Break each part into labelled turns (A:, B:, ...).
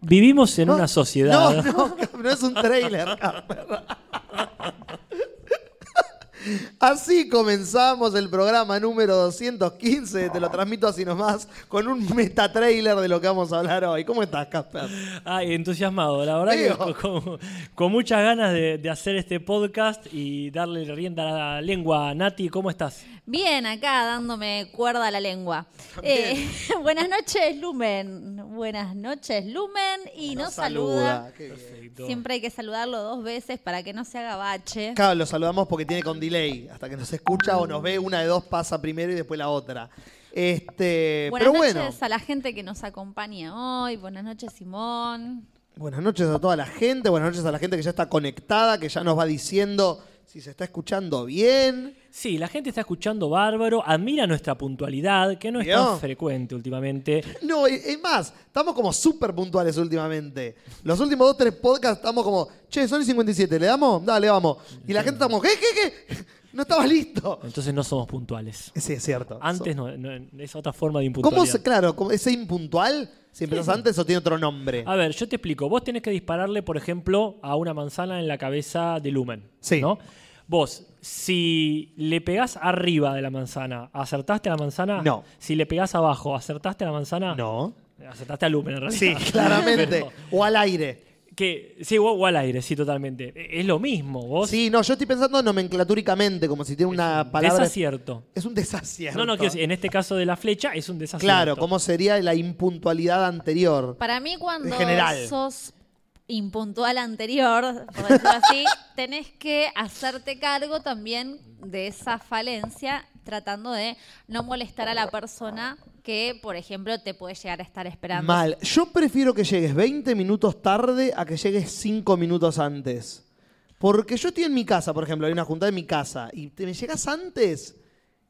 A: Vivimos en
B: No,
A: una sociedad.
B: No, no, no es un trailer. Casper. Así comenzamos el programa número 215, de te lo transmito así nomás, con un metatrailer de lo que vamos a hablar hoy. ¿Cómo estás, Casper?
A: Ay, entusiasmado. La verdad que
B: Digo.
A: co- con, con muchas ganas de, de hacer este podcast y darle rienda a la lengua. Nati, ¿cómo estás?
C: Bien, acá dándome cuerda a la lengua. Eh, buenas noches, Lumen. Buenas noches, Lumen. Y nos, saluda.
B: Qué bien.
C: Siempre hay que saludarlo dos veces para que no se haga bache.
B: Claro, lo saludamos porque tiene con delay. Hasta que nos escucha o nos ve, una de dos pasa primero y después la otra. Este,
C: Buenas
B: pero
C: noches
B: bueno,
C: a la gente que nos acompaña hoy. Buenas noches, Simón.
B: buenas noches a toda la gente, buenas noches a la gente que ya está conectada, que ya nos va diciendo si se está escuchando bien.
A: Sí, la gente está escuchando bárbaro, admira nuestra puntualidad, que no es
B: ¿Vio?
A: tan frecuente últimamente.
B: No, es es más, estamos como súper puntuales últimamente. Los últimos dos, tres podcasts estamos como, che, son y 57, ¿le damos? Dale, vamos. Y la gente estamos, ¿qué, qué, qué? No estabas listo.
A: Entonces no somos puntuales.
B: Sí, es cierto.
A: Antes no, no- es otra forma de
B: ¿Cómo
A: impuntualidad.
B: se, claro, cómo- ese impuntual, si empezás antes o tiene otro nombre?
A: A ver, yo te explico. Vos tenés que dispararle, por ejemplo, a una manzana en la cabeza de Lumen.
B: Sí.
A: ¿no? Vos, si le pegás arriba de la manzana, ¿acertaste a la manzana?
B: No.
A: Si le pegás abajo, ¿acertaste a la manzana?
B: No.
A: Acertaste a Lumen, en
B: Sí,
A: realidad.
B: claramente.
A: Pero
B: O al aire.
A: que, sí, o, o al aire, sí, totalmente. E- Es lo mismo, vos.
B: Sí, no, yo estoy pensando nomenclatúricamente, como si tiene una palabra.
A: Desacierto.
B: Es un desacierto.
A: No, no, quiero decir, en este caso de la flecha es un desacierto.
B: Claro, ¿cómo sería la impuntualidad anterior?
C: Para mí, cuando
B: general.
C: sos impuntual anterior, por decirlo así, tenés que hacerte cargo también de esa falencia, tratando de no molestar a la persona que, por ejemplo, te puede llegar a estar esperando.
B: Mal. Yo prefiero que llegues 20 minutos tarde a que llegues 5 minutos antes. Porque yo estoy en mi casa, por ejemplo, hay una junta en mi casa y te me llegas antes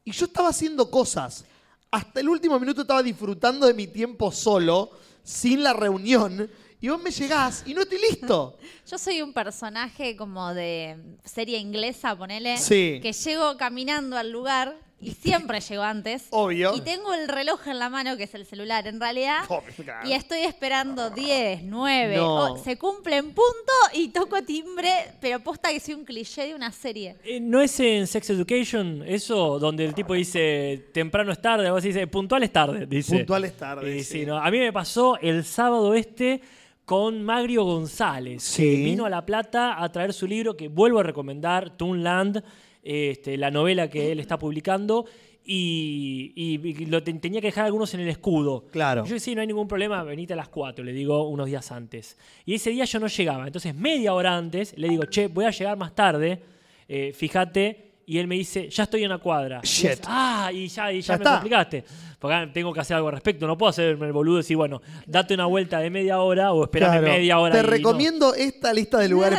B: y yo estaba haciendo cosas. Hasta el último minuto estaba disfrutando de mi tiempo solo, sin la reunión, y vos me llegás y no estoy listo.
C: Yo soy un personaje como de serie inglesa, ponele,
B: Sí.
C: que llego caminando al lugar y siempre llego antes.
B: Obvio.
C: Y tengo el reloj en la mano, que es el celular en realidad.
B: Obvio, claro.
C: Y estoy esperando 10, 9.
B: No.
C: se cumple en punto y toco timbre, pero posta que soy un cliché de una serie.
A: Eh, ¿No es en Sex Education eso donde el tipo dice temprano es tarde? Vos dice puntual es tarde. Dice.
B: Puntual es tarde,
A: Y sí,
B: sí.
A: no, A mí me pasó el sábado este con Magrio González,
B: Sí.
A: que vino a La Plata a traer su libro que vuelvo a recomendar, Toonland, este, la novela que él está publicando. Y, y- y lo ten- tenía que dejar algunos en el escudo.
B: Claro.
A: Yo sí, no hay ningún problema, venite a las 4, le digo unos días antes. Y ese día yo no llegaba, entonces media hora antes le digo, che, voy a llegar más tarde, eh, fíjate, y él me dice, ya estoy en la cuadra. Y
B: Shit.
A: es, ah, y ya, y ya,
B: Ya
A: me
B: está.
A: complicaste. Porque ah, tengo que hacer algo al respecto, no puedo hacerme el boludo y decir, bueno, date una vuelta de media hora o esperame
B: Claro.
A: media hora.
B: Te
A: y no.
B: recomiendo esta lista de lugares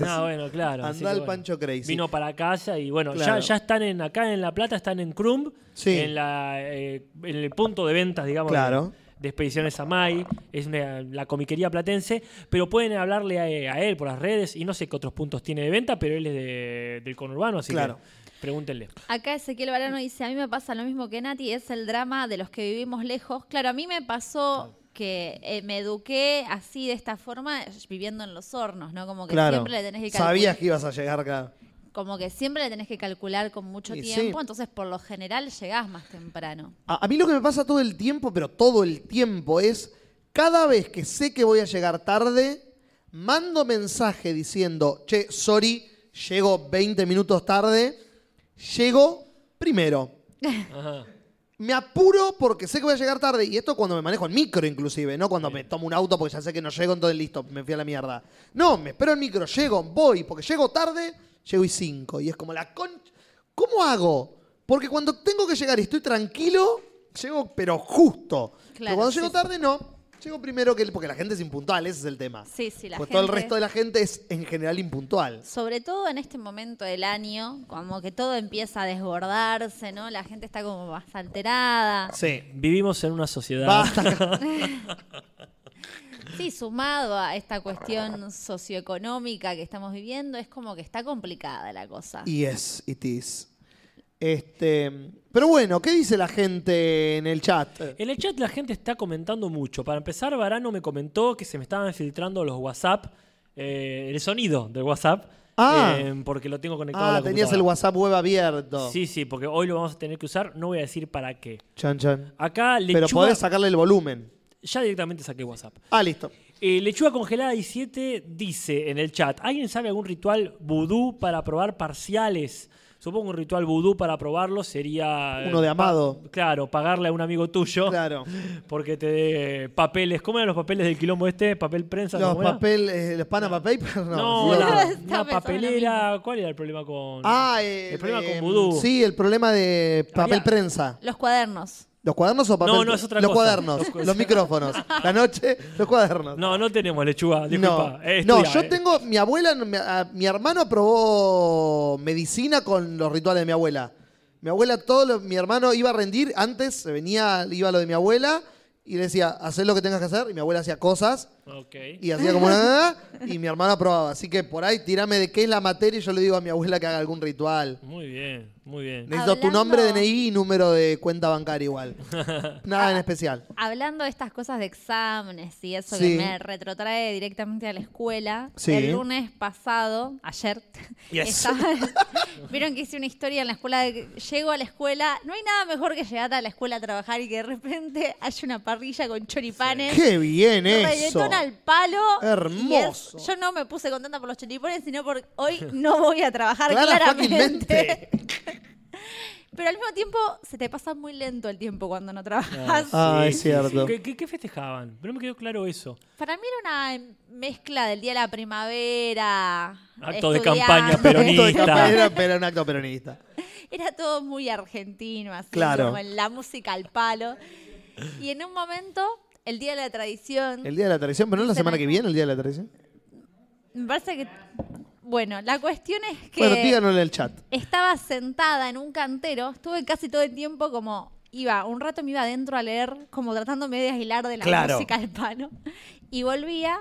A: No, bueno, claro. así que
B: Andá al
A: bueno.
B: Pancho Crazy.
A: Vino para casa y bueno, ya-
B: Claro.
A: ya, están en, acá en La Plata, están en Crum,
B: Sí.
A: en, la, eh, en el punto de ventas, digamos,
B: Claro.
A: de, de Expediciones Amay, es una- la comiquería platense, pero pueden hablarle a, a él por las redes y no sé qué otros puntos tiene de venta, pero él es de- del conurbano, así
B: Claro.
A: que pregúntenle.
C: Acá Ezequiel Barano dice, a mí me pasa lo mismo que Nati, es el drama de los que vivimos lejos. Claro, a mí me pasó que eh, me eduqué así de esta forma viviendo en los hornos, ¿no? Como que
B: claro.
C: siempre le tenés que calcular.
B: Sabías que ibas a llegar acá.
C: Como que siempre le tenés que calcular con mucho
B: Y sí.
C: tiempo, entonces por lo general llegás más temprano.
B: A, a mí lo que me pasa todo el tiempo, pero todo el tiempo, es cada vez que sé que voy a llegar tarde, mando mensaje diciendo, che, sorry, llego 20 minutos tarde, llego primero. Me apuro porque sé que voy a llegar tarde. Y esto cuando me manejo en micro, inclusive, ¿no? Cuando me tomo un auto porque ya sé que no llego, entonces listo, me fui a la mierda. No, me espero en micro, llego, voy, porque llego tarde, llego y cinco. Y es como la con... ¿Cómo hago? Porque cuando tengo que llegar y estoy tranquilo, llego, pero justo. pero
C: Claro,
B: cuando
C: sí,
B: llego
C: sí.
B: tarde, no. Llego primero que él, porque la gente es impuntual, ese es el tema.
C: Sí, sí, la
B: Pues todo el
C: gente-
B: resto de la gente es en general impuntual.
C: Sobre todo en este momento del año, como que todo empieza a desbordarse, ¿no? La gente está como más alterada.
B: Sí.
A: Vivimos en una sociedad...
B: Basta.
C: Sí, sumado a esta cuestión socioeconómica que estamos viviendo, es como que está complicada la cosa.
B: Yes, it is. Este, pero bueno, ¿qué dice la gente en el chat? Eh,
A: En el chat la gente está comentando mucho. Para empezar, Varano me comentó que se me estaban filtrando los WhatsApp, eh, el sonido del WhatsApp,
B: Ah.
A: eh, porque lo tengo conectado a
B: Ah,
A: la
B: tenías el
A: computadora.
B: WhatsApp web abierto.
A: Sí, sí, porque hoy lo vamos a tener que usar. No voy a decir para qué.
B: Chan, chan.
A: Acá lechuga...
B: Pero podés sacarle el volumen.
A: Ya directamente saqué WhatsApp.
B: Ah, listo.
A: Eh, lechuga congelada 17 dice en el chat, ¿alguien sabe algún ritual vudú para probar parciales? Supongo un ritual vudú para probarlo sería... eh,
B: Uno de
A: pa-
B: Amado.
A: claro, pagarle a un amigo tuyo
B: Claro.
A: porque te dé papeles. ¿Cómo eran los papeles del quilombo este? ¿Papel prensa?
B: Los
A: ¿Cómo era?
B: papeles, los Panama Papers, no.
A: No,
B: sí,
A: la-
B: otro.
C: Estaba
A: una
C: pensando lo
A: papelera. ¿Cuál era el problema con...?
B: Ah, eh,
A: El problema
B: eh,
A: con vudú.
B: Sí, el problema de papel
A: Había-
B: prensa.
C: Los cuadernos.
B: ¿Los cuadernos o papel?
A: No, no, es otra
B: Los
A: cosa.
B: cuadernos,
A: Los cu-
B: los micrófonos. La noche, los cuadernos.
A: No, no tenemos lechuga, disculpa.
B: No,
A: Eh,
B: No,
A: estudia,
B: yo
A: eh.
B: tengo, mi abuela, mi, a- mi hermano probó medicina con los rituales de mi abuela. Mi abuela, todo lo- mi hermano iba a rendir, antes se venía, iba a lo de mi abuela y le decía, haz lo que tengas que hacer, y mi abuela hacía cosas
A: Ok.
B: y hacía como nada, y mi hermano probaba. Así que por ahí, tirame de qué es la materia y yo le digo a mi abuela que haga algún ritual.
A: Muy bien, muy bien.
B: Necesito tu
C: Hablando-
B: nombre, DNI y número de cuenta bancaria igual. Nada en especial.
C: Hablando de estas cosas de exámenes y eso
B: Sí.
C: que me retrotrae directamente a la escuela,
B: Sí.
C: el lunes pasado, ayer,
A: Yes.
C: estaba- vieron que hice una historia en la escuela, de que llego a la escuela, no hay nada mejor que llegar a la escuela a trabajar y que de repente haya una parrilla con choripanes.
B: ¡Qué bien eso!
C: Ah, Reggaetón al palo.
B: Hermoso.
C: y es- yo no me puse contenta por los choripanes, sino porque hoy no voy a trabajar
B: Clara,
C: claramente.
B: fuckingmente.
C: Pero al mismo tiempo se te pasa muy lento el tiempo cuando no trabajas.
B: Ah,
A: Sí,
B: es
A: sí,
B: cierto.
A: sí. ¿Qué- qué, qué festejaban? No me quedó claro eso.
C: Para mí era una mezcla del día de la primavera.
A: Acto de
C: estudiante.
A: campaña
B: Acto de
A: peronista.
B: campaña, pero un acto peronista.
C: Era todo muy argentino, así
B: Claro.
C: como en la música al palo. Y en un momento, el día de la tradición,
B: El día de la traición, pero no la
C: Dicen
B: semana que
C: algo.
B: viene, el día de la traición.
C: me parece que... Bueno, la cuestión es que...
B: Bueno, díganos en el chat.
C: Estaba sentada en un cantero, estuve casi todo el tiempo como iba, un rato me iba adentro a leer, como tratándome de aislar de la
B: Claro.
C: música al palo, y volvía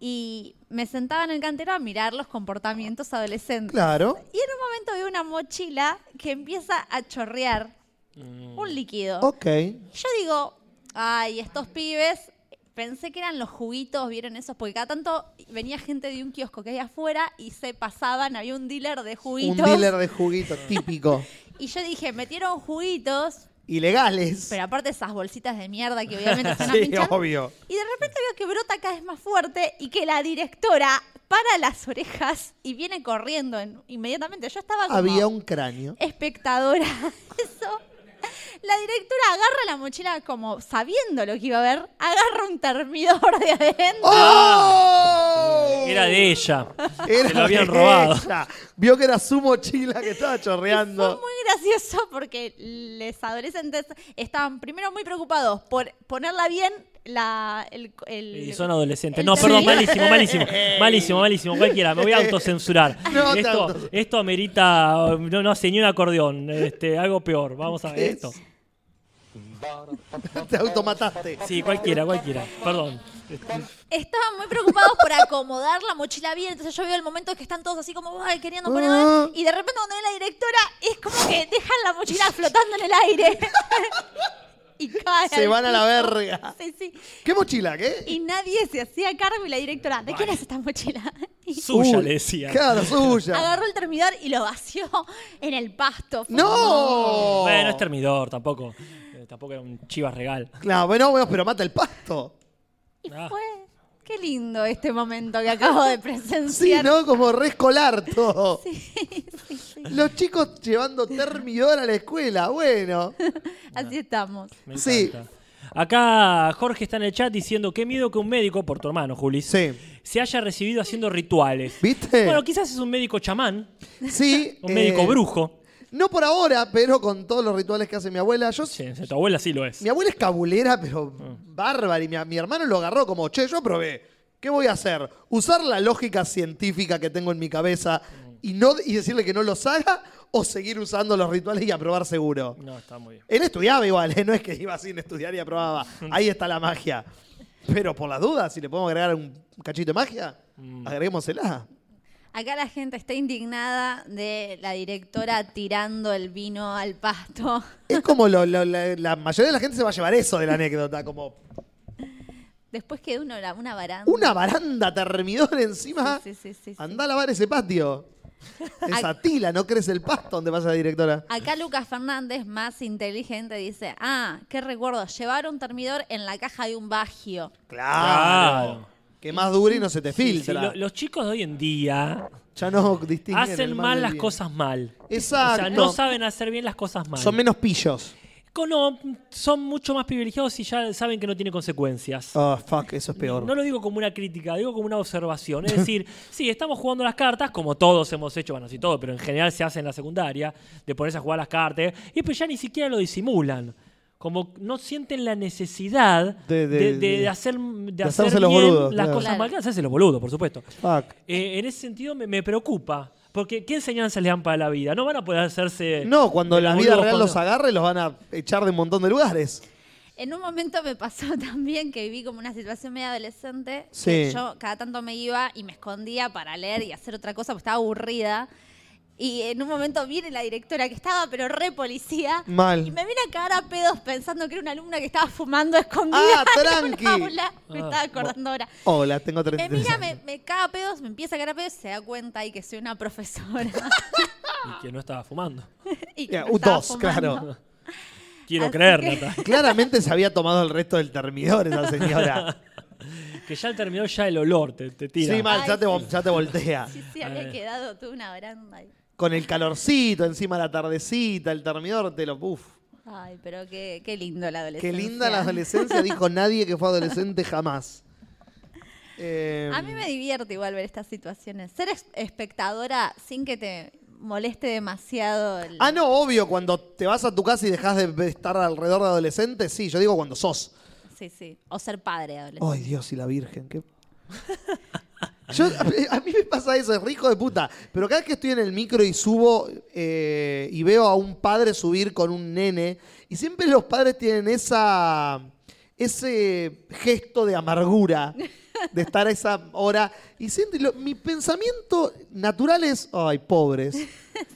C: y me sentaba en el cantero a mirar los comportamientos adolescentes.
B: Claro.
C: Y en un momento veo una mochila que empieza a chorrear
A: Mm,
C: un líquido.
B: Mm. Ok.
C: Y Yo digo, ay, estos pibes, pensé que eran los juguitos, vieron esos, porque cada tanto venía gente de un kiosco que hay afuera y se pasaban, había un dealer de
B: Un
C: juguitos.
B: dealer de juguito típico.
C: Y yo dije, metieron juguitos,
B: Ilegales.
C: pero aparte esas bolsitas de mierda que obviamente están
B: Sí, obvio.
C: Y de repente veo que brota cada vez más fuerte y que la directora para las orejas y viene corriendo en- inmediatamente. Yo estaba como
B: Había un cráneo.
C: espectadora de eso. La directora agarra la mochila como sabiendo lo que iba a ver, agarra un termidor de adentro.
B: ¡Oh!
A: Ah. Era de ella.
B: Era
A: Se lo habían
B: de
A: robado.
B: ella. Vio que era su mochila que estaba
C: Fue
B: chorreando.
C: muy gracioso porque los adolescentes estaban primero muy preocupados por ponerla bien. La, el, el-
A: Y son adolescentes.
C: el
A: No, perdón, malísimo,
C: termidor.
A: malísimo. Malísimo, malísimo. Cualquiera, me voy a autocensurar.
B: No, te
A: esto,
B: auto-
A: esto amerita. No, no hace ni un acordeón. Este, algo peor. Vamos a ver
B: ¿Qué
A: esto.
B: es? Te automataste.
A: Sí, cualquiera, cualquiera. Perdón. Este,
C: Estaban muy preocupados por acomodar la mochila bien. Entonces yo veo el momento que están todos así como ay, queriendo poner.
B: Ah.
C: Y de repente cuando ve la directora es como que dejan la mochila flotando en el aire. y cae.
B: Se
C: al
B: van a la
C: piso.
B: verga.
C: Sí, sí.
B: ¿Qué mochila? ¿Qué?
C: Y nadie se hacía cargo y la directora, ¿de quién es esta mochila? Y
A: Suya,
B: Uy,
A: le decía.
B: Claro, suya.
C: agarró el termidor y lo vació en el pasto. Fue
B: ¡No!
A: Bueno, este es termidor, tampoco. Eh, tampoco era un chivas regal.
B: Claro, bueno, bueno, pero mata el pasto.
C: Y
A: Ah.
C: fue. Qué lindo este momento que acabo de
B: Sí,
C: presenciar.
B: ¿no? Como rescolar todo. Los chicos llevando termidor a la escuela, bueno.
C: Así estamos.
A: Me
B: Sí.
A: encanta. Acá Jorge está en el chat diciendo: Qué miedo que un médico, por tu hermano, Julis,
B: Sí.
A: se haya recibido haciendo rituales.
B: ¿Viste?
A: Bueno, quizás es un médico chamán,
B: sí.
A: un
B: eh,
A: médico brujo.
B: No por ahora, pero con todos los rituales que hace mi abuela. Yo,
A: Sí, Ah. sí, tu abuela sí lo es.
B: Mi abuela es cabulera, pero bárbara. Y mi, mi hermano lo agarró como, che, yo probé. ¿Qué voy a hacer? ¿Usar la lógica científica que tengo en mi cabeza y, no, y decirle que no los haga? ¿O seguir usando los rituales y aprobar seguro?
A: No, está muy bien.
B: Él estudiaba igual, ¿eh? no es que iba sin estudiar y aprobaba. Ahí está la magia.
A: Mm.
B: Pero por las dudas, si le podemos agregar un cachito de magia, agreguémosela.
C: Acá la gente está indignada de la directora tirando el vino al pasto.
B: Es como lo- lo- la, la mayoría de la gente se va a llevar eso de la anécdota, como
C: Después quedó uno, la- una baranda.
B: una ah. baranda termidor encima.
C: Sí, sí, sí, sí, sí.
B: Andá a lavar ese patio. Esa tila, no crece el pasto donde pasa la directora.
C: Acá Lucas Fernández, más inteligente, dice, ah, qué recuerdo, llevar un termidor en la caja de un bagio.
B: Claro.
A: Claro.
B: Que más dure y no se te
A: Sí,
B: filtra.
A: lo- los chicos de hoy en día
B: Ya no distinguen. el
A: hacen
B: mal
A: mal
B: del
A: las
B: bien.
A: cosas mal. O
B: Exacto.
A: sea, no saben hacer bien las cosas mal.
B: Son menos pillos.
A: Co- no, son mucho más privilegiados y ya saben que no tiene consecuencias.
B: Oh, fuck, eso es peor.
A: No lo digo como una crítica, digo como una observación. Es decir, sí, estamos jugando las cartas, como todos hemos hecho, bueno, sí todo, pero en general se hace en la secundaria, de ponerse a jugar las cartas, y pues ya ni siquiera lo disimulan. Como no sienten la necesidad de,
B: De- de-
A: de- de
B: de-
A: hacer, de
B: hacerse
A: hacer
B: los
A: bien
B: boludos,
A: las
B: claro.
A: cosas
C: Claro.
A: mal, que hacerse los boludos, por supuesto.
B: Fuck.
A: Eh, en ese sentido me, me preocupa, porque ¿qué enseñanzas le dan para la vida? No van a poder hacerse...
B: No, cuando la
A: boludos
B: vida real
A: cuando-
B: los agarre, los van a echar de un montón de lugares.
C: En un momento me pasó también que viví como una situación medio adolescente. que
B: Sí.
C: yo cada tanto me iba y me escondía para leer y hacer otra cosa porque estaba aburrida. Y en un momento viene la directora que estaba, pero re policía.
B: Mal.
C: Y me viene a cagar a pedos pensando que era una alumna que estaba fumando escondida.
B: Ah,
C: en un
B: tranqui.
C: aula. Me
A: Ah,
C: estaba acordando ahora.
B: Hola, tengo
C: Me
B: 33
C: mira, me,
B: años.
C: me caga a pedos, me empieza a cagar a pedos, se da cuenta y que soy una profesora.
A: Y que no estaba fumando.
C: y que
B: Ya,
C: no
B: uh,
C: estaba
B: dos,
C: fumando.
B: claro.
A: Quiero
C: Así
A: creer,
C: que-
A: Nata.
B: Claramente se había tomado el resto del termidor esa señora.
A: Que ya terminó ya el olor, te, te tira.
B: Sí, mal,
C: Ay,
B: ya te, vo- ya te voltea.
C: Sí, sí, había quedado toda una baranda. ahí.
B: Con el calorcito, encima la tardecita, el termidor, te lo. Uf.
C: Ay, pero qué, qué lindo la
B: Qué
C: adolescencia.
B: linda la adolescencia, dijo nadie que fue adolescente jamás. Eh,
C: A mí me divierte igual ver estas situaciones. Ser es- espectadora sin que te moleste demasiado. el-
B: Ah, no, obvio, cuando te vas a tu casa y dejas de estar alrededor de adolescentes, sí, yo digo cuando sos.
C: Sí, sí. O ser padre adolescente.
B: Ay, Dios y la Virgen, qué. Yo, a, a mí me pasa eso, es rico de puta. Pero cada vez que estoy en el micro y subo eh, y veo a un padre subir con un nene, y siempre los padres tienen esa ese gesto de amargura de estar a esa hora. Y siempre lo- mi pensamiento natural es, ay, pobres.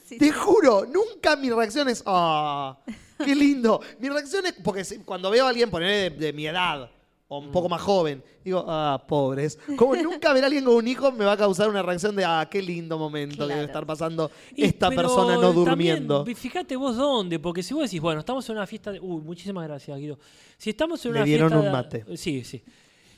C: Sí,
B: Te
C: sí.
B: juro, nunca mi reacción es, ah, qué lindo. Mi reacción es, porque si- cuando veo a alguien ponerle de, de mi edad o un poco más joven, digo, ah, pobres. Como nunca ver a alguien con un hijo me va a causar una reacción de, ah, qué lindo momento que debe
C: Claro.
B: estar pasando
A: Y,
B: esta
A: pero
B: persona no
A: también,
B: durmiendo.
A: vi- fíjate vos dónde, porque si vos decís, bueno, estamos en una fiesta. de- Uy, muchísimas gracias, Guido. Si estamos en
B: Le
A: una
B: dieron
A: fiesta.
B: un mate.
A: Sí, sí.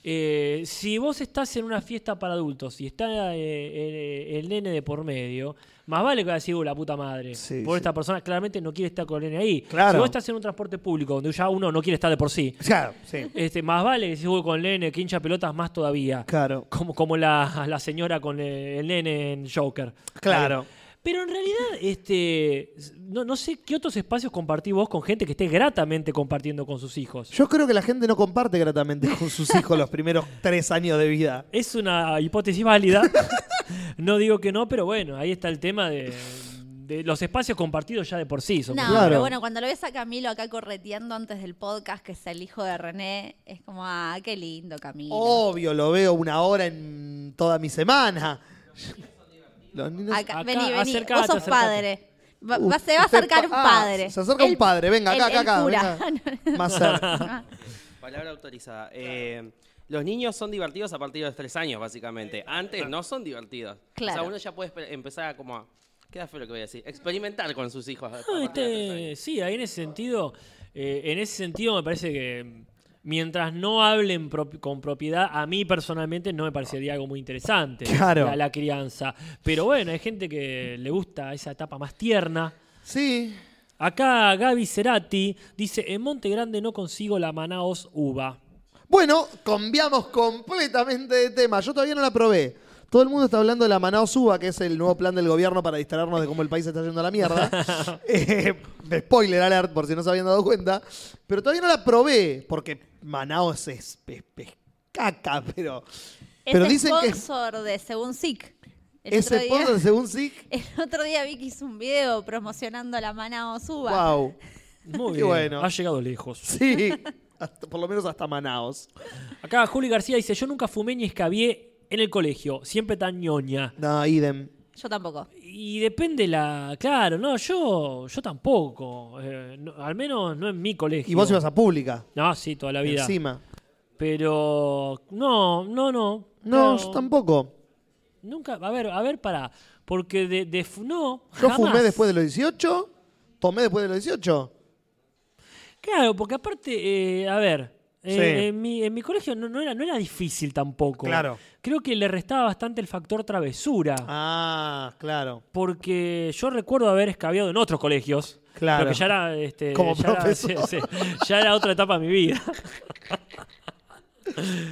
A: Eh, si vos estás en una fiesta para adultos y está eh, el, el nene de por medio, más vale que vas a decir, "Uh, la puta madre.
B: Sí,
A: por
B: sí.
A: esta persona claramente no quiere estar con el nene ahí.
B: Claro.
A: Si vos estás en un transporte público donde ya uno no quiere estar de por sí,
B: Claro, sí.
A: este, más vale que si vos con el nene, que hincha pelotas más todavía.
B: Claro.
A: Como, como la, la señora con el, el nene en Joker.
B: Claro.
A: Pero en realidad, este, no, no sé qué otros espacios compartís vos con gente que esté gratamente compartiendo con sus hijos.
B: Yo creo que la gente no comparte gratamente con sus hijos los primeros tres años de vida.
A: Es una hipótesis válida. no digo que no, pero bueno, ahí está el tema de, de los espacios compartidos ya de por sí.
C: No,
A: son como-
B: Claro.
C: pero bueno, cuando lo ves a Camilo acá correteando antes del podcast, que es el hijo de René, es como, ah, qué lindo Camilo.
B: Obvio, lo veo una hora en toda mi semana. Los niños
C: Acá,
A: Acá,
C: vení, vení.
A: acercate,
C: Vos sos
A: acercate.
C: padre. Va, va- se va a
B: Usted
C: acercar un
B: pa- ah,
C: padre.
B: se acerca un
C: El-
B: padre, venga, acá,
C: el-
B: acá, acá.
C: el cura.
B: venga. Más cerca.
C: Ah.
D: Palabra autorizada. Eh, los niños son divertidos a partir de los tres años, básicamente. Antes no son divertidos. O
C: Claro.
D: sea, uno ya puede esper- empezar a como... a- Queda feo lo que voy a decir. Experimentar con sus hijos. a partir
A: No,
D: de los tres años.
A: este, sí, ahí en ese sentido, eh, en ese sentido me parece que mientras no hablen prop- con propiedad, a mí personalmente no me parecería algo muy interesante
B: Claro.
A: la, la crianza. Pero bueno, hay gente que le gusta esa etapa más tierna.
B: Sí.
A: Acá Gaby Cerati dice, en Monte Grande no consigo la Manaos uva.
B: Bueno, cambiamos completamente de tema. Yo todavía no la probé. Todo el mundo está hablando de la Manao Suba, que es el nuevo plan del gobierno para distraernos de cómo el país está yendo a la mierda. Eh, spoiler alert, por si no se habían dado cuenta. Pero todavía no la probé, porque Manao es, es- es- es caca, pero. Pero
C: es
B: dicen que es
C: sponsor de Según SIC. El otro día-
B: sponsor según SIC.
C: El otro día vi que hizo un video promocionando la Manao Suba.
B: Wow.
A: Muy
B: Qué
A: bien,
B: bueno.
A: ha llegado lejos.
B: Sí. Hasta- por lo menos hasta Manaos.
A: Acá Juli García dice, yo nunca fumé ni escabié en el colegio, siempre tan ñoña.
B: No, idem.
C: Yo tampoco.
A: Y depende la. Claro, no, yo, yo tampoco. eh, no- al menos no en mi colegio.
B: Y vos ibas a pública.
A: No, sí, toda la vida.
B: Encima.
A: Pero. No, no, no.
B: No,
A: Claro,
B: yo tampoco.
A: Nunca. A ver, a ver, pará. Porque de. de fu- no.
B: Yo
A: jamás.
B: fumé después de los 18, tomé después de los 18.
A: Claro, porque aparte, eh, a ver, eh,
B: Sí.
A: en, mi, en mi colegio no, no era, no era difícil tampoco.
B: Claro.
A: Creo que le restaba bastante el factor travesura.
B: Ah, claro.
A: Porque yo recuerdo haber escabeado en otros colegios.
B: Claro.
A: Pero que ya era, este,
B: Como
A: ya, era, sí,
B: profesor.
A: sí, ya era otra etapa de mi vida.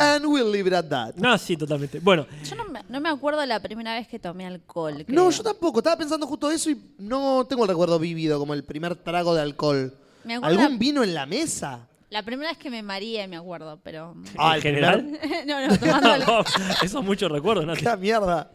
B: And we'll leave it at that.
A: No, sí, totalmente. Bueno,
C: Yo no me, no me acuerdo la primera vez que tomé alcohol.
B: No,
C: creo.
B: yo tampoco. Estaba pensando justo eso y no tengo el recuerdo vivido como el primer trago de alcohol.
C: Me acuerdo-
B: ¿Algún vino en la mesa?
C: La primera vez que me mareé, me acuerdo, pero.
B: Ah,
A: en
B: el
A: general.
B: primer-
C: no, no, tomando alcohol.
A: Eso es mucho recuerdo, Nati.
B: ¡Qué mierda!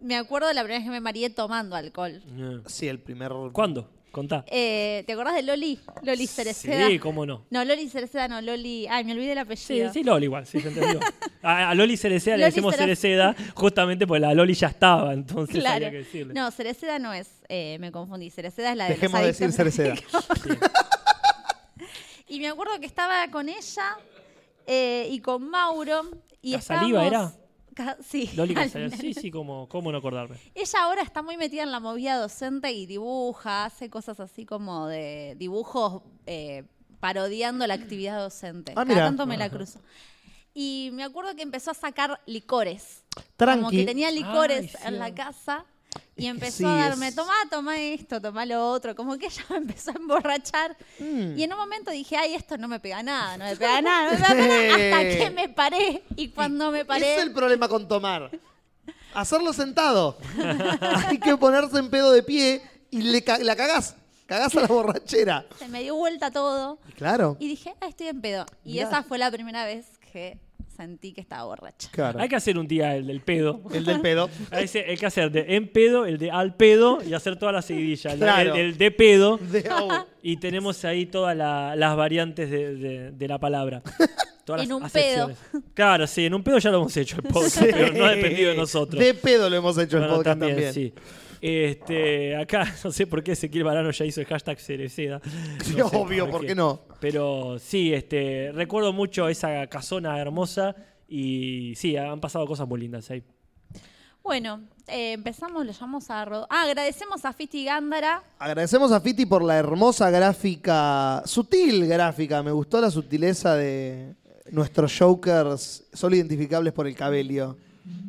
C: Me acuerdo la primera vez que me mareé tomando alcohol.
A: Eh,
B: Sí, el primer...
A: ¿Cuándo? Contá.
C: Eh, ¿Te acordás de Loli? Loli Cereceda.
A: Sí, cómo no.
C: No, Loli Cereceda, no, Loli. Ay, me olvidé el
A: Sí,
C: apellido.
A: sí, Loli igual, sí, se entendió. A, a Loli Cereceda le
C: Loli
A: decimos
C: Cere-
A: Cereceda justamente porque la Loli ya estaba, entonces
C: Claro.
A: había que decirle.
C: No, Cereceda no es, eh, me confundí. Cereceda es la de los
B: Dejemos de decir
C: adictos.
B: Cereceda.
C: Y me acuerdo que estaba con ella eh, y con Mauro. Y
A: ¿La saliva
C: estábamos- Ca- Sí.
A: Loli
C: al-
A: González. Sí, sí, cómo, cómo no acordarme.
C: Ella ahora está muy metida en la movida docente y dibuja, hace cosas así como de dibujos eh, parodiando la actividad docente.
B: Ah,
C: Cada
B: mira.
C: tanto me la cruzo. Y me acuerdo que empezó a sacar licores. Como
B: Tranqui.
C: que tenía licores
A: Ay, sí.
C: en la casa y empezó
B: sí,
C: a darme,
B: es-
C: tomá, tomá esto, tomá lo otro. Como que ella me empezó a emborrachar.
B: Mm.
C: Y en un momento dije, ay, esto no me pega nada, no me pega nada, no me pega nada. Hasta que me paré. Y cuando me paré...
B: Es el problema con tomar. Hacerlo sentado. Hay que ponerse en pedo de pie y le ca- la cagás. Cagás a la borrachera.
C: Se me dio vuelta todo.
B: Y claro.
C: Y dije, ah, estoy en pedo. Y
B: Mirá.
C: esa fue la primera vez que sentí que estaba borracha.
B: Claro.
A: Hay que hacer un día el del pedo.
B: El del pedo.
A: Hay ese- hay que hacer de en pedo, el de al pedo y hacer toda la seguidilla. El,
B: Claro.
A: el- el de pedo.
B: De- oh.
A: Y tenemos ahí todas la- las variantes de, de- de la palabra. Todas
C: En
A: las
C: un pedo.
A: acepciones. Claro, sí, en un pedo ya lo hemos hecho, el podcast, pero no ha dependido de nosotros.
B: De pedo lo hemos hecho el
A: Bueno,
B: podcast también.
A: sí. Este, acá no sé por qué Ezequiel Barano ya hizo el hashtag Cereceda.
B: Sí,
A: No sé
B: obvio, ¿por qué no?
A: Pero sí, este, recuerdo mucho esa casona hermosa y sí, han pasado cosas muy lindas ahí.
C: Bueno, eh, empezamos, lo llamamos a... Rod- Ah, agradecemos a Fiti Gándara.
B: Agradecemos a Fiti por la hermosa gráfica, sutil gráfica. Me gustó la sutileza de nuestros jokers, solo identificables por el cabello.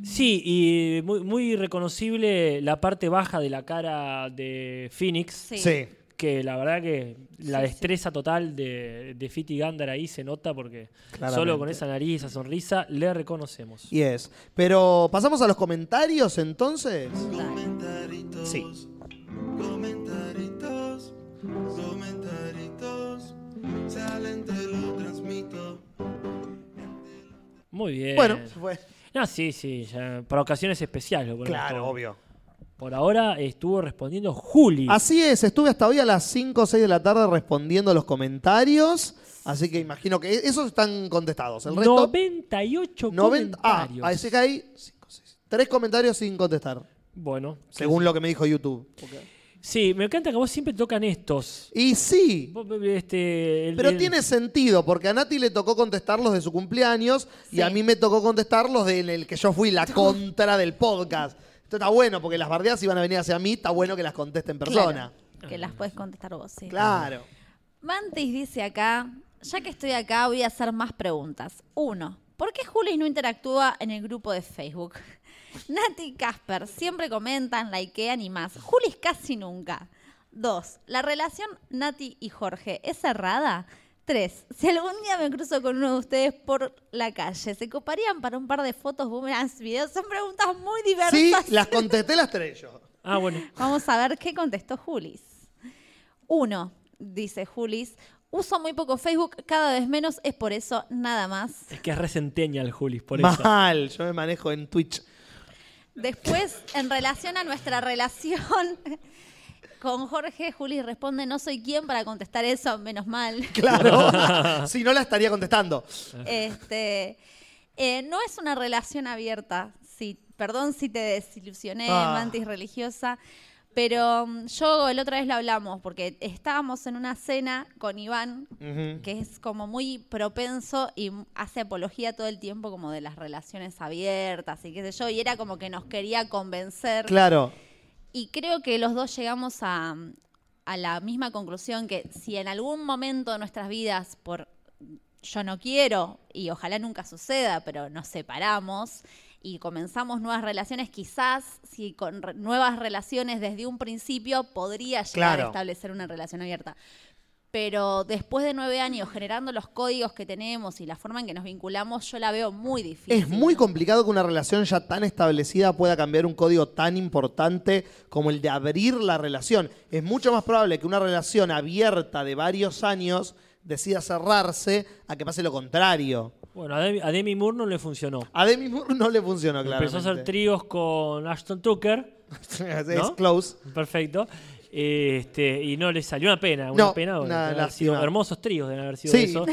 A: Sí, y muy, muy reconocible la parte baja de la cara de Phoenix,
C: Sí.
A: que la verdad que la
C: Sí,
A: destreza total de, de Fiti Gándara ahí se nota porque
B: Claramente.
A: solo con esa nariz, esa sonrisa, le reconocemos.
B: Y es. Pero pasamos a los comentarios entonces.
C: Dale.
B: Sí.
E: Comentaritos, comentaritos, salen, te lo transmito.
A: Muy bien.
B: Bueno, bueno,
A: No, sí, sí, ya, para ocasiones especiales. lo ponemos todo.
B: obvio.
A: Por ahora estuvo respondiendo Juli.
B: Así es, estuve hasta hoy a las 5 o 6 de la tarde respondiendo los comentarios. Así que imagino que e-, esos están contestados. El resto.
A: 98
B: 90 ah,
A: comentarios.
B: así que hay 3 comentarios sin contestar,
A: Bueno,
B: según lo que me dijo YouTube.
A: sí, me encanta que vos siempre tocan estos.
B: Y sí,
A: Vos, Este, el-
B: Pero
A: el-
B: tiene sentido, porque a Nati le tocó contestar los de su cumpleaños y
C: Sí.
B: a mí me tocó contestar los del el que yo fui la contra del podcast. Esto está bueno, porque las bardeadas iban a venir hacia mí, está bueno que las conteste en persona.
C: Claro, que las puedes contestar vos, sí.
B: Claro.
C: Mantis dice acá, ya que estoy acá voy a hacer más preguntas. Uno, ¿por qué Juli no interactúa en el grupo de Facebook? Nati y Casper, siempre comentan, likean y más. Juli casi nunca. Dos, ¿la relación Nati y Jorge es cerrada? Tres, si algún día me cruzo con uno de ustedes por la calle, ¿se coparían para un par de fotos, boomerangs, videos? Son preguntas muy
B: Sí,
C: diversas.
B: las contesté las tres yo.
A: Ah, bueno.
C: Vamos a ver qué contestó Julis. Uno, dice Julis, uso muy poco Facebook, cada vez menos, es por eso nada más.
A: Es que es resenteña el Juli, por eso.
B: Mal, yo me manejo en Twitch.
C: Después, en relación a nuestra relación con Jorge, Julis responde, no soy quien para contestar eso, menos mal.
B: Claro. si no, la estaría contestando.
C: Este, Eh, no es una relación abierta. Sí, perdón si te desilusioné,
B: Ah.
C: mantis religiosa. Pero mm, yo la otra vez lo hablamos porque estábamos en una cena con Iván,
B: Ujú.
C: que es como muy propenso y m- hace apología todo el tiempo como de las relaciones abiertas y qué sé yo, y era como que nos quería convencer.
B: Claro.
C: Y creo que los dos llegamos a, a la misma conclusión que si en algún momento de nuestras vidas, por yo no quiero, y ojalá nunca suceda, pero nos separamos y comenzamos nuevas relaciones, quizás si con re- nuevas relaciones desde un principio podría llegar
B: Claro.
C: a establecer una relación abierta. Pero después de nueve años, generando los códigos que tenemos y la forma en que nos vinculamos, yo la veo muy difícil.
B: Es muy complicado que una relación ya tan establecida pueda cambiar un código tan importante como el de abrir la relación. Es mucho más probable que una relación abierta de varios años decida cerrarse a que pase lo contrario.
A: Bueno, a Demi, a Demi Moore no le funcionó.
B: A Demi Moore no le funcionó, claro.
A: Empezó a hacer tríos con Ashton Tucker.
B: es
A: ¿no?
B: close.
A: Perfecto. Este, y no le salió una pena, una
B: No,
A: pena. bueno,
B: una
A: deben haber
B: lástima.
A: sido hermosos tríos de haber sido
B: Sí.
A: eso.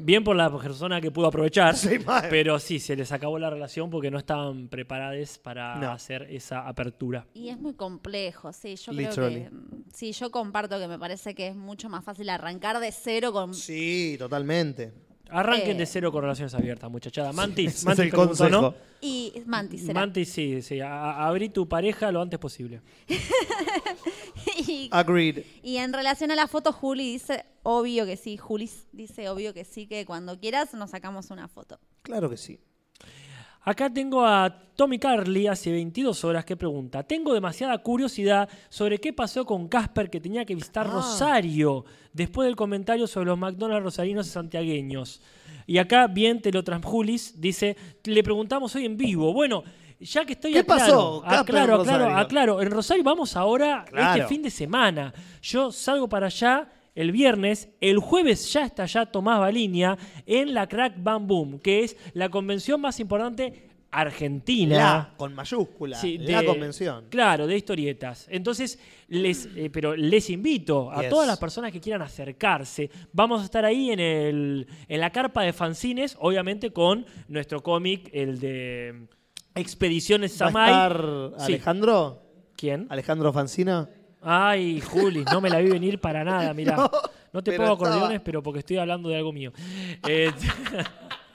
A: Bien por la persona que pudo aprovechar.
B: Sí, mal.
A: pero sí, se les acabó la relación porque no estaban preparados para
B: No.
A: hacer esa apertura.
C: Y es muy complejo, sí, yo
B: Literally.
C: creo que mm, sí, yo comparto que me parece que es mucho más fácil arrancar de cero con
B: Sí, totalmente.
A: Arranquen
C: Eh.
A: de cero con relaciones abiertas, muchachada. Mantis,
B: Ese es
A: Mantis
B: el
A: preguntó, ¿no?
B: consejo.
C: y Mantis será.
A: Mantis, sí, sí. a- a- abrí tu pareja lo antes posible.
C: y,
B: Agreed.
C: y en relación a la foto, Juli dice, obvio que sí, Juli dice obvio que sí, que cuando quieras nos sacamos una foto.
B: Claro que sí.
A: Acá tengo a Tommy Carly hace 22 horas que pregunta, tengo demasiada curiosidad sobre qué pasó con Casper que tenía que visitar
B: Ah.
A: Rosario después del comentario sobre los McDonald's rosarinos y santiagueños. Y acá, bien, te lo transjulis, dice, le preguntamos hoy en vivo, bueno, ya que estoy
B: ¿Qué
A: aclaro,
B: pasó, Casper,
A: aclaro,
B: en
A: aclaro,
B: Rosario?
A: aclaro, en Rosario vamos ahora
B: Claro.
A: este fin de semana. Yo salgo para allá el viernes, el jueves ya está allá Tomás Balinia en la Crack Bam Boom, que es la convención más importante argentina.
B: La, con mayúscula.
A: Sí,
B: la
A: de-
B: convención.
A: Claro, de historietas. Entonces, les, eh, pero les invito a
B: Yes.
A: todas las personas que quieran acercarse. Vamos a estar ahí en, el, en la carpa de fanzines, obviamente con nuestro cómic, el de mm, Expediciones
B: ¿Va
A: Samay.
B: a estar
A: Sí.
B: Alejandro?
A: ¿Quién?
B: ¿Alejandro Fancina?
A: Ay, Juli, no me la vi venir para nada, mirá.
B: No,
A: No, te
B: pero
A: pongo
B: estaba-
A: acordeones, pero porque estoy hablando de algo mío. Eh,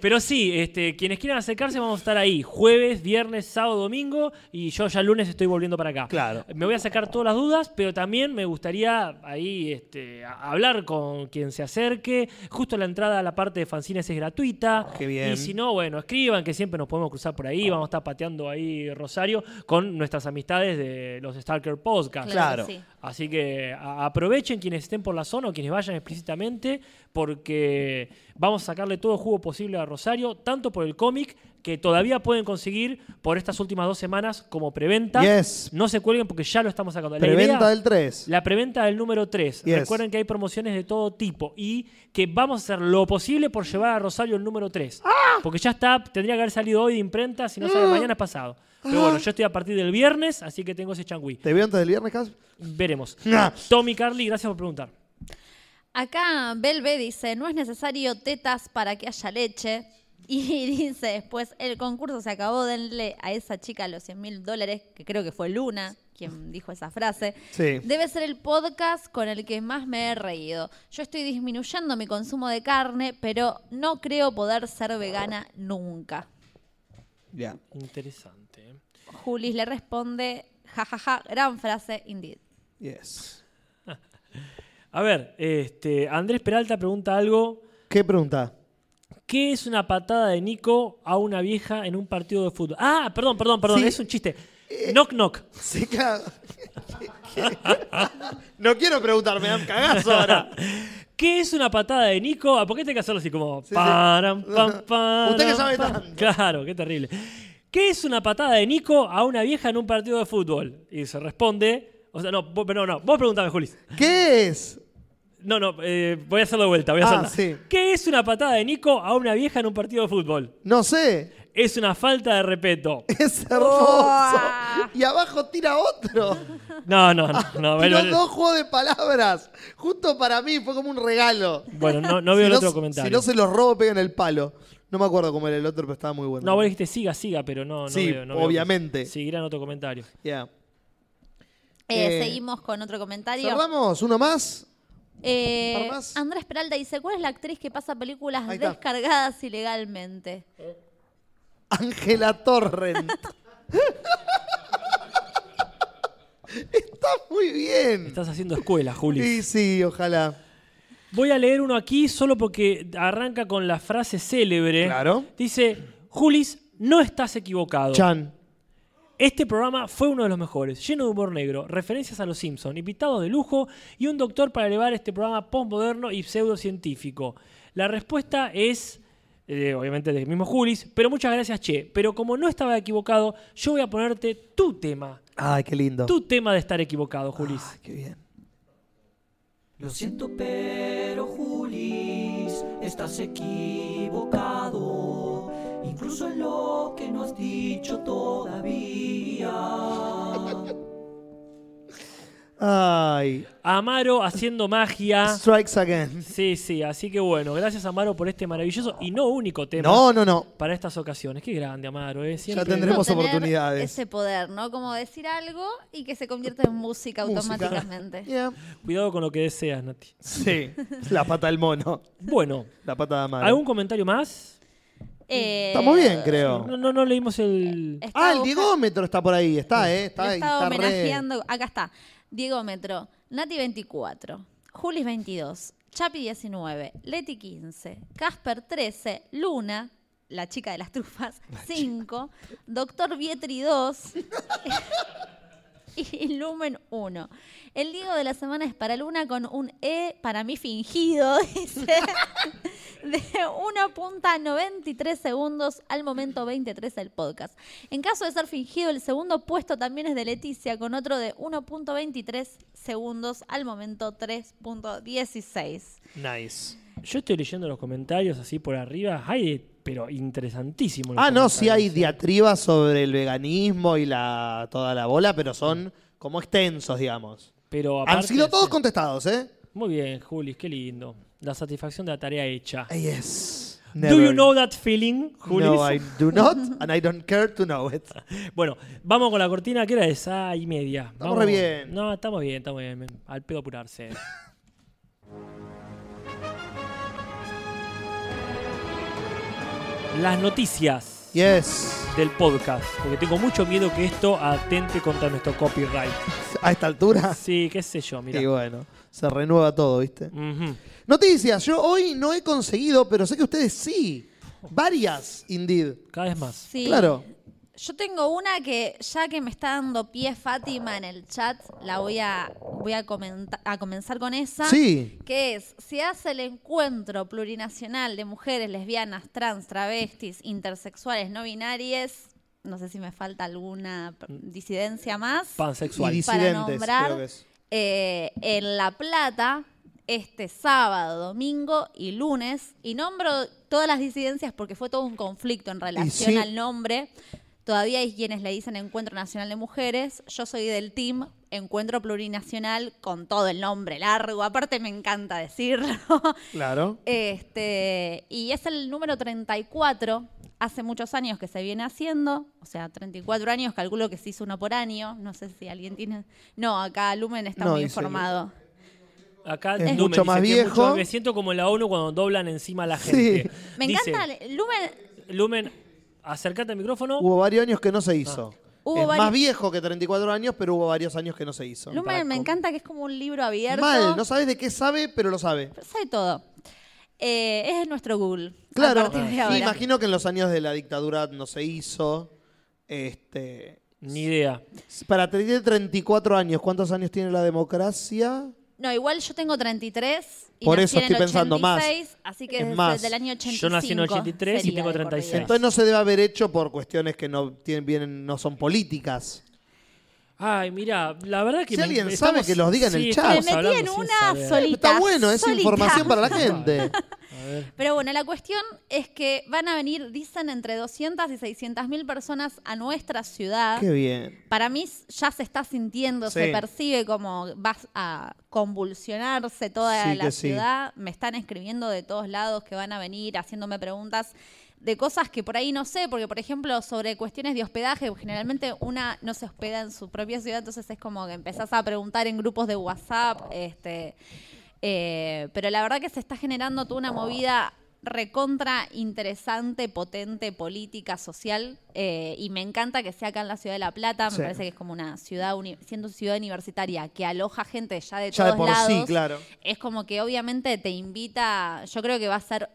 A: pero sí, este, quienes quieran acercarse vamos a estar ahí. Jueves, viernes, sábado, domingo y yo ya el lunes estoy volviendo para acá.
B: Claro.
A: Me voy a sacar todas las dudas, pero también me gustaría ahí este, a- hablar con quien se acerque. Justo la entrada a la parte de fanzines es gratuita.
B: Qué bien.
A: Y si no, bueno, escriban que siempre nos podemos cruzar por ahí. Vamos a estar pateando ahí Rosario con nuestras amistades de los Stalker Podcast.
B: Claro.
C: que sí.
A: Así que a- aprovechen quienes estén por la zona o quienes vayan explícitamente, porque vamos a sacarle todo jugo posible a Rosario, tanto por el cómic que todavía pueden conseguir por estas últimas dos semanas como preventa.
B: Yes.
A: No se cuelguen porque ya lo estamos sacando. La
B: Preventa
A: idea-
B: del 3.
A: la preventa del número 3.
B: Yes.
A: Recuerden que hay promociones de todo tipo y que vamos a hacer lo posible por llevar a Rosario el número 3.
B: ¡Ah!
A: Porque ya está, tendría que haber salido hoy de imprenta, si no sale mañana es pasado.
B: Ah.
A: Pero bueno, yo estoy a partir del viernes, así que tengo ese changüí.
B: ¿Te veo antes del viernes, Cas?
A: Veremos.
B: Ah.
A: Tommy Carly, gracias por preguntar.
C: Acá Belbe dice, no es necesario tetas para que haya leche. Y dice después, el concurso se acabó, denle a esa chica los 100 mil dólares, que creo que fue Luna quien dijo esa frase.
B: Sí.
C: Debe ser el podcast con el que más me he reído. Yo estoy disminuyendo mi consumo de carne, pero no creo poder ser vegana nunca.
B: Ya.
A: Interesante. ¿eh?
C: Julis le responde, jajaja, gran frase, indeed.
B: Yes.
A: A ver, este, Andrés Peralta pregunta algo.
B: ¿Qué pregunta?
A: ¿Qué es una patada de Nico a una vieja en un partido de fútbol? Ah, perdón, perdón, perdón,
B: Sí. Eh,
A: es un chiste. Knock, knock.
B: Sí, claro. no quiero preguntar, me dan cagazo ahora.
A: ¿Qué es una patada de Nico? Ah, ¿Por qué tenés que hacerlo así como
B: sí.
A: param, pam, pam,
B: Usted que sabe
A: pam?
B: tanto.
A: Claro, qué terrible. ¿Qué es una patada de Nico a una vieja en un partido de fútbol? Y se responde. O sea, no, vos, no, no, vos preguntame, Julis.
B: ¿Qué es?
A: No, no, eh, voy a hacerlo de vuelta, voy a
B: Ah,
A: hacerla.
B: sí.
A: ¿Qué es una patada de Nico a una vieja en un partido de fútbol?
B: No sé.
A: Es una falta de respeto.
B: Es hermoso. Y abajo tira otro.
A: No, no, no. no
B: Tiró
A: bueno,
B: dos juegos de palabras. Justo para mí, fue como un regalo.
A: bueno, no, no veo
B: Si
A: el otro
B: si
A: comentario.
B: no se los robo, pegan el palo. No me acuerdo cómo era el otro, pero estaba muy bueno.
A: No, vos dijiste siga, siga, pero no. no
B: Sí,
A: veo- no veo-
B: obviamente.
A: Sí, gran otro comentario.
B: Ya. Eh,
C: Eh, seguimos con otro comentario.
B: Cerramos, uno más.
C: Eh,
B: ¿Un par más?
C: Andrés Peralta dice, ¿cuál es la actriz que pasa películas
B: Ahí está.
C: descargadas ilegalmente?
B: Ángela Torrent. Está muy bien.
A: Estás haciendo escuela, Juli.
B: Sí, sí, ojalá.
A: Voy a leer uno aquí solo porque arranca con la frase célebre.
B: Claro.
A: Dice, Julis, no estás equivocado.
B: Chan.
A: Este programa fue uno de los mejores, lleno de humor negro, referencias a los Simpson, invitados de lujo y un doctor para elevar este programa postmoderno y pseudocientífico. La respuesta es, eh, obviamente, del mismo Julis, pero muchas gracias, Che. Pero como no estaba equivocado, yo voy a ponerte tu tema,
B: Ay, qué lindo.
A: tu tema de estar equivocado, Julis.
B: Ay, qué bien.
F: Lo siento, pero Julis, estás equivocado. Incluso en lo que no has dicho todavía.
B: Ay.
A: Amaro haciendo magia.
B: Strikes again.
A: Sí, sí, así que bueno, gracias Amaro por este maravilloso y no único tema
B: No, no, no.
A: para estas ocasiones. Qué grande Amaro, ¿eh? Siempre-
B: Ya tendremos
C: Tener
B: oportunidades.
C: Ese poder, ¿no? Como decir algo y que se convierta en música
B: Música.
C: automáticamente.
B: Yeah.
A: Cuidado con lo que deseas, Nati.
B: Sí. La pata del mono.
A: Bueno,
B: La pata de Amaro.
A: ¿algún comentario más?
C: Eh,
B: Estamos bien, creo.
A: No, no, no leímos el...
C: estaba
B: Ah, el
C: busca-
B: diegómetro está por ahí. Está, ¿eh?
C: lo
B: Está,
C: estaba
B: está re-
C: homenajeando. Acá está. Diego Metro, Nati 24, Julis 22, Chapi 19, Leti 15, Casper 13, Luna, la chica de las trufas, 5, Doctor Vietri 2 y Lumen 1. El Diego de la semana es para Luna con un E para mí fingido, dice. De 1 punta 93 segundos al momento 23 del podcast. En caso de ser fingido, el segundo puesto también es de Leticia con otro de 1.23 segundos al momento 3.16.
A: Nice. Yo estoy leyendo los comentarios así por arriba. Hay, de- pero interesantísimo. los
B: Ah, no,
A: comentarios.
B: sí hay diatribas sobre el veganismo y la toda la bola, pero son como extensos, digamos.
A: Pero
B: Han
A: aparte-
B: sido todos contestados, ¿eh?
A: Muy bien, Julis, qué lindo. La satisfacción de la tarea hecha.
B: Yes.
A: Do you know that feeling, Julis?
B: No, I do not, and I don't care to know it.
A: Bueno, vamos con la cortina, que era esa Ah, y media. Vamos.
B: re bien.
A: No, estamos bien, estamos bien. men. Al pedo apurarse. Las noticias
B: Yes.
A: del podcast, porque tengo mucho miedo que esto atente contra nuestro copyright.
B: A esta altura.
A: Sí, qué sé yo, mira.
B: Y bueno, se renueva todo, ¿viste?
A: Ujú.
B: Noticias, yo hoy no he conseguido, pero sé que ustedes sí. Varias, indeed.
A: Cada vez más.
C: Sí.
B: Claro.
C: Yo tengo una que ya que me está dando pie Fátima en el chat, la voy a, voy a, comenta- a comenzar con esa.
B: Sí.
C: que es, se hace el encuentro plurinacional de mujeres lesbianas, trans, travestis, intersexuales, no binarias, no sé si me falta alguna p- disidencia más,
B: Y
A: Pansexual.
C: para
B: disidentes,
C: nombrar
B: creo que es.
C: eh, en La Plata este sábado, domingo y lunes, y nombro todas las disidencias porque fue todo un conflicto en relación
B: sí.
C: al nombre. Todavía hay quienes le dicen Encuentro Nacional de Mujeres. Yo soy del team Encuentro Plurinacional con todo el nombre largo. Aparte me encanta decirlo.
B: Claro.
C: Este, y es el número 34. Hace muchos años que se viene haciendo, o sea, 34 años, calculo que se hizo uno por año. No sé si alguien tiene. No, acá Lumen está
B: No,
C: muy
B: dice que-
C: informado.
A: Acá
B: Es
A: no,
B: mucho
A: me dice que
B: más
A: es
B: viejo.
A: me siento como en la ONU cuando doblan encima a la
B: Sí.
A: gente.
C: Me
A: Dice,
C: encanta. Lumen.
A: Lumen, acércate al micrófono.
B: Hubo varios años que no se hizo.
C: Hubo
B: es
C: vari-
B: más viejo que 34 años, pero hubo varios años que no se hizo.
C: Lumen me
A: com-
C: encanta que es como un libro abierto.
B: Mal, no sabes de qué sabe, pero lo sabe.
C: Sabe todo. Eh, es nuestro Google. a
B: Claro.
C: partir de
B: Sí,
C: ahora.
B: imagino que en los años de la dictadura no se hizo. Este,
A: Ni idea.
B: para tener 34 años, ¿cuántos años tiene la democracia?
C: No, igual yo tengo 33. Y
B: Por
C: nací
B: eso
C: en el
B: estoy pensando más.
C: 86, Así que
B: Es
C: desde
B: más.
C: el año 85.
A: Yo nací en el 83 y
C: sería
A: tengo
C: de corrido.
A: 36.
B: Entonces no se debe haber hecho por cuestiones que no tienen, vienen, no son políticas.
A: Ay, mira, la verdad que.
B: Si
A: me-
B: alguien sabe, que los diga en el
A: sí,
B: chat.
A: estamos
C: Me metí
A: Ah, hablando
C: en
A: sin
C: una
A: saber.
C: solita.
B: Está bueno, es
C: solita.
B: información para la gente.
C: Pero bueno, la cuestión es que van a venir, dicen, entre 200 y 600 mil personas a nuestra ciudad.
B: Qué bien.
C: Para mí s- ya se está sintiendo,
B: Sí.
C: se percibe como vas a convulsionarse toda
B: Sí
C: la
B: que sí.
C: ciudad. Me están escribiendo de todos lados que van a venir, haciéndome preguntas de cosas que por ahí no sé, porque por ejemplo sobre cuestiones de hospedaje, generalmente una no se hospeda en su propia ciudad, entonces es como que empezás a preguntar en grupos de WhatsApp, este, eh, pero la verdad que se está generando toda una movida recontra interesante, potente, política, social, eh, y me encanta que sea acá en la ciudad de La Plata, me
B: Sí.
C: parece que es como una ciudad, uni- siendo ciudad universitaria, que aloja gente ya de
B: Ya de
C: todos
B: por
C: lados,
B: sí, claro.
C: es como que obviamente te invita, yo creo que va a ser,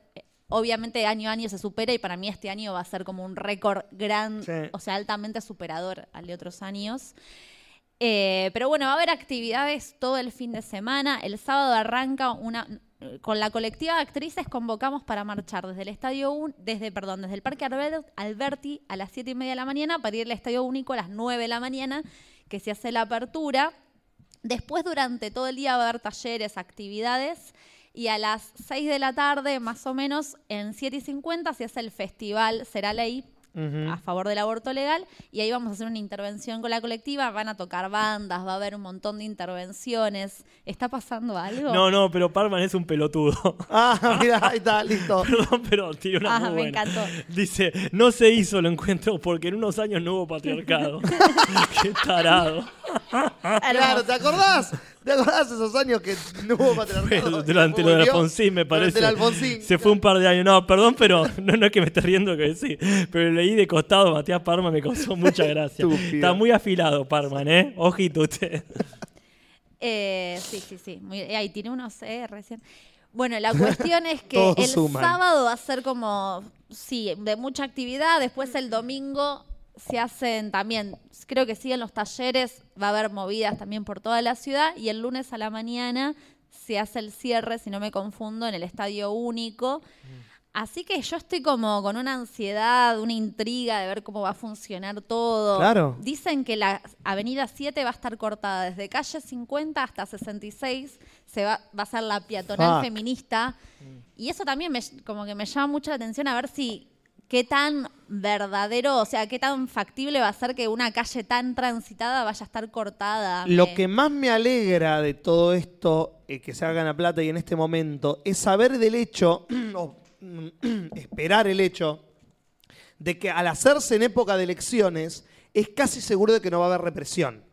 C: obviamente año a año se supera y para mí este año va a ser como un récord gran,
B: Sí.
C: o sea, altamente superador al de otros años. Eh, pero bueno, va a haber actividades todo el fin de semana. El sábado arranca una con la colectiva de actrices convocamos para marchar desde el estadio Un- desde perdón, desde el Parque Albert- Alberti a las siete y media de la mañana para ir al Estadio Único a las 9 de la mañana, que se hace la apertura. Después, durante todo el día va a haber talleres, actividades. Y a las 6 de la tarde, más o menos, en 7 y 50, se hace el festival Será Ley a favor del aborto legal. Y ahí vamos a hacer una intervención con la colectiva. Van a tocar bandas, va a haber un montón de intervenciones. ¿Está pasando algo?
A: No, no, pero Parman es un pelotudo.
B: Ah, mira, ahí está, listo.
A: Perdón, pero tiene una
C: Ah,
A: muy
C: me
A: buena.
C: encantó.
A: Dice, no se hizo el encuentro porque en unos años no hubo patriarcado. Qué tarado.
B: Claro, ¿te acordás? ¿Te acordás esos años que no hubo patriarcado?
A: Pero durante lo de
B: Volvió
A: Alfonsín, me parece.
B: Durante el Alfonsín.
A: Se fue un par de años. No, perdón, pero no, no es que me esté riendo que sí. Pero leí de costado Matías Parma, me causó mucha gracia.
B: Estúpido.
A: Está muy afilado, Parman, ¿eh? Ojito usted.
C: Eh, sí, sí, sí. Muy, eh, ahí tiene unos eh, recién. Bueno, la cuestión es que
B: Todos
C: el
B: suman.
C: sábado va a ser como, sí, de mucha actividad. Después el domingo se hacen también, creo que siguen los talleres, va a haber movidas también por toda la ciudad. Y el lunes a la mañana se hace el cierre, si no me confundo, en el Estadio Único. Así que yo estoy como con una ansiedad, una intriga de ver cómo va a funcionar todo.
B: Claro.
C: Dicen que la avenida 7 va a estar cortada desde calle 50 hasta 66. Se va, va a ser la peatonal
B: Fuck. Mm.
C: feminista. Y eso también me, como que me llama mucho la atención a ver si qué tan verdadero, o sea, qué tan factible va a ser que una calle tan transitada vaya a estar cortada.
B: Lo
C: Me-
B: que más me alegra de todo esto eh, que se haga en La Plata y en este momento es saber del hecho, o mm, esperar el hecho, de que al hacerse en época de elecciones es casi seguro de que no va a haber represión.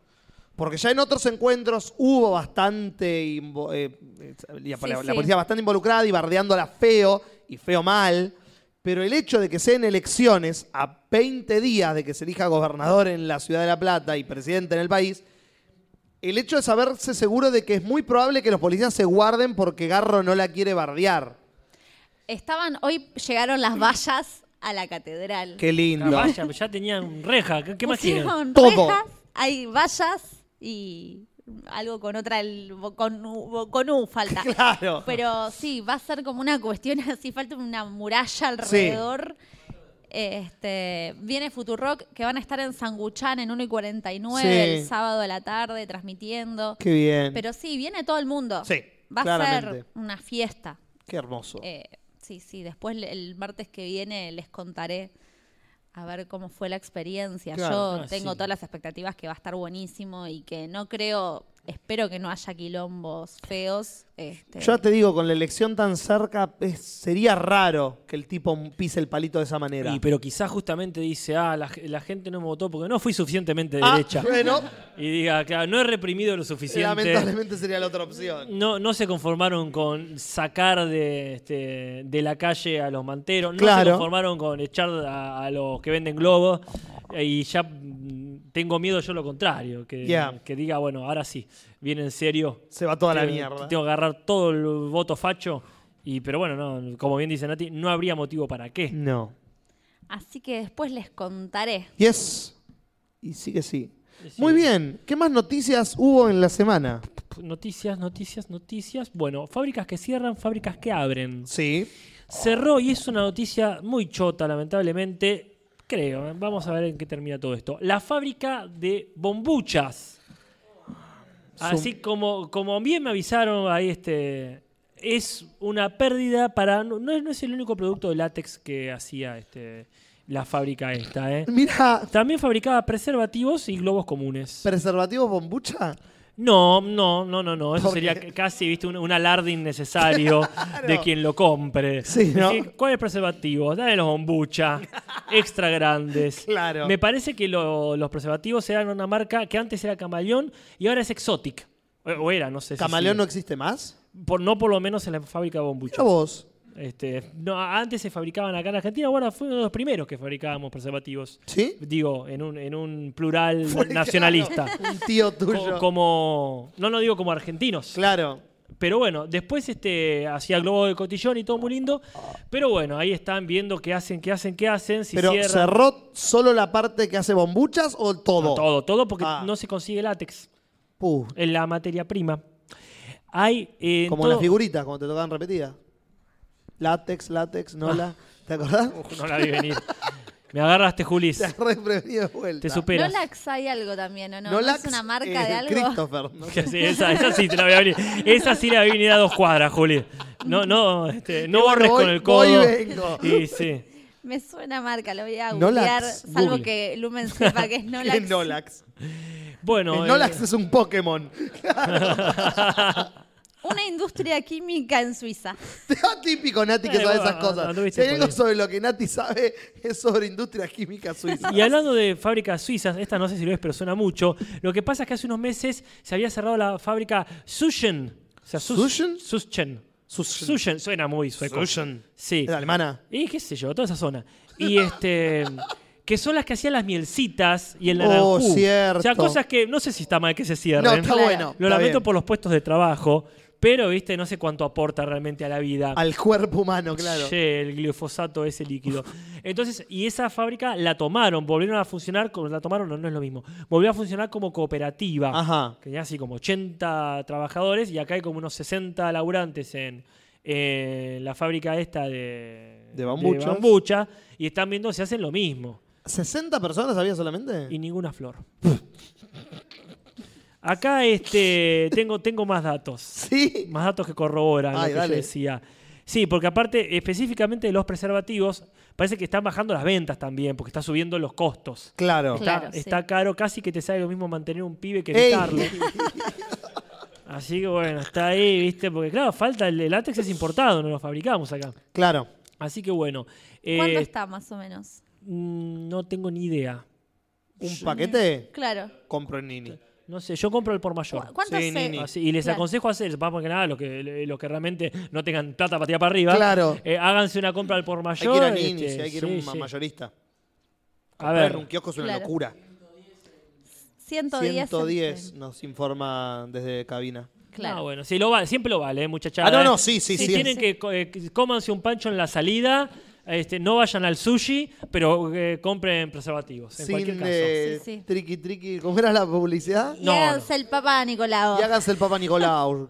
B: Porque ya en otros encuentros hubo bastante, invo- eh, eh, la,
C: Sí,
B: la
C: sí.
B: policía bastante involucrada y bardeándola feo y feo mal. Pero el hecho de que sean elecciones a 20 días de que se elija gobernador en la ciudad de La Plata y presidente en el país, el hecho de saberse seguro de que es muy probable que los policías se guarden porque Garro no la quiere bardear.
C: Estaban, hoy llegaron las vallas a la catedral.
B: Qué lindo.
A: Vaya, ya tenían reja. ¿Qué, qué más tienen?
C: Pusieron
B: Todo.
C: rejas, hay vallas y algo con otra, el- con, U- con U falta.
B: Claro.
C: Pero sí, va a ser como una cuestión así, falta una muralla alrededor. Este, viene Futurock, que van a estar en Sanguchán en 1 y 49
B: Sí.
C: el sábado a la tarde transmitiendo.
B: Qué bien.
C: Pero sí, viene todo el mundo.
B: Sí,
C: va a ser
B: claramente.
C: una fiesta.
B: Qué hermoso.
C: Eh, sí, sí, después le- el martes que viene les contaré a ver cómo fue la experiencia.
B: Claro.
C: Yo
A: Ah,
C: tengo
A: sí.
C: todas las expectativas que va a estar buenísimo y que no creo, espero que no haya quilombos feos. Este,
B: Yo te digo, con la elección tan cerca, es- sería raro que el tipo pise el palito de esa manera.
A: Y, pero quizás justamente dice, ah, la, ge- la gente no me votó porque no fui suficientemente
B: Ah,
A: derecha.
B: bueno,
A: Y diga, claro, no he reprimido lo suficiente.
B: lamentablemente sería la otra opción.
A: No, no se conformaron con sacar de, este, de la calle a los manteros. No se
B: Claro.
A: conformaron con echar a, a los que venden globos. Eh, Y ya mm, tengo miedo yo lo contrario. Que,
B: Yeah.
A: que diga, bueno, ahora sí, viene en serio.
B: Se va toda la
A: Tengo-
B: mierda.
A: Tengo que agarrar todo el voto facho. Y, pero bueno, no, como bien dice Nati, no habría motivo para qué.
B: No.
C: Así que después les contaré.
B: Yes. Y sí que sí.
A: Sí, sí.
B: Muy bien. ¿Qué más noticias hubo en la semana?
A: Noticias, noticias, noticias. Bueno, fábricas que cierran, fábricas que abren.
B: Sí.
A: Cerró y es una noticia muy chota, lamentablemente. Creo, ¿eh? vamos a ver en qué termina todo esto. La fábrica de bombuchas. Así como, como bien me avisaron ahí, este, es una pérdida para. No, no es- no es el único producto de látex que hacía este, la fábrica esta. ¿eh?
B: Mira,
A: También fabricaba preservativos y globos comunes.
B: preservativos bombucha.
A: No, no, no, no, no. Eso
B: Porque-
A: sería c- casi, viste, un, un alarde innecesario de quien lo compre.
B: Sí, ¿no?
A: Decir, ¿Cuál es el preservativo? Dale los bombucha, extra grandes.
B: Claro.
A: Me parece que lo- los preservativos eran una marca que antes era Camaleón y ahora es Exotic. O, o era, no sé. si
B: ¿Camaleón no
A: sigue.
B: existe más?
A: Por, no por lo menos en la fábrica de bombucha.
B: Mira vos.
A: Este, no, antes se fabricaban acá en Argentina, bueno, fue uno de los primeros que fabricábamos preservativos.
B: ¿Sí?
A: Digo, en un, en un plural
B: Fabricado.
A: nacionalista.
B: Un tío
A: Co-
B: tuyo.
A: como. No, no digo como argentinos.
B: Claro.
A: Pero bueno, después este, hacía Globo de Cotillón y todo muy lindo. Pero bueno, ahí están viendo qué hacen, qué hacen, qué hacen. Si
B: Pero
A: cierran.
B: cerró solo la parte que hace bombuchas o todo.
A: No, todo, todo porque
B: Ah.
A: no se consigue látex.
B: Puh,
A: Es la materia prima. Hay. eh, en
B: como
A: todo-
B: las figuritas cuando te tocaban repetidas. Látex, látex,
A: Ah.
B: Nola. ¿Te acordás?
A: No la vi venir. Me agarraste, Julis.
B: Te re prevenido de vuelta.
A: Te superas.
C: Nolax hay algo también, ¿o no? ¿No
B: Nolax,
C: es una marca
B: eh,
C: de algo.
B: Christopher. ¿no?
A: Sí, esa, esa sí te la voy a venir. Esa sí la voy a venir a dos cuadras, Juli. No, no, este, no
B: Y bueno,
A: borres
B: voy-
A: con el
B: voy y
A: codo.
B: vengo.
A: Y sí.
C: Me suena a marca, lo voy a googlear,
B: Nolax,
C: salvo
A: Google.
C: que Lumen sepa que es Nolax.
B: El Nolax.
A: Bueno.
B: El
A: eh,
B: Nolax es un Pokémon.
C: Una industria química en Suiza.
B: Típico Nati que
A: Eh,
B: sabe
A: bueno,
B: esas cosas.
A: anduviste
B: Si
A: por
B: hay algo
A: ahí.
B: sobre lo que Nati sabe es sobre industria química suiza.
A: Y hablando de fábricas suizas, esta no sé si lo es, pero suena mucho. Lo que pasa es que hace unos meses se había cerrado la fábrica Suschen. O sea, Sus-
B: ¿Suschen?
A: Suschen.
B: Suschen.
A: Suschen, Suena muy sueco. Sí.
B: Es alemana.
A: Y qué sé yo, toda esa zona. Y este. Que son las que hacían las mielcitas y el
B: Oh,
A: naranjú. O sea,
B: cierto.
A: cosas que no sé si está mal que se cierren.
B: No, está bueno,
A: Lo
B: está
A: lamento
B: bien.
A: por los puestos de trabajo, pero, viste, no sé cuánto aporta realmente a la vida.
B: Al cuerpo humano, claro.
A: Che, el glifosato ese líquido. Entonces, y esa fábrica la tomaron, volvieron a funcionar, como la tomaron, no, no es lo mismo, volvió a funcionar como cooperativa.
B: Ajá.
A: Que tenía así como 80 trabajadores y acá hay como unos 60 laburantes en, en la fábrica esta de,
B: De bambuchas.
A: bambucha, y están viendo si hacen lo mismo.
B: ¿60 personas había solamente?
A: Y ninguna flor. Acá este, tengo, tengo más datos
B: Sí.
A: más datos que corroboran
B: Ay,
A: lo que yo
B: dale.
A: decía. Sí, porque aparte, específicamente de los preservativos, parece que están bajando las ventas también, porque está subiendo los costos.
B: Claro.
C: Claro,
A: está,
C: sí.
A: está caro, casi que te sale lo mismo mantener un pibe que
B: Ey.
A: evitarlo. Así que bueno, está ahí, ¿viste? Porque claro, falta el, el látex, es importado, no lo fabricamos acá.
B: Claro.
A: Así que bueno. eh,
C: ¿Cuánto está más o menos?
A: mm, No tengo ni idea.
B: Un paquete
C: Claro.
B: compro en Nini.
A: No sé, yo compro el por mayor.
C: ¿Cu- ¿Cuánto
B: Sí,
C: se-
B: Nini.
A: Así, y les
C: Claro.
A: aconsejo hacer, vamos que nada, los que, eh, los que realmente no tengan plata para tirar para arriba,
B: Claro.
A: eh, háganse una compra al por
B: Hay que ir
A: mayor.
B: a Nini,
A: este,
B: si hay que ir
A: sí,
B: a un
A: sí.
B: mayorista.
A: A
B: Comprar
A: ver,
B: en un kiosco es una
C: Claro.
B: locura.
C: 110.
B: 110 nos informa desde cabina.
C: Claro.
A: Ah, bueno, sí, lo vale, siempre lo vale, eh, muchachada.
B: Ah, no, no,
A: eh.
B: sí, sí,
A: Si
B: sí.
A: tienen
B: Sí.
A: que co- eh, que cómanse un pancho en la salida, este, no vayan al sushi, pero eh, compren preservativos, en cualquier
B: Sin
A: caso.
B: eh,
C: Sí, sí.
B: triqui triqui. ¿Cómo era la publicidad?
C: Y
A: No,
C: háganse el Papa Nicolau.
B: Y háganse el Papa Nicolau.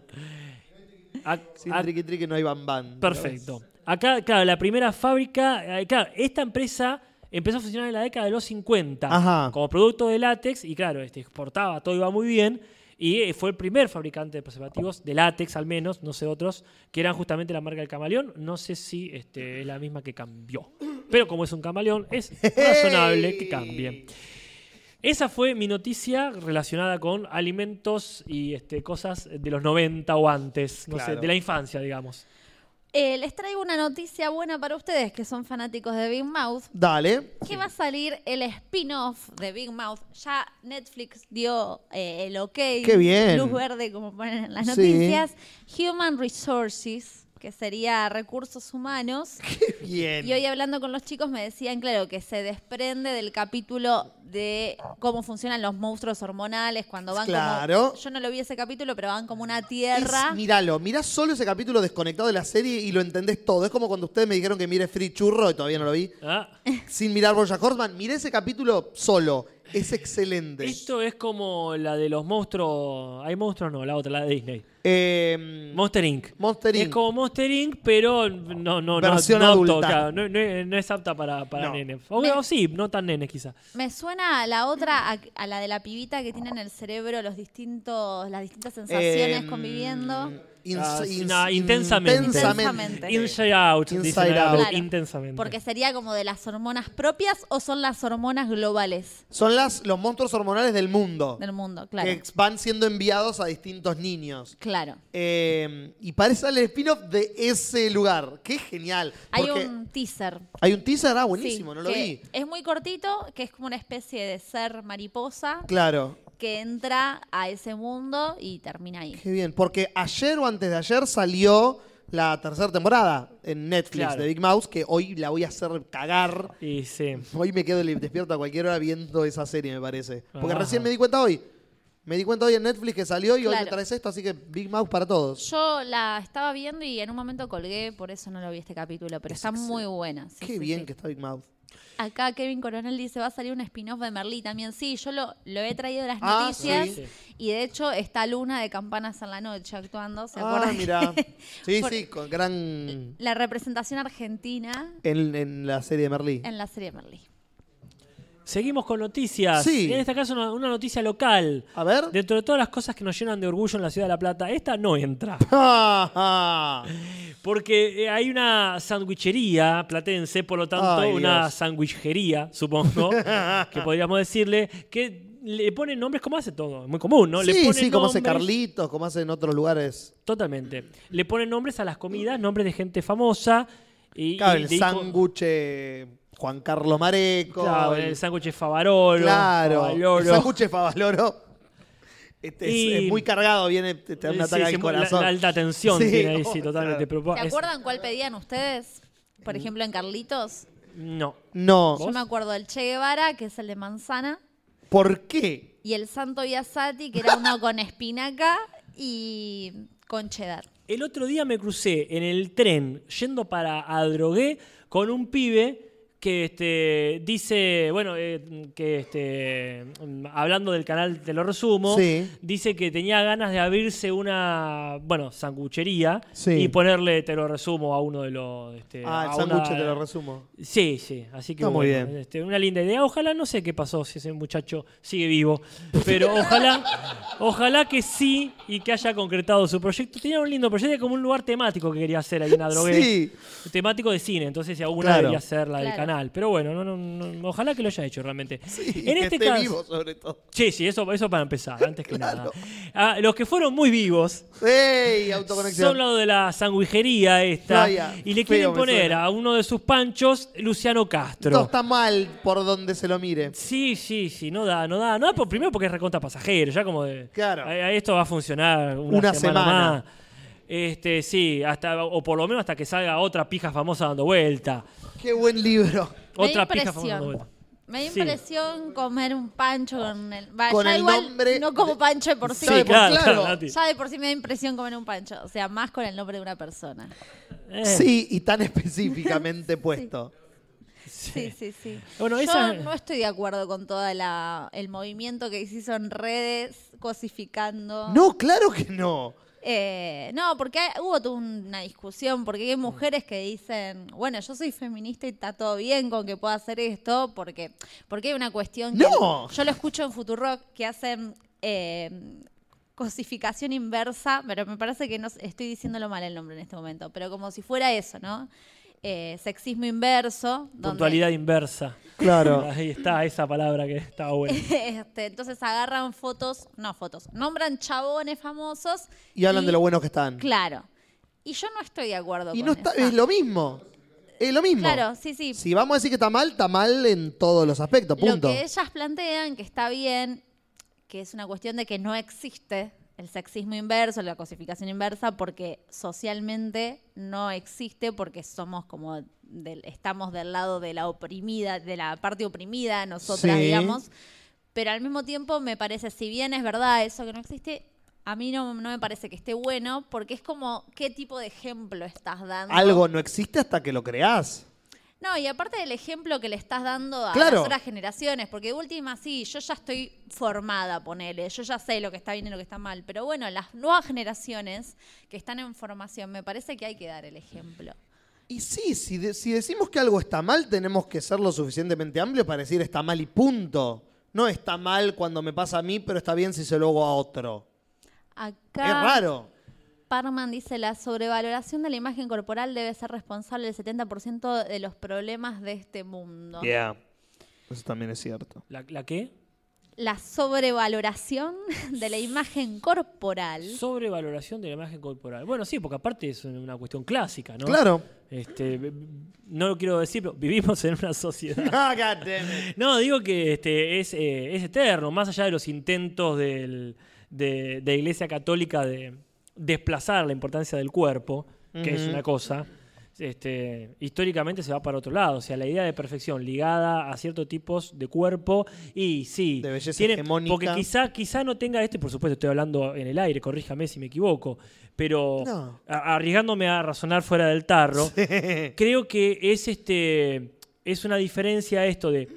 A: Ac-
B: Sin
A: ac-
B: triqui triqui no hay bambán.
A: Ah. Perfecto. Acá, claro, la primera fábrica, eh, claro, esta empresa empezó a funcionar en la década de los 50
B: Ajá.
A: como producto de látex y claro, este, exportaba, todo iba muy bien y eh, fue el primer fabricante de preservativos de látex al menos, no sé otros, que eran justamente la marca del camaleón, no sé si este, es la misma que cambió, pero como es un camaleón es razonable que cambie. Esa fue mi noticia relacionada con alimentos y este, cosas de los 90 o antes, no sé,
B: Claro.
A: de la infancia, digamos.
C: Eh, les traigo una noticia buena para ustedes que son fanáticos de Big Mouth.
B: Dale.
C: Que va a salir el spin-off de Big Mouth. Ya Netflix dio eh, el ok.
B: Qué bien.
C: Luz verde, como ponen en las
B: Sí.
C: noticias. Human Resources, que sería recursos humanos.
B: Bien.
C: Y hoy hablando con los chicos me decían, claro, que se desprende del capítulo de cómo funcionan los monstruos hormonales cuando van
B: Claro.
C: como... Yo no lo vi ese capítulo, pero van como una
B: Es-
C: tierra.
B: míralo, mirá solo ese capítulo desconectado de la serie y lo entendés todo. Es como cuando ustedes me dijeron que mire Free Churro y todavía no lo vi.
A: Ah,
B: Sin mirar Bojack Horseman, miré ese capítulo solo. Es excelente.
A: esto es como la de los monstruos. Hay monstruos, no, la otra, la de Disney.
B: Eh,
A: Monster Inc.
B: Monster
A: Es
B: Inc.
A: como Monster Inc., pero no, no, no-
B: Versión
A: no, apto,
B: adulta.
A: claro, no, no- no es apta para, para
B: No.
A: nenes. O,
C: Me-
A: o sí, no tan nenes quizá.
C: Me suena a la otra, a, a la de la pibita que tiene en el cerebro los distintos, las distintas sensaciones
B: Eh,
C: conviviendo.
B: Ins-
A: Ah, sí,
B: ins-
A: no, intensamente.
C: Intensamente.
A: Inside out,
B: Inside
A: dicen acá,
B: out.
C: Claro.
A: intensamente.
C: Porque sería como de las hormonas propias o son las hormonas globales
B: Son las, los monstruos hormonales del mundo.
C: del mundo, claro.
B: Que van siendo enviados a distintos niños.
C: Claro.
B: Eh, y parece el spin-off de ese lugar. Qué genial.
C: Hay
B: Porque
C: un teaser.
B: hay un teaser, ah, buenísimo,
C: sí,
B: no lo vi.
C: que Es muy cortito, que es como una especie de ser mariposa
B: Claro,
C: que entra a ese mundo y termina ahí.
B: qué bien. Porque ayer o antes de ayer salió la tercera temporada en Netflix
A: Claro.
B: de Big Mouse, que hoy la voy a hacer cagar.
A: Y sí.
B: Hoy me quedo li- despierto a cualquier hora viendo esa serie, me parece. Porque
A: Ajá.
B: recién me di cuenta hoy. Me di cuenta hoy en Netflix que salió y hoy me
C: Claro.
B: traes esto, así que Big Mouse para todos.
C: Yo la estaba viendo y en un momento colgué, por eso no lo vi este capítulo, pero está muy buena. sí,
B: Qué
C: sí,
B: bien
C: sí.
B: que está Big Mouth.
C: Acá Kevin Coronel dice, va a salir un spin-off de Merlí también. Sí, yo lo, lo he traído a las
B: Ah,
C: noticias
B: sí.
C: y de hecho está Luna de Campanas en la Noche actuando, ¿se
B: Ah,
C: acuerdan?
B: mira. Sí,
C: Por-
B: sí, con gran.
C: La representación argentina
B: En, en la serie de Merlí.
C: en la serie Merlí.
A: Seguimos con noticias.
B: Sí.
A: Y En este caso, una, una noticia local.
B: A ver.
A: Dentro de todas las cosas que nos llenan de orgullo en la ciudad de La Plata, esta no entra.
B: Ah, ah.
A: Porque eh, hay una sandwichería platense, por lo tanto,
B: Ay,
A: una
B: Dios.
A: sandwichería, supongo, que podríamos decirle, que le ponen nombres como hace todo. Es muy común, ¿no? le
B: sí,
A: ponen
B: sí, como hace
A: nombres-
B: Carlitos, como hace en otros lugares.
A: Totalmente. Le ponen nombres a las comidas, nombres de gente famosa. Y,
B: Claro,
A: y
B: el
A: de-
B: sándwich eh, Juan Carlos Mareco.
A: Claro, el sándwich Favarolo.
B: Claro,
A: Favaloro.
B: el sándwich Favaloro. Este es,
A: Y-
B: es muy cargado, viene, te, te da un
A: Sí,
B: ataque
A: sí,
B: al
A: mu- la-
B: corazón.
A: La, alta tensión
B: Sí,
A: tiene ahí,
B: oh,
A: sí, totalmente.
B: claro.
A: pero-
C: ¿Se
A: es-
C: acuerdan cuál pedían ustedes? Por ejemplo, en Carlitos.
A: No.
B: No,
C: Yo me acuerdo del Che Guevara, que es el de manzana,
B: ¿por qué?
C: y el Santo Biasati, que era uno con espinaca y con cheddar.
A: El otro día me crucé en el tren yendo para Adrogué con un pibe que este, dice, bueno, eh, que este, mm, hablando del canal Te lo resumo,
B: Sí.
A: dice que tenía ganas de abrirse una, bueno, sanguchería
B: Sí.
A: y ponerle Te lo resumo a uno de los... este,
B: Ah, el
A: a
B: sándwich
A: una-
B: te lo resumo.
A: Sí, sí, así que
B: Está muy
A: bueno,
B: bien.
A: este, una linda idea. Ojalá, no sé qué pasó si ese muchacho sigue vivo, pero ojalá, ojalá que sí y que haya concretado su proyecto. Tenía un lindo proyecto, era como un lugar temático que quería hacer ahí en Adrogué.
B: Sí.
A: Temático de cine, entonces si alguna
B: Claro.
A: debería ser la del
C: Claro.
A: canal. Pero bueno, no, no, no, ojalá que lo haya hecho realmente.
B: Sí,
A: en
B: que
A: este
B: esté
A: caso,
B: vivo sobre todo.
A: sí, sí, eso, eso para empezar, antes que nada. Ah, los que fueron muy vivos
B: ¡Ey! Autoconexión.
A: son los de la sanguijería esta
B: No, ya,
A: y le
B: feo
A: quieren
B: me
A: poner
B: suena.
A: a uno de sus panchos Luciano Castro.
B: Todo está mal por donde se lo mire.
A: Sí, sí, sí, no da, no da. No da por- primero porque es recontra pasajero, ya como de.
B: Claro.
A: a- a esto va a funcionar una,
B: Una
A: semana,
B: semana.
A: más. Este, sí, hasta, o por lo menos hasta que salga otra pija famosa dando vuelta.
B: Qué buen libro.
C: Me dio
A: Otra pija famosa dando
C: impresión.
A: vuelta.
C: Me dio
A: Sí.
C: impresión comer un pancho con el. Va,
B: Con
C: ya
B: el
C: igual
B: nombre
C: No como
B: de-
C: pancho de por sí.
B: Sí,
A: Sí,
B: Claro,
A: claro,
B: claro.
A: claro, Nati.
C: Ya de por sí me da impresión comer un pancho. O sea, más con el nombre de una persona.
A: Eh,
B: Sí, y tan específicamente puesto.
C: Sí, sí, sí.
A: Bueno,
C: Yo
A: esa-
C: no estoy de acuerdo con todo el movimiento que se hizo en redes, cosificando.
B: No, claro que no.
C: Eh, no, porque hay- hubo tu- una discusión, porque
B: Mm.
C: hay mujeres que dicen, bueno, yo soy feminista y está todo bien con que pueda hacer esto, porque, porque hay una cuestión que
B: ¡No!
C: yo lo escucho en Futurock, que hacen eh, cosificación inversa, pero me parece que no s- estoy diciéndolo mal el nombre en este momento, pero como si fuera eso, ¿no? Eh, sexismo inverso. donde-
A: Puntualidad inversa.
B: Claro.
A: Ahí está esa palabra que está buena.
C: Este, entonces agarran fotos, no fotos, nombran chabones famosos.
B: Y hablan de lo buenos que están.
C: Claro. Y yo no estoy de acuerdo
B: Y
C: con
B: no está,
C: esa.
B: es lo mismo. Es lo mismo.
C: Claro, sí, sí.
B: Si vamos a decir que está mal, está mal en todos los aspectos,
C: Lo
B: punto.
C: que ellas plantean que está bien, que es una cuestión de que no existe el sexismo inverso, la cosificación inversa, porque socialmente no existe, porque somos como del- estamos del lado de la oprimida, de la parte oprimida, nosotras,
B: Sí.
C: digamos. Pero al mismo tiempo me parece, si bien es verdad eso que no existe, a mí no, no me parece que esté bueno, porque es como qué tipo de ejemplo estás dando.
B: Algo no existe hasta que lo creás.
C: No, y aparte del ejemplo que le estás dando a
B: Claro.
C: las otras generaciones, porque de última sí, yo ya estoy formada, ponele, yo ya sé lo que está bien y lo que está mal, pero bueno, las nuevas generaciones que están en formación, me parece que hay que dar el ejemplo.
B: Y sí, si, de- si decimos que algo está mal, tenemos que ser lo suficientemente amplio para decir está mal y punto. No está mal cuando me pasa a mí, pero está bien si se lo hago a otro.
C: Acá
B: Es raro.
C: Parman dice, la sobrevaloración de la imagen corporal debe ser responsable del 70% de los problemas de este mundo.
A: Yeah.
B: Eso también es cierto.
A: ¿La, la qué?
C: La sobrevaloración de la imagen corporal.
A: Sobrevaloración de la imagen corporal. Bueno, sí, porque aparte es una cuestión clásica, ¿no?
B: Claro.
A: Este, b- b- no lo quiero decir, pero vivimos en una sociedad.
B: Ah, God damn it.
A: No, digo que este, es, eh, es eterno, más allá de los intentos del- de, de Iglesia Católica de desplazar la importancia del cuerpo, que es
B: Ujú.
A: una cosa, este, históricamente se va para otro lado. O sea, la idea de perfección ligada a ciertos tipos de cuerpo y sí,
B: De belleza
A: tiene-
B: hegemónica.
A: porque quizá, quizá no tenga este, por supuesto, estoy hablando en el aire, corríjame si me equivoco, pero
B: No.
A: a- arriesgándome a razonar fuera del tarro, creo que es este es una diferencia esto de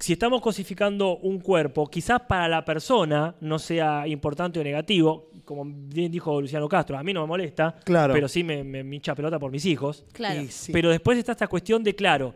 A: si estamos cosificando un cuerpo, quizás para la persona no sea importante o negativo, como bien dijo Luciano Castro, a mí no me molesta,
B: Claro.
A: pero sí me, me, me hincha pelota por mis hijos.
C: Claro.
B: Y sí.
A: Pero después está esta cuestión de, claro,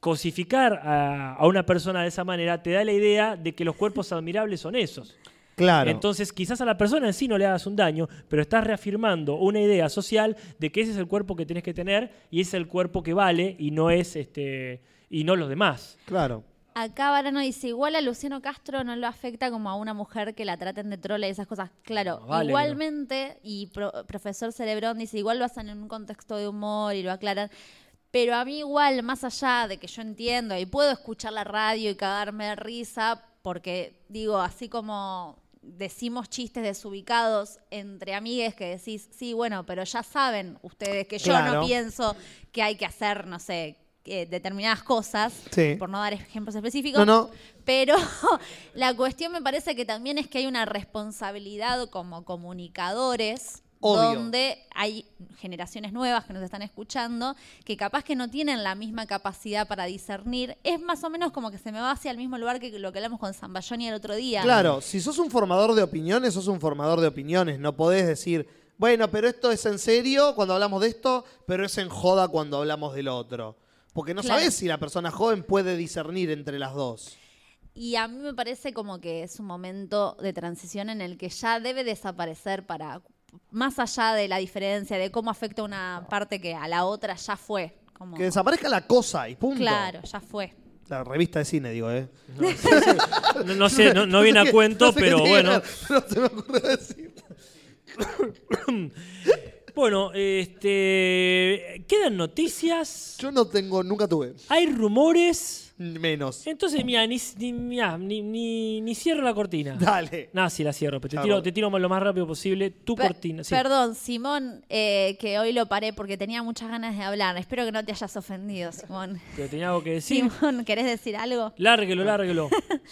A: cosificar a, a una persona de esa manera te da la idea de que los cuerpos admirables son esos.
B: claro.
A: Entonces, quizás a la persona en sí no le hagas un daño, pero estás reafirmando una idea social de que ese es el cuerpo que tienes que tener y ese es el cuerpo que vale y no es este y no los demás.
B: claro.
C: Acá Varano dice, igual a Luciano Castro no lo afecta como a una mujer que la traten de trola y esas cosas. Claro,
A: No, vale,
C: igualmente, y pro- profesor Cerebrón dice, igual lo hacen en un contexto de humor y lo aclaran. Pero a mí igual, más allá de que yo entiendo y puedo escuchar la radio y cagarme de risa, porque digo, así como decimos chistes desubicados entre amigues que decís, sí, bueno, pero ya saben ustedes que yo
B: Claro.
C: no pienso que hay que hacer, no sé, eh, determinadas cosas,
B: Sí.
C: por no dar ejemplos específicos.
B: No, no.
C: Pero la cuestión me parece que también es que hay una responsabilidad como comunicadores.
B: Obvio.
C: Donde hay generaciones nuevas que nos están escuchando, que capaz que no tienen la misma capacidad para discernir. Es más o menos como que se me va hacia el mismo lugar que lo que hablamos con Zamballoni el otro día.
B: Claro, si sos un formador de opiniones, sos un formador de opiniones. No podés decir, bueno, pero esto es en serio cuando hablamos de esto, pero es en joda cuando hablamos del otro. Porque no
C: Claro.
B: sabés si la persona joven puede discernir entre las dos.
C: Y a mí me parece como que es un momento de transición en el que ya debe desaparecer para, más allá de la diferencia, de cómo afecta una parte que a la otra ya fue. Como,
B: Que desaparezca la cosa y punto.
C: claro, ya fue.
B: La revista de cine, digo, ¿eh?
A: No, no sé, no, no viene a
B: sé qué-
A: cuento,
B: no sé qué
A: pero
B: tiene que
A: bueno.
B: ver, pero se me ocurre decir.
A: Bueno, este quedan noticias,
B: Yo no tengo, nunca tuve.
A: hay rumores.
B: Menos.
A: Entonces, mira, ni, ni, mirá, ni, ni- ni cierro la cortina.
B: Dale.
A: Nada, sí la cierro, pero te
B: Ah,
A: tiro,
B: bueno.
A: te tiro lo más rápido posible tu
C: Per-
A: cortina. sí.
C: Perdón, Simón, eh, que hoy lo paré porque tenía muchas ganas de hablar. Espero que no te hayas ofendido, Simón.
A: Pero tenía algo que decir.
C: Simón, ¿querés decir algo?
B: Ah.
A: Lárguelo, lárguelo.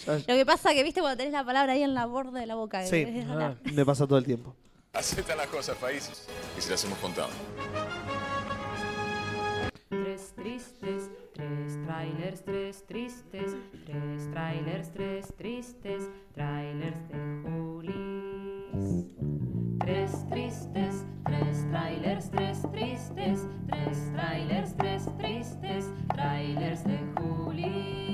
C: Lo que pasa que, viste, cuando tenés la palabra ahí en la borda de la boca. que
B: Sí.
C: querés
A: Ah.
C: hablar.
B: Me pasa todo el tiempo.
G: Así están las cosas, países. Y si las hemos contado.
H: Tres tristes, tres trailers, tres tristes, tres trailers, tres tristes, trailers de Julis. Tres tristes, tres trailers, tres tristes, tres trailers, tres tristes, trailers de Julis.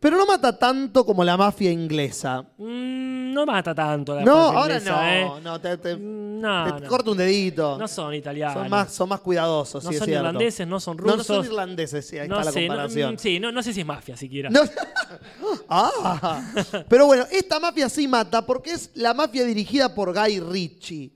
B: Pero no mata tanto como la mafia inglesa.
A: Mm, no mata tanto la
B: no,
A: mafia
B: ahora
A: inglesa,
B: no.
A: ¿eh?
B: No, te, te-
A: No,
B: te
A: no.
B: corto un dedito.
A: No son italianos.
B: Son más, son más cuidadosos,
A: No
B: sí, es
A: son
B: cierto.
A: irlandeses, no son
B: No, no son
A: rusos.
B: irlandeses, sí, ahí
A: No
B: está
A: sé,
B: la
A: no-
B: comparación.
A: mm, sí, no, no sé si es mafia siquiera.
B: No- Ah. Pero bueno, esta mafia sí mata porque es la mafia dirigida por Guy Ritchie.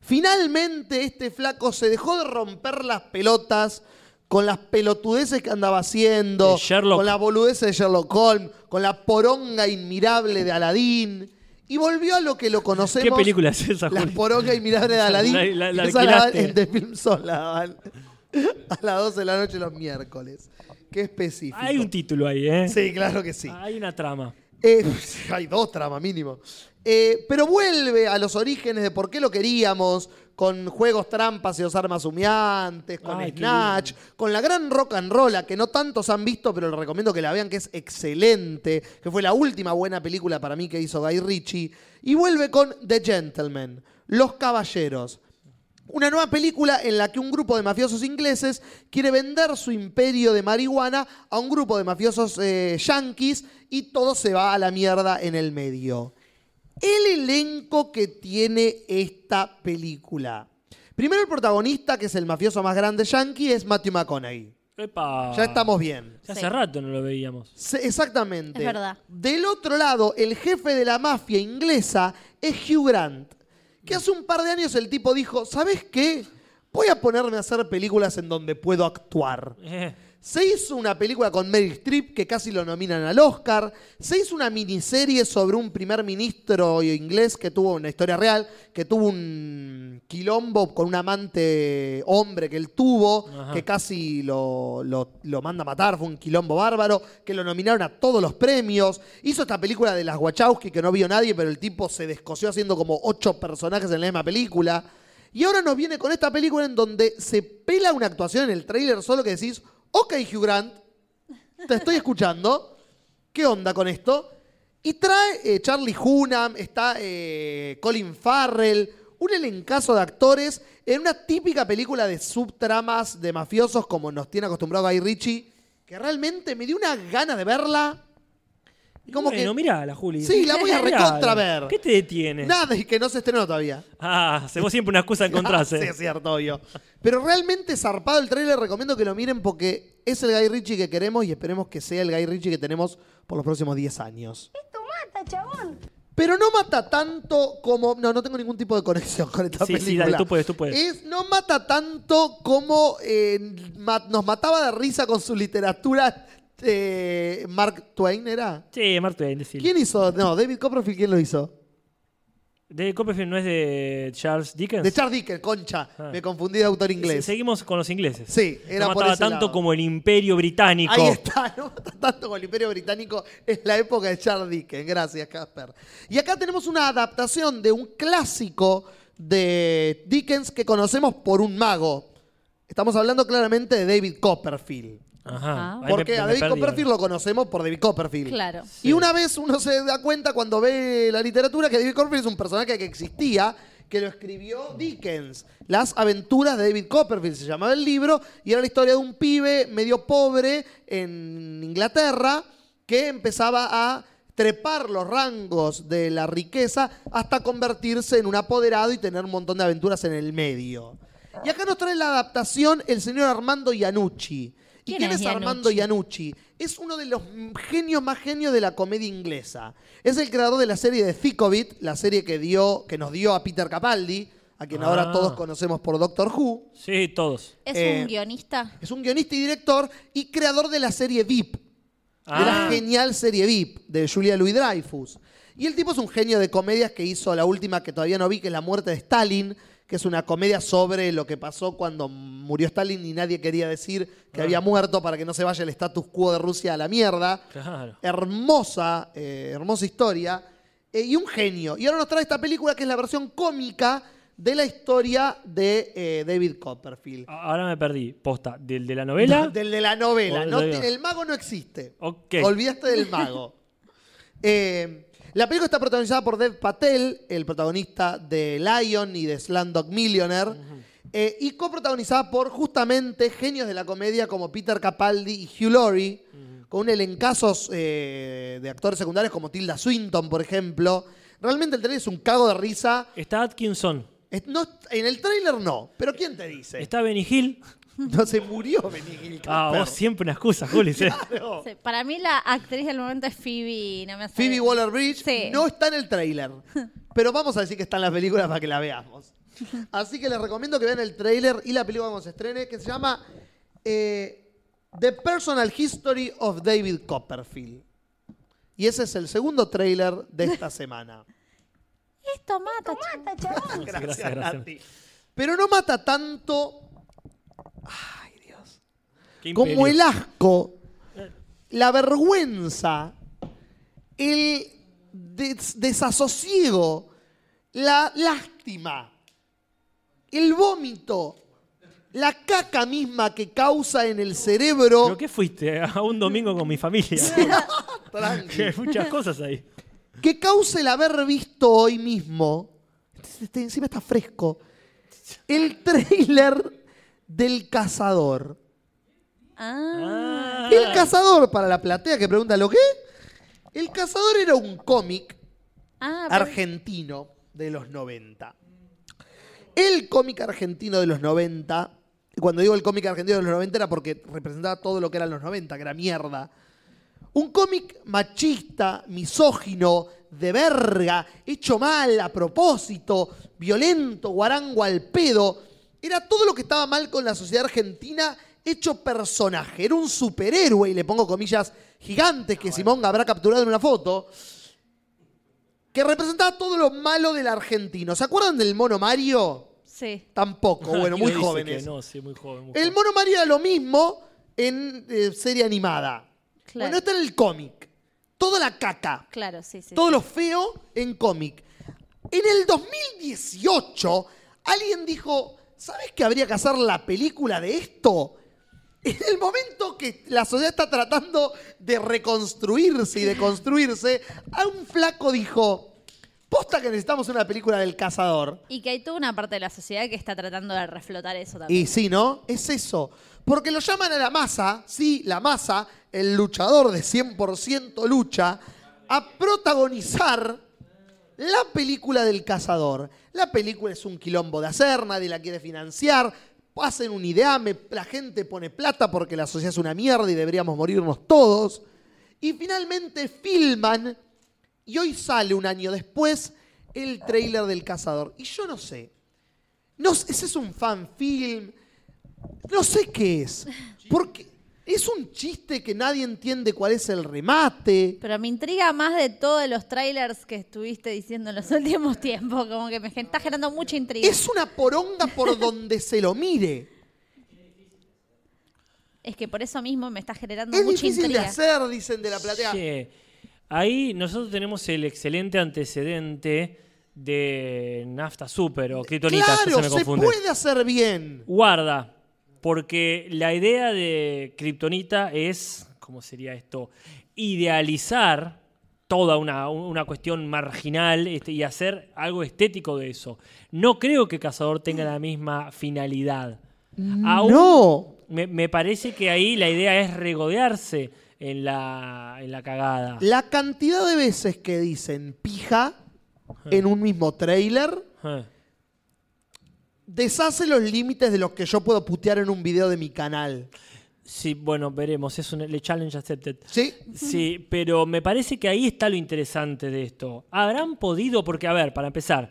B: Finalmente este flaco se dejó de romper las pelotas con las pelotudeces que andaba haciendo,
A: De Sherlock.
B: con la boludez de Sherlock Holmes, con la poronga inmirable de Aladín y volvió a lo que lo conocemos.
A: ¿Qué película es esa,
B: La
A: Juli?
B: poronga inmirable de Aladín.
A: La- la- la
B: Esa la-
A: alquilaste.
B: en The Film Sol la daban. a las 12 de la noche los miércoles. Qué específico.
A: Hay un título ahí, ¿eh?
B: Sí, claro que sí.
A: Hay una trama.
B: Eh, hay dos tramas mínimo. Eh, pero vuelve a los orígenes de por qué lo queríamos, con juegos trampas y los armas humeantes, con
A: Ay, qué
B: Snatch, con la gran rock and roll, que no tantos han visto, pero les recomiendo que la vean, que es excelente, que fue la última buena película para mí que hizo Guy Ritchie. Y vuelve con The Gentleman, Los Caballeros. Una nueva película en la que un grupo de mafiosos ingleses quiere vender su imperio de marihuana a un grupo de mafiosos eh, yanquis y todo se va a la mierda en el medio. el elenco que tiene esta película. Primero el protagonista, que es el mafioso más grande yankee, es Matthew McConaughey.
A: Epa.
B: Ya estamos bien.
A: Ya hace
C: Sí.
A: rato no lo veíamos.
B: Se- exactamente.
C: Es verdad.
B: Del otro lado, el jefe de la mafia inglesa es Hugh Grant, que hace un par de años el tipo dijo, ¿sabes qué? Voy a ponerme a hacer películas en donde puedo actuar.
A: Eh,
B: Se hizo una película con Meryl Streep que casi lo nominan al Oscar. Se hizo una miniserie sobre un primer ministro inglés que tuvo una historia real, que tuvo un quilombo con un amante hombre que él tuvo,
A: Ajá.
B: que casi lo, lo- lo manda a matar, fue un quilombo bárbaro, que lo nominaron a todos los premios. Hizo esta película de las Wachowski que no vio nadie, pero el tipo se descosió haciendo como ocho personajes en la misma película. Y ahora nos viene con esta película en donde se pela una actuación en el tráiler solo que decís, ok Hugh Grant, te estoy escuchando, ¿qué onda con esto? Y trae eh, Charlie Hunnam, está eh, Colin Farrell, un elencazo de actores en una típica película de subtramas de mafiosos como nos tiene acostumbrado Guy Ritchie, que realmente me dio una gana de verla. Y como
A: bueno,
B: que
A: mirala, Juli.
B: Sí, la voy a
A: Mirala.
B: recontra ver.
A: ¿Qué te detiene?
B: nada y que no se estrenó todavía.
A: Ah, se vos siempre una excusa encontrarse.
B: Ah, sí, es cierto, obvio. Pero realmente zarpado el trailer, recomiendo que lo miren porque es el Guy Ritchie que queremos y esperemos que sea el Guy Ritchie que tenemos por los próximos 10 años. Esto mata, chabón. Pero no mata tanto como. No, no tengo ningún tipo de conexión con esta
A: Sí, sí,
B: película.
A: dale, tú puedes, tú puedes.
B: Es, no mata tanto como eh, ma- nos mataba de risa con su literatura. eh, Mark Twain era.
A: Sí, Mark Twain, decilo.
B: ¿Quién hizo? No, David Copperfield, ¿quién lo hizo?
A: ¿De Copperfield no es de Charles Dickens?
B: De Charles Dickens, concha.
A: Ah.
B: Me confundí de autor inglés.
A: Se- Seguimos con los ingleses.
B: Sí, era
A: no
B: por
A: mataba
B: ese
A: tanto
B: lado.
A: como el Imperio Británico.
B: Ahí está, no mata tanto con el Imperio Británico es la época de Charles Dickens. Gracias, Casper. Y acá tenemos una adaptación de un clásico de Dickens que conocemos por un mago. Estamos hablando claramente de David Copperfield.
A: Ajá.
C: Ah.
A: Ahí me-
B: Porque a
A: me
B: David
A: perdí
B: Copperfield lo conocemos por David Copperfield.
C: Claro.
B: Y una vez uno se da cuenta cuando ve la literatura que David Copperfield es un personaje que existía, que lo escribió Dickens. Las aventuras de David Copperfield se llamaba el libro y era la historia de un pibe medio pobre en Inglaterra que empezaba a trepar los rangos de la riqueza hasta convertirse en un apoderado y tener un montón de aventuras en el medio. Y acá nos trae la adaptación el señor Armando Iannucci. ¿Y
C: ¿Quién
B: quién
C: es
B: es Armando
C: Iannucci?
B: Iannucci? Es uno de los m- genios más genios de la comedia inglesa. Es el creador de la serie de Thicobit, la serie que, dio, que nos dio a Peter Capaldi, a quien
A: Ah.
B: ahora todos conocemos por Doctor Who.
A: bien. Sí, todos.
C: ¿Es
B: Eh,
C: un guionista?
B: Es un guionista y director y creador de la serie VIP, de
A: Ah.
B: la genial serie VIP de Julia Louis Dreyfus. Y el tipo es un genio de comedias que hizo la última que todavía no vi, que es La muerte de Stalin, que es una comedia sobre lo que pasó cuando murió Stalin y nadie quería decir
A: Ah.
B: que había muerto para que no se vaya el status quo de Rusia a la mierda.
A: Claro.
B: Hermosa, eh, hermosa historia. eh, y un genio. Y ahora nos trae esta película que es la versión cómica de la historia de eh, David Copperfield.
A: A- Ahora me perdí. Posta. ¿Del de la novela?
B: Del de la novela.
A: O
B: no
A: del-
B: tiene- el mago no existe.
A: Ok.
B: Olvidaste del mago. Eh, la película está protagonizada por Dev Patel, el protagonista de Lion y de Slandog Millionaire. eh, y coprotagonizada por justamente genios de la comedia como Peter Capaldi y Hugh Laurie, con un elencazos eh, de actores secundarios como Tilda Swinton, por ejemplo. Realmente el trailer es un cago de risa.
A: Está Atkinson.
B: Es- no- en el trailer no, pero ¿quién te dice?
A: Está Benny Hill.
B: No se murió Benny Hill
A: Ah,
B: Casper.
A: vos siempre una excusa, Juli. sí.
B: Claro.
C: Sí, Para mí la actriz del momento es Phoebe, no me hace-
B: Phoebe Waller Bridge
C: Eh, Sí.
B: no está en el tráiler. Pero vamos a decir que está en las películas para que la veamos. Así que les recomiendo que vean el tráiler y la película cuando se estrene, que se llama eh, The Personal History of David Copperfield. Y ese es el segundo tráiler de esta semana.
C: Esto mata, chabón.
B: gracias,
A: gracias, gracias.
B: Nati. Pero no mata tanto
A: Qué
B: como
A: imperio.
B: el asco, la vergüenza, el des- desasosiego, la lástima, el vómito, la caca misma que causa en el
A: ¿Pero
B: cerebro.
A: qué fuiste? A un domingo con mi familia.
B: Tranqui.
A: Hay muchas cosas ahí.
B: que causa el haber visto hoy mismo, este- este- encima está fresco, el trailer del cazador.
C: Ah,
A: Ah.
B: El cazador, para la platea que pregunta lo que. El cazador era un cómic
C: Ah, pero-
B: argentino de los 90. El cómic argentino de los 90, y cuando digo el cómic argentino de los 90 era porque representaba todo lo que eran los 90, que era mierda. Un cómic machista, misógino, de verga, hecho mal, a propósito, violento, guarango al pedo. Era todo lo que estaba mal con la sociedad argentina hecho personaje. Era un superhéroe, y le pongo comillas gigantes que Simón habrá capturado en una foto que representaba todo lo malo del argentino. ¿Se acuerdan del mono Mario?
C: sí.
B: Tampoco, bueno,
A: Aquí
B: muy
A: Ah, dice que
B: jóvenes.
A: No, sí, muy joven. muy
B: El
A: joven.
B: mono Mario era lo mismo en eh, serie animada.
C: Claro.
B: Bueno, está en el cómic. Toda la caca,
C: Claro, sí, sí.
B: todo
C: sí.
B: lo feo en cómic. En el 2018, alguien dijo, ¿sabes que habría que hacer la película de esto? En el momento que la sociedad está tratando de reconstruirse y de construirse, a un flaco dijo, posta que necesitamos una película del cazador.
C: Y que hay toda una parte de la sociedad que está tratando de reflotar eso también.
B: Y sí, ¿no? Es eso. Porque lo llaman a la masa, sí, la masa, el luchador de 100% lucha, a protagonizar la película del cazador. La película es un quilombo de hacer, nadie la quiere financiar, hacen un ideame, la gente pone plata porque la sociedad es una mierda y deberíamos morirnos todos. Y finalmente filman y hoy sale un año después el tráiler del cazador. Y yo no sé, no, sé, ese es un fan film. No sé qué es. Porque es un chiste que nadie entiende cuál es el remate.
C: Pero me intriga más de todos los trailers que estuviste diciendo en los últimos tiempos. Como que me gen- está generando mucha intriga.
B: Es una poronga por donde se lo mire.
C: Es que por eso mismo me está generando
B: Es
C: mucha
B: difícil de
C: intriga.
B: hacer, dicen de la platea.
A: Che, ahí nosotros tenemos el excelente antecedente de Nafta Super o Kryptonita, ya
B: claro,
A: se me
B: se
A: confunde.
B: puede hacer bien.
A: Guarda, porque la idea de Kryptonita es, ¿cómo sería esto? Idealizar toda una, una cuestión marginal este, y hacer algo estético de eso. No creo que Cazador tenga la misma finalidad. Aún-
B: No.
A: Me, me parece que ahí la idea es regodearse en la, en la cagada.
B: La cantidad de veces que dicen pija en un mismo trailer
A: Eh.
B: deshace los límites de los que yo puedo putear en un video de mi canal.
A: Sí, bueno, veremos. Es un le challenge accepted.
B: ¿Sí?
A: Sí, pero me parece que ahí está lo interesante de esto. Habrán podido, porque, a ver, para empezar,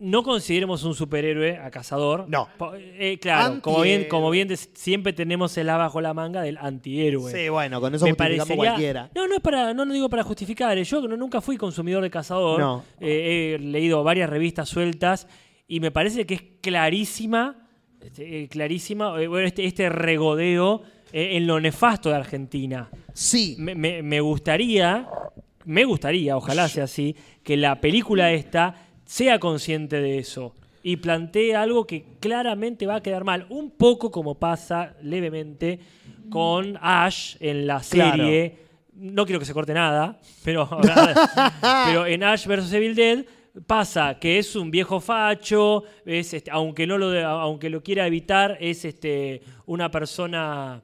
A: no consideremos un superhéroe a cazador.
B: No.
A: Po- eh, claro, como bien,
B: Antihéroe.
A: como bien des- siempre tenemos el A bajo la manga del antihéroe.
B: Sí, bueno, con eso
A: Me
B: justificamos
A: parecería-
B: cualquiera.
A: No, no es para, no lo digo para justificar. eh, Yo no- nunca fui consumidor de cazador.
B: No.
A: Eh, he leído varias revistas sueltas y me parece que es clarísima, este, eh, clarísima, eh, bueno, este, este regodeo eh, en lo nefasto de Argentina.
B: Sí.
A: Me, me- me gustaría, me gustaría, ojalá sea así, que la película esta sea consciente de eso y plantee algo que claramente va a quedar mal, un poco como pasa levemente con Ash en la
B: Claro.
A: serie. No quiero que se corte nada, pero, pero en Ash vs Evil Dead pasa que es un viejo facho, es este, aunque no lo de- aunque lo quiera evitar es este una persona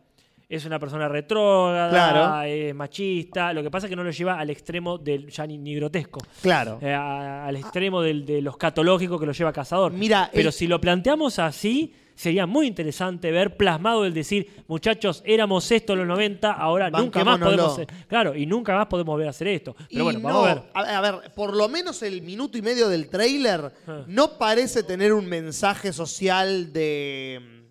A: es una persona retrógrada,
B: Claro.
A: es machista. Lo que pasa es que no lo lleva al extremo del ya ni, ni grotesco.
B: Claro.
A: Eh, a- al extremo del, de los catológicos que lo lleva Cazador.
B: Mira, eh,
A: Pero
B: el-
A: si lo planteamos así, sería muy interesante ver plasmado el decir, muchachos, éramos esto en los 90, ahora nunca más podemos.
B: Banquémonoslo.
A: ser- Claro, y nunca más podemos volver a hacer esto. Pero
B: Y
A: bueno,
B: no,
A: vamos a ver.
B: a ver. por lo menos el minuto y medio del tráiler
A: Ah.
B: no parece tener un mensaje social de.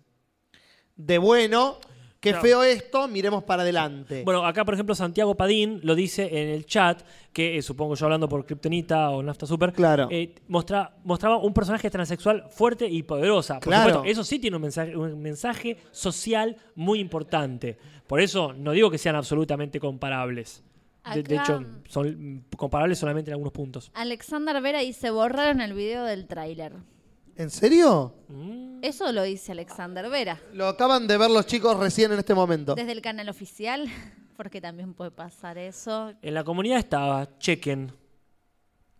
B: de bueno, que
A: No.
B: feo esto, miremos para adelante.
A: Bueno, acá por ejemplo Santiago Padín lo dice en el chat, que eh, supongo yo hablando por Kryptonita o Nafta Super,
B: Claro.
A: eh, mostra- mostraba un personaje transexual fuerte y poderosa. Por
B: Claro.
A: supuesto, eso sí tiene un mensaje, un mensaje social muy importante. Por eso no digo que sean absolutamente comparables. De, de
C: Acá-
A: hecho, son mm, comparables solamente en algunos puntos.
C: Alexander Vera dice, borraron el video del tráiler.
B: ¿En serio?
C: Eso lo dice Alexander Vera.
B: Lo acaban de ver los chicos recién en este momento.
C: Desde el canal oficial, porque también puede pasar eso.
A: En la comunidad estaba, chequen,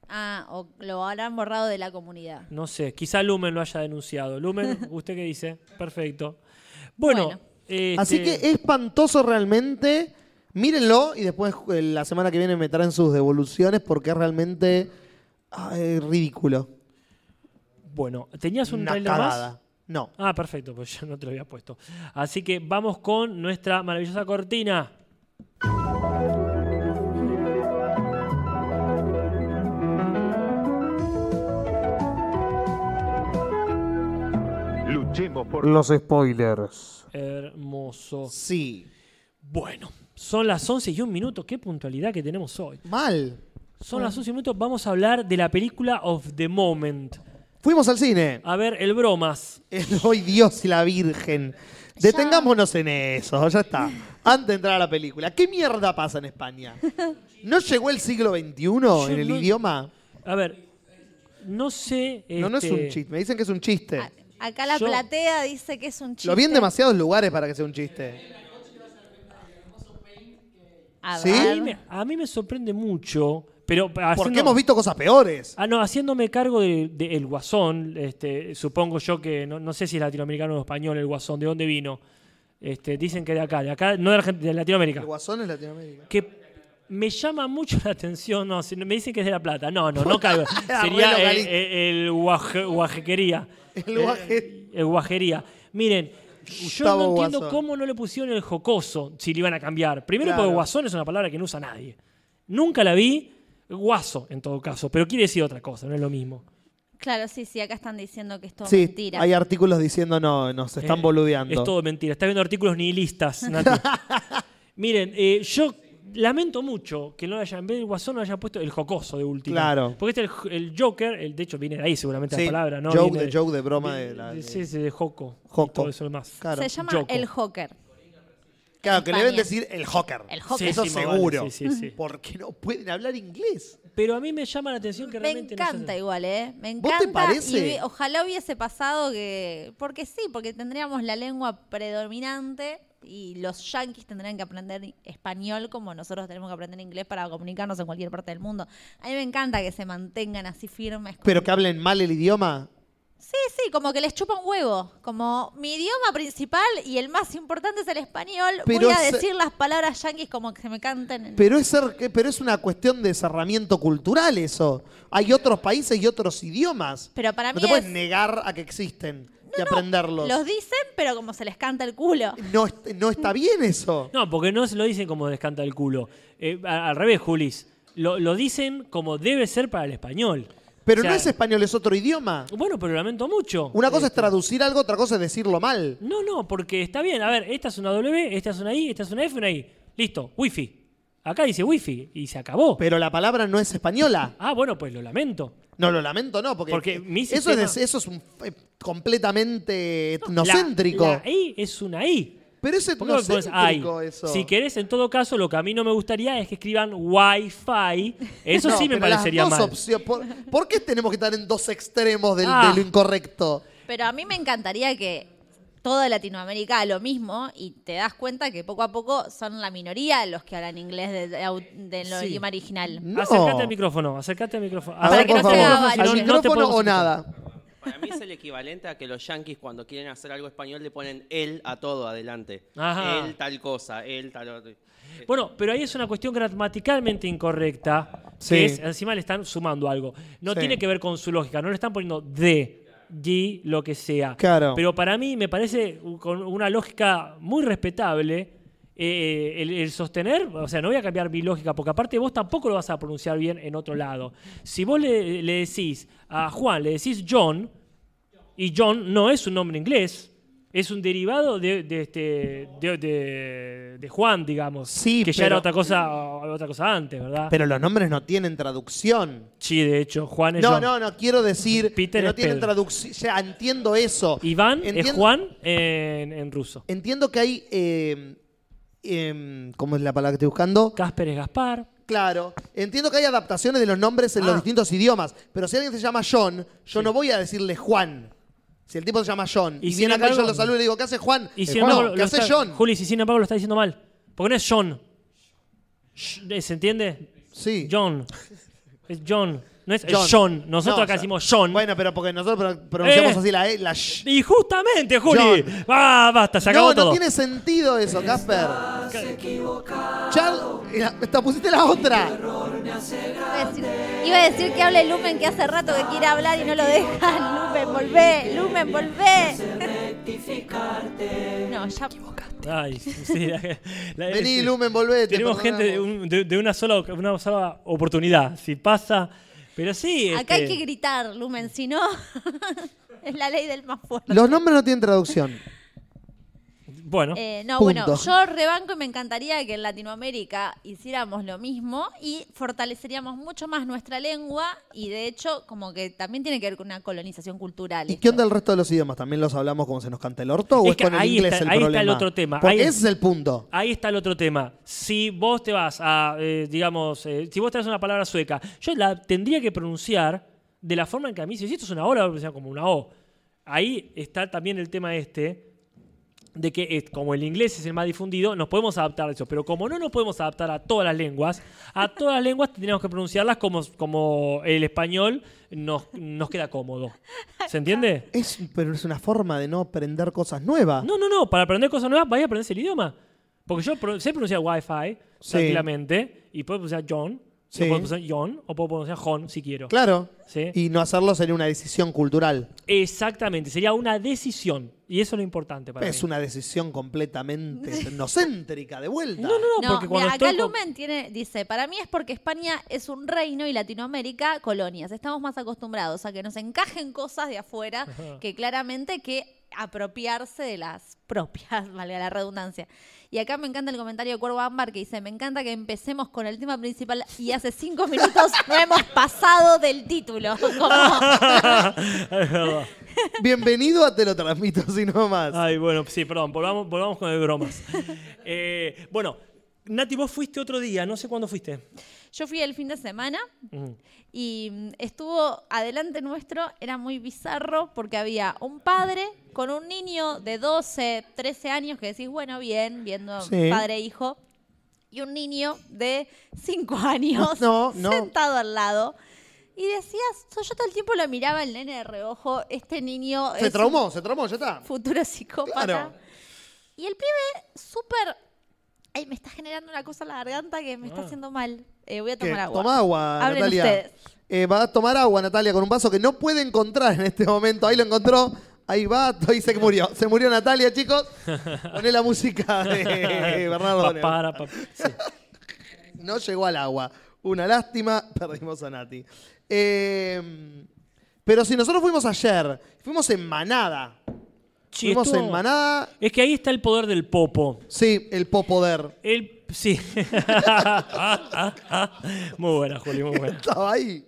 C: Ah, o lo habrán borrado de la comunidad.
A: no sé, quizá Lumen lo haya denunciado. Lumen, ¿usted qué dice? Perfecto. Bueno.
C: Bueno.
A: este-
B: Así que espantoso realmente. Mírenlo y después eh, la semana que viene me traen sus devoluciones porque es realmente ah, es ridículo.
A: Bueno, ¿tenías un
B: Una
A: trailer más?
B: cagada. No.
A: Ah, perfecto, pues yo no te lo había puesto. Así que vamos con nuestra maravillosa cortina.
I: Luchemos por
B: Los spoilers.
A: Hermoso.
B: Sí.
A: Bueno, son las 11 y un minuto. Qué puntualidad que tenemos hoy.
B: Mal.
A: Son las 11 y un minuto. Vamos a hablar de la película of the moment.
B: Fuimos al cine.
A: A ver, el bromas.
B: El hoy Dios y la Virgen. Detengámonos en eso, ya está. Antes de entrar a la película. ¿Qué mierda pasa en España? ¿No llegó el siglo XXI en el
A: no-
B: idioma?
A: A ver, no sé.
B: No, no es
A: este,
B: un chiste. Me dicen que es un chiste.
A: Ah,
C: A- acá la
A: Yo-
C: platea dice que es un chiste.
B: Lo vi en demasiados lugares para que sea un chiste.
C: A
B: ¿Sí?
A: A
C: ver.
A: mí, me, a mí me sorprende mucho, pero
B: Porque
A: haciendo-
B: hemos visto cosas peores.
A: Ah, no, haciéndome cargo del de, El Guasón, este, supongo yo que, no, no sé si es latinoamericano o español el Guasón, ¿de dónde vino? Este, dicen que de acá, de acá, no de, Argent- de Latinoamérica.
B: El guasón es Latinoamérica.
A: Que me llama mucho la atención, no, si- me dicen que es de La Plata, no, no, no caigo.
B: Era
A: Sería
B: re
A: el,
B: localista.
A: el- el guaje- guajequería.
B: El guaje-
A: Eh, el guajería. Miren, yo
B: Gustavo
A: no entiendo
B: Guasón.
A: cómo no le pusieron el jocoso si le iban a cambiar. Primero
B: Claro.
A: porque guasón es una palabra que no usa nadie. Nunca la vi. Guaso, en todo caso, pero quiere decir otra cosa, no es lo mismo.
C: Claro, sí, sí, acá están diciendo que es todo
B: Sí,
C: mentira.
B: hay artículos diciendo no, nos están
A: Eh,
B: boludeando.
A: Es todo mentira. Está viendo artículos nihilistas, Nati. Miren, eh, yo lamento mucho que no hayan, en vez del guasón, no hayan puesto el jocoso de última.
B: Claro.
A: Porque este, el, el Joker, el, de hecho, viene de ahí seguramente
B: Sí,
A: la palabra, ¿no?
B: joke,
A: Viene
B: de, joke de broma de,
A: de-
B: la-
A: de- sí, sí, de joco. y
B: Joco.
A: todo eso demás.
B: Claro.
C: Se llama
A: Yoko.
C: el Joker.
B: Claro, que le deben
C: España.
B: decir el hawker.
C: El hawker.
B: Eso
A: Sí, sí, más
B: seguro.
A: vale, sí, sí, sí.
B: Porque no pueden hablar inglés.
A: Pero a mí me llama la atención que
C: Me
A: realmente no se
C: encanta
A: hace-
C: igual, ¿eh? Me
B: ¿Vos
C: encanta.
B: te
C: y
B: parece?
C: vi- ojalá hubiese pasado que. Porque sí, porque tendríamos la lengua predominante y los yanquis tendrían que aprender español como nosotros tenemos que aprender inglés para comunicarnos en cualquier parte del mundo. A mí me encanta que se mantengan así firmes. con-
B: Pero que hablen mal el idioma.
C: Sí, sí, como que les chupa un huevo. Como mi idioma principal y el más importante es el español.
B: Pero
C: Voy a
B: se-
C: decir las palabras yanquis como que se me canten. en-
B: Pero es, ser- que- pero es una cuestión de cerramiento cultural eso. Hay otros países y otros idiomas.
C: Pero para
B: no
C: mí
B: te puedes
C: es-
B: negar a que existen y aprenderlos.
C: Los dicen, pero como se les canta el culo.
B: No, est- no está bien eso.
A: No, porque no se lo dicen como descanta el culo. Eh, a- al revés, Julis. Lo, lo dicen como debe ser para el español. O
B: Pero
A: sea,
B: no es español, es otro idioma.
A: Bueno, pero lamento mucho.
B: Una cosa es
A: Este,
B: traducir algo, otra cosa es decirlo mal.
A: No, no, porque está bien. A ver, esta es una W, esta es una I, esta es una F, una I. Listo, wifi. Acá dice wifi y se acabó.
B: Pero la palabra no es española.
A: Ah, bueno, pues lo lamento.
B: No, lo lamento, no, porque,
A: Porque mi
B: eso,
A: sistema-
B: es, eso es un- eh, completamente
A: La-
B: etnocéntrico.
A: La, I es una I.
B: pero es
A: ¿Por qué no pones I?
B: etnocéntrico eso.
A: Si querés, en todo caso, lo que a mí no me gustaría es que escriban Wi-Fi. Eso
B: No,
A: sí me
B: pero las
A: parecería
B: dos
A: mal.
B: opcio- ¿por, por qué tenemos que estar en dos extremos del,
A: Ah.
B: de lo incorrecto?
C: Pero a mí me encantaría que toda Latinoamérica haga lo mismo y te das cuenta que poco a poco son la minoría los que hablan inglés de, de au- de lo
A: Sí.
C: idioma original.
B: No.
A: Acércate al micrófono, acércate al micrófono.
B: A
C: Para
B: ver,
C: que
B: por
C: no se
B: favor.
C: haga
B: ¿Al
C: varios.
A: no te
B: micrófono
A: podemos
B: o
A: escuchar.
B: nada?
D: Para mí es el equivalente a que los yankees cuando quieren hacer algo español le ponen él a todo adelante.
A: Ajá.
D: Él tal cosa, él tal otro.
A: Bueno, pero ahí es una cuestión gramaticalmente incorrecta.
B: Sí.
A: Que es, encima le están sumando algo. No
B: Sí.
A: tiene que ver con su lógica, no le están poniendo de, di, lo que sea.
B: Claro.
A: Pero para mí me parece u- con una lógica muy respetable eh, el, el sostener, o sea, no voy a cambiar mi lógica, porque aparte vos tampoco lo vas a pronunciar bien en otro lado. Si vos le, le decís a Juan, le decís John, y John no es un nombre inglés. Es un derivado de, de este, de, de- de Juan, digamos.
B: Sí,
A: que ya era
B: pero-
A: otra cosa, otra cosa antes, ¿verdad?
B: Pero los nombres no tienen traducción.
A: sí, de hecho, Juan es
B: No,
A: John.
B: no, no, quiero decir
A: Peter
B: que no
A: es
B: tienen
A: Pedro.
B: traducción. Ya entiendo eso.
A: Iván es
B: Entiendo-
A: Juan en, en ruso.
B: Entiendo que hay. eh, em, ¿Cómo es la palabra que estoy buscando?
A: Casper es Gaspar.
B: Claro, entiendo que hay adaptaciones de los nombres en
A: Ah.
B: los distintos idiomas, pero si alguien se llama John, yo no voy a decirle Juan. Si el tipo se llama John
A: Y
B: y,
A: sin
B: viene acá,
A: embargo-
B: yo lo saludo y le digo, ¿qué hace Juan?
A: Y
B: Eh,
A: sin
B: Juan,
A: embargo,
B: no,
A: lo
B: ¿qué hace
A: está-
B: John?
A: Juli, si sin embargo lo está diciendo mal. Porque no es John. Sh- ¿Se entiende?
B: Sí.
A: John. Es John. No es John. Nosotros acá
B: No, o sea,
A: decimos John.
B: Bueno, pero porque nosotros pro- pronunciamos
A: Eh.
B: así la E, la sh.
A: Y justamente, Juli.
B: John.
A: Va, basta, se acabó
B: no,
A: todo.
B: no tiene sentido eso, Casper. Char, mira, esta pusiste la otra.
C: Iba a decir- Iba a decir que hable Lumen, que hace rato que quiere hablar y no lo dejan. Lumen, volvé, Lumen, volvé. No, ya.
A: Ay, sí, la- la-
B: Vení,
A: Eh, sí.
B: Lumen, volvete.
A: Tenemos gente de,
B: perdonamos.
A: un- de- de una, sola, una sola oportunidad. Si pasa. Pero sí.
C: Acá hay
A: este,
C: que gritar, Lumen, si no, es la ley del más fuerte.
B: Los nombres no tienen traducción.
A: Bueno.
C: Eh, no,
B: Punto.
C: bueno, yo rebanco y me encantaría que en Latinoamérica hiciéramos lo mismo y fortaleceríamos mucho más nuestra lengua y de hecho como que también tiene que ver con una colonización cultural.
B: ¿Y
C: esto.
B: qué onda el resto de los idiomas? ¿También los hablamos como se nos canta el orto o
A: Es
B: es,
A: que
B: con el
A: ahí
B: inglés
A: está-
B: el
A: ahí está
B: problema?
A: el otro tema.
B: Porque
A: Ahí-
B: ese es el punto.
A: Ahí está el otro tema. Si vos te vas a, eh, digamos, eh, si vos traes una palabra sueca, yo la tendría que pronunciar de la forma en que a mí, si esto es una O, la voy a pronunciar como una O. Ahí está también el tema este de que eh, como el inglés es el más difundido, nos podemos adaptar a eso. Pero como no nos podemos adaptar a todas las lenguas, a todas las lenguas tenemos que pronunciarlas como, como el español nos, nos queda cómodo. ¿Se entiende?
B: Es, pero es una forma de no aprender cosas nuevas.
A: Ah. No, no, no. Para aprender cosas nuevas, vaya a aprenderse el idioma. Porque yo pro- sé pronunciar Wi-Fi
B: Sí.
A: tranquilamente y puedo pronunciar John.
B: Sí.
A: Yo puedo pronunciar John o puedo pronunciar John si quiero.
B: Claro.
A: Sí.
B: Y no hacerlo sería una decisión cultural.
A: Exactamente. Sería una decisión. Y eso es lo importante para
B: Es
A: mí.
B: una decisión completamente etnocéntrica, de vuelta.
A: No, no, no.
C: No,
A: porque cuando
C: mira, acá
A: estoy con-
C: Lumen tiene, dice, para mí es porque España es un reino y Latinoamérica colonias. Estamos más acostumbrados a que nos encajen cosas de afuera que claramente que apropiarse de las propias, valga la redundancia. Y acá me encanta el comentario de Cuervo Ámbar que dice, me encanta que empecemos con el tema principal y hace cinco minutos no hemos pasado del título. Como,
A: Es verdad.
B: Bienvenido a Te lo transmito, así nomás.
A: Ay, bueno, sí, perdón. Volvamos, volvamos con el bromas. Eh, bueno, Nati, vos fuiste otro día. No sé cuándo fuiste.
C: yo fui el fin de semana
A: Mm.
C: Y mm, estuvo adelante nuestro, era muy bizarro porque había un padre con un niño de 12, 13 años que decís, bueno, bien, viendo
B: Sí.
C: padre e hijo, y un niño de 5 años
B: No, no.
C: sentado al lado. Y decías, so- yo todo el tiempo lo miraba el nene de reojo, este niño
B: se
C: es
B: traumó, se traumó, ya está.
C: un futuro psicópata.
B: Claro.
C: Y el pibe súper, ay, me está generando una cosa en la garganta que me está
A: Ah.
C: haciendo mal. Eh, voy a
B: ¿Qué?
C: tomar agua.
B: Toma agua,
C: Hablen
B: Natalia.
C: ustedes.
B: Eh, va a tomar agua, Natalia, con un vaso que no puede encontrar en este momento. Ahí lo encontró. Ahí va, ahí se murió. Se murió Natalia, chicos. Poné la música de Bernardo.
A: Pa-
B: León.
A: para, pa- sí.
B: No llegó al agua. Una lástima, perdimos a Nati. Eh, pero si nosotros fuimos ayer, fuimos en manada.
A: Sí,
B: fuimos
A: estuvo-
B: en manada.
A: Es que ahí está el poder del popo.
B: Sí, el popoder.
A: El, sí. muy buena, Juli, muy buena.
B: Estaba ahí.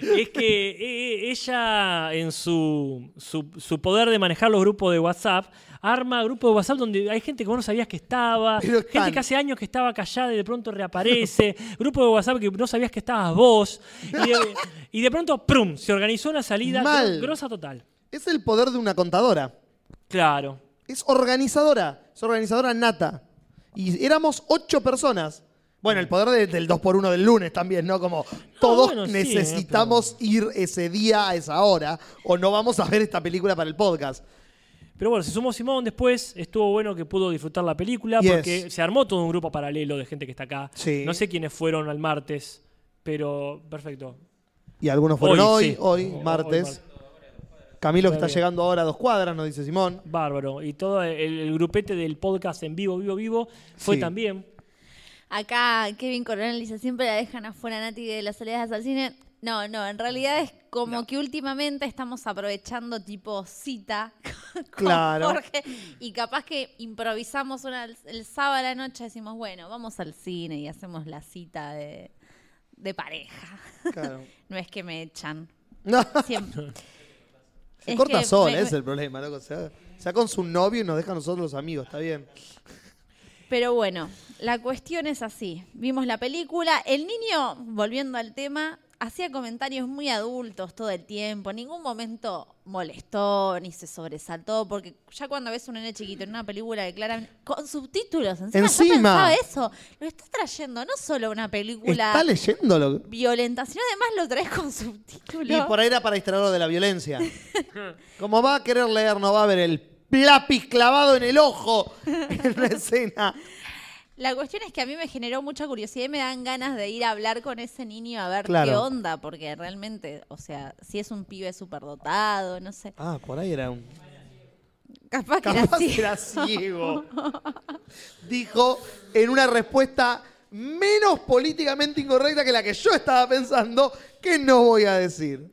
A: Es que eh, eh, ella, en su, su, su poder de manejar los grupos de WhatsApp, arma grupos de WhatsApp donde hay gente que vos no sabías que estaba,
B: Pero
A: gente
B: están.
A: que hace años que estaba callada y de pronto reaparece, grupos de WhatsApp que no sabías que estabas vos, y de, y de pronto, ¡prum!, se organizó una salida
B: Mal.
A: gro- grosa total.
B: Es el poder de una contadora.
A: Claro.
B: Es organizadora. Es organizadora nata. Y éramos ocho personas. Bueno, el poder de- del 2x1 del lunes también, ¿no? Como todos
A: bueno, sí,
B: necesitamos ir ese día a esa hora o no vamos a ver esta película para el podcast.
A: Pero bueno, se sumó Simón después, estuvo bueno que pudo disfrutar la película
B: Yes.
A: porque se armó todo un grupo paralelo de gente que está acá.
B: Sí.
A: No sé quiénes fueron al martes, pero perfecto.
B: Y algunos fueron hoy,
A: sí.
B: hoy,
A: Hoy,
B: martes.
A: mar-
B: Camilo que está
A: Está bien.
B: llegando ahora a dos cuadras, nos dice Simón.
A: Bárbaro. Y todo el, el grupete del podcast en vivo, vivo, vivo fue
B: Sí.
A: también.
C: Acá Kevin Coronel dice, siempre la dejan afuera Nati de las salidas al cine. No, no, en realidad es como que últimamente estamos aprovechando tipo cita con
B: Claro.
C: Jorge y capaz que improvisamos una el, el sábado a la noche, decimos, bueno, vamos al cine y hacemos la cita de, de pareja.
B: Claro.
C: No es que me echan.
B: No,
C: Siempre.
B: se
C: Es
B: corta
C: que
B: sola,
C: me-
B: ese es
C: me-
B: el problema, loco. Se va, se va con su novio y nos deja a nosotros los amigos, está bien.
C: Pero bueno, la cuestión es así. Vimos la película. El niño, volviendo al tema, hacía comentarios muy adultos todo el tiempo. En ningún momento molestó ni se sobresaltó, porque ya cuando ves un nene chiquito en una película que claramente. con subtítulos, encima, yo
B: Encima.
C: pensaba eso. Lo estás trayendo no solo una película
B: Está leyendo lo que-
C: violenta, sino además lo traes con subtítulos.
B: Y por ahí era para distraerlo de la violencia. Como va a querer leer, no va a ver el lápiz clavado en el ojo en la escena.
C: La cuestión es que a mí me generó mucha curiosidad y me dan ganas de ir a hablar con ese niño a ver qué
B: Claro.
C: onda, porque realmente, o sea, si es un pibe superdotado, no sé.
B: Ah, por ahí era un...
C: Capaz, que era
B: Capaz
C: así.
B: era ciego. Dijo en una respuesta menos políticamente incorrecta que la que yo estaba pensando, que no voy a decir.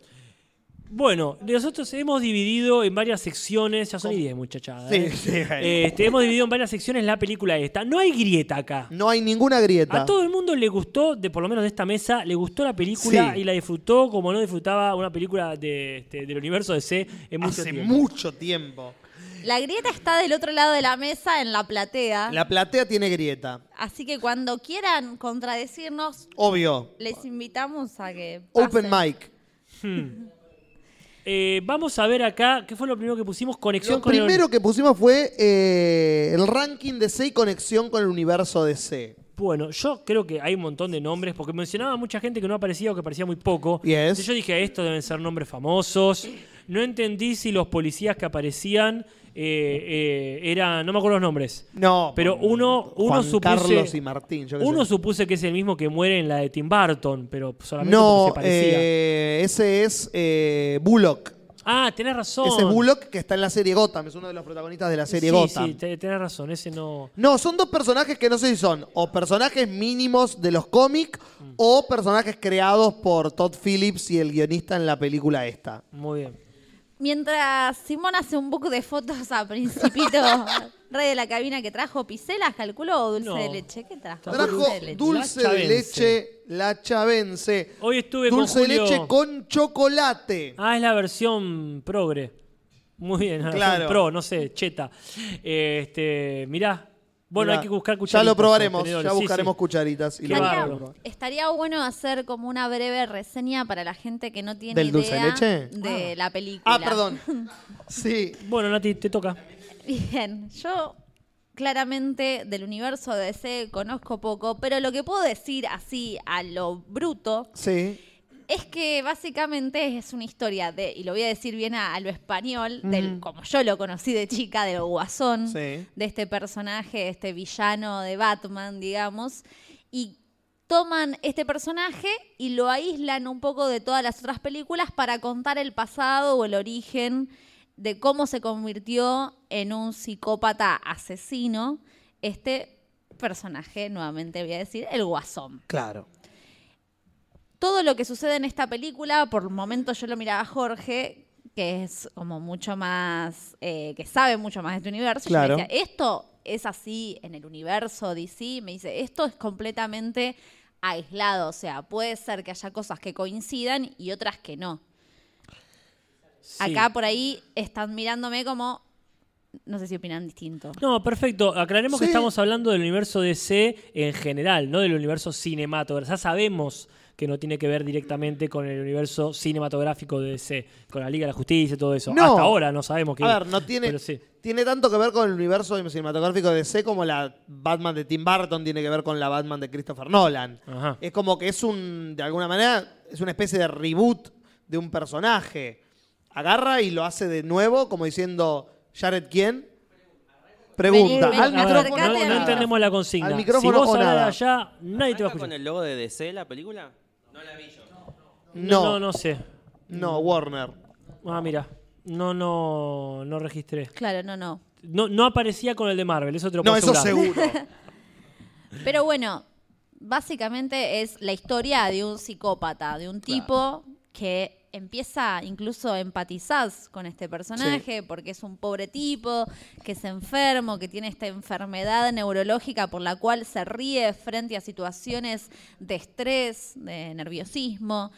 A: Bueno, nosotros hemos dividido en varias secciones, ya son 10 muchachadas.
B: Sí, sí, bueno.
A: Este, hemos dividido en varias secciones la película esta. No hay grieta acá.
B: No hay ninguna grieta.
A: A todo el mundo le gustó, de por lo menos de esta mesa, le gustó la película
B: Sí.
A: y la disfrutó como no disfrutaba una película de, este, del universo de C en mucho
B: Hace
A: tiempo.
B: mucho tiempo.
C: La grieta está del otro lado de la mesa, en la platea.
B: La platea tiene grieta.
C: Así que cuando quieran contradecirnos,
B: Obvio.
C: les invitamos a que.
B: Open
C: pasen.
B: mic.
A: Eh, vamos a ver acá, ¿qué fue lo primero que pusimos? Conexión
B: Lo
A: con el-
B: primero que pusimos fue eh, el ranking de C y conexión con el universo de C.
A: Bueno, yo creo que hay un montón de nombres, porque mencionaba mucha gente que no aparecía o que aparecía muy poco.
B: Yes.
A: Entonces Yo dije, estos deben ser nombres famosos. No entendí si los policías que aparecían eh, eh, eran, no me acuerdo los nombres.
B: No.
A: Pero uno, uno
B: Juan
A: supuse.
B: Carlos y Martín. yo qué
A: uno
B: sé.
A: supuse que es el mismo que muere en la de Tim Burton, pero solamente
B: No,
A: porque se parecía.
B: eh, ese es eh, Bullock.
A: ah, tenés razón.
B: Ese es Bullock que está en la serie Gotham. Es uno de los protagonistas de la serie
A: sí,
B: Gotham.
A: Sí, te- tenés razón, ese no.
B: No, son dos personajes que no sé si son o personajes mínimos de los cómics
A: Mm.
B: o personajes creados por Todd Phillips y el guionista en la película esta.
A: Muy bien.
C: Mientras Simón hace un book de fotos a Principito, rey de la cabina que trajo piselas, calculo, o dulce
A: No.
C: de leche. ¿Qué trajo?
B: Trajo
C: Dulce de leche.
B: dulce
A: La
B: de
A: Chavence.
B: leche, la Chavence.
A: Hoy estuve con
B: Dulce de
A: Julio-
B: leche con chocolate.
A: Ah, es la versión progre. Muy bien, la versión
B: Claro.
A: pro, no sé, cheta. Eh, este, mirá, bueno,
B: Mirá,
A: hay que buscar
B: Ya
A: cucharitas.
B: lo probaremos,
A: contenedores.
B: ya
A: Sí, sí.
B: buscaremos cucharitas. Y lo vamos a
C: Estaría,
A: bárbaro.
B: probar.
C: estaría bueno hacer como una breve reseña para la gente que no tiene
B: ¿Del dulce de
C: idea
B: leche?
C: de la película.
B: Ah, perdón. Sí.
A: Bueno, Nati, te toca.
C: Bien, yo claramente del universo de DC conozco poco, pero lo que puedo decir así a lo bruto
B: Sí.
C: es que básicamente es una historia de, y lo voy a decir bien a, a lo español, del como yo lo conocí de chica, del guasón,
B: Sí.
C: de este personaje, de este villano de Batman, digamos, y toman este personaje y lo aíslan un poco de todas las otras películas para contar el pasado o el origen de cómo se convirtió en un psicópata asesino este personaje, nuevamente voy a decir, el guasón
B: Claro.
C: todo lo que sucede en esta película, por el momento yo lo miraba a Jorge, que es como mucho más, eh, que sabe mucho más de este universo. y Yo
B: Claro.
C: le decía, esto es así en el universo DC. Me dice, esto es completamente aislado. O sea, puede ser que haya cosas que coincidan y otras que no.
A: Sí.
C: Acá por ahí están mirándome como, no sé si opinan distinto.
A: No, perfecto. Aclaremos que
B: Sí.
A: estamos hablando del universo DC en general, no del universo cinematográfico. Ya sabemos que no tiene que ver directamente con el universo cinematográfico de DC, con la Liga de la Justicia y todo eso.
B: No.
A: Hasta ahora no sabemos qué.
B: A ver, no tiene,
A: pero sí.
B: tiene tanto que ver con el universo cinematográfico de DC como la Batman de Tim Burton tiene que ver con la Batman de Christopher Nolan.
A: Ajá.
B: Es como que es un, de alguna manera, es una especie de reboot de un personaje. Agarra y lo hace de nuevo, como diciendo, ¿Jared quién? Pregunta.
C: Vení,
B: Al
C: vení,
A: A ver,
B: micrófono.
C: acercate
A: no,
C: al
A: no entendemos la consigna.
B: Al micrófono
A: si vos
B: o
A: hablas
B: nada.
A: allá, nadie te va a
D: ¿Arranca con
A: escuchar.
D: el logo de DC la película? No la vi yo.
A: no,
B: No, no,
A: no sé.
B: Warner.
A: Ah, mira. No, no, no registré.
C: Claro, no, no.
A: No, no aparecía con el de Marvel, eso te lo puedo
B: No, eso
A: asegurar.
B: seguro.
C: Pero bueno, básicamente es la historia de un psicópata, de un tipo que empieza incluso empatizás con este personaje porque es un pobre tipo que es enfermo, que tiene esta enfermedad neurológica por la cual se ríe frente a situaciones de estrés, de nerviosismo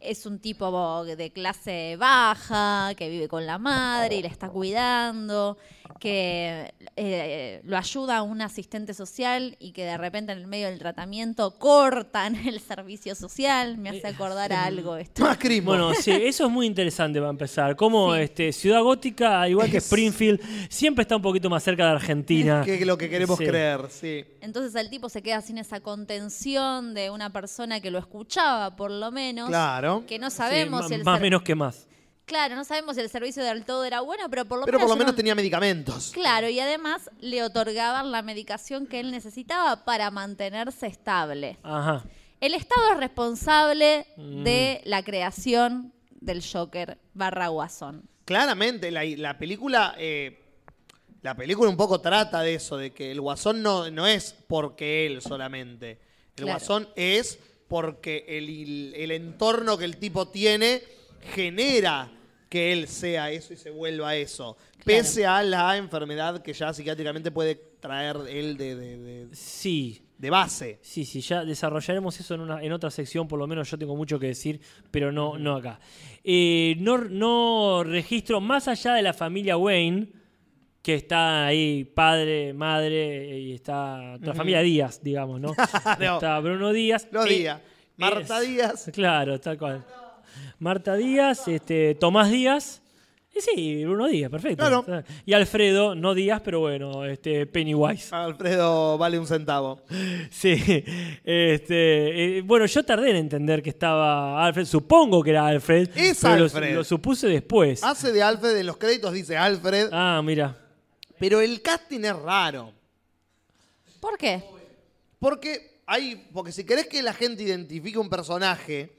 C: es un tipo de clase baja, que vive con la madre y la está cuidando, que eh, lo ayuda a un asistente social y que de repente en el medio del tratamiento cortan el servicio social. Me hace acordar a algo esto.
B: Macrismo.
A: Bueno, sí, eso es muy interesante para empezar. Como este, Ciudad Gótica, al igual que
B: Es-
A: Springfield, siempre está un poquito más cerca de Argentina.
B: que es lo que queremos
A: Sí.
B: creer, sí.
C: Entonces el tipo se queda sin esa contención de una persona que lo escuchaba, por lo menos.
B: Claro.
C: Que no
A: Sí,
C: sabemos
A: ma-
C: si el
A: más
C: ser-
A: menos que más.
C: Claro, no sabemos si el servicio del todo era bueno, pero por lo
B: Pero por
C: menos.
B: lo menos
C: uno-
B: tenía medicamentos.
C: Claro, y además le otorgaban la medicación que él necesitaba para mantenerse estable.
A: Ajá.
C: El Estado es responsable
A: Mm.
C: de la creación del Joker barra Guasón.
B: Claramente, la, la película. eh, la película un poco trata de eso, de que el guasón no, no es porque él solamente. El
C: Claro.
B: guasón es porque el, el entorno que el tipo tiene genera que él sea eso y se vuelva eso. Pese a la enfermedad que ya psiquiátricamente puede traer él de, de- de-
A: Sí.
B: de base.
A: Sí, sí, ya desarrollaremos eso en, una, en otra sección, por lo menos yo tengo mucho que decir, pero no, no acá. Eh, no, no registro, más allá de la familia Wayne, que está ahí, padre, madre, y está la familia Díaz, digamos, ¿no?
B: No.
A: Está Bruno Díaz.
B: Los
A: eh,
B: días. Marta
A: es-
B: Díaz.
A: Claro, tal cual. Marta Díaz, este, Tomás Díaz. Eh, sí, Bruno Díaz, perfecto.
B: Claro.
A: Y Alfredo, no Díaz, pero bueno, este, Pennywise.
B: Ah. Alfredo vale un centavo.
A: Sí. Este, eh, bueno, yo tardé en entender que estaba Alfred. Supongo que era Alfred.
B: Es
A: pero lo-
B: Alfred. Ah.
A: Lo, supuse después.
B: Hace de Alfred, en los créditos dice Alfred,
A: Ah, mira.
B: pero el casting es raro.
C: ¿Por qué?
B: Porque hay. Porque si querés que la gente identifique un personaje.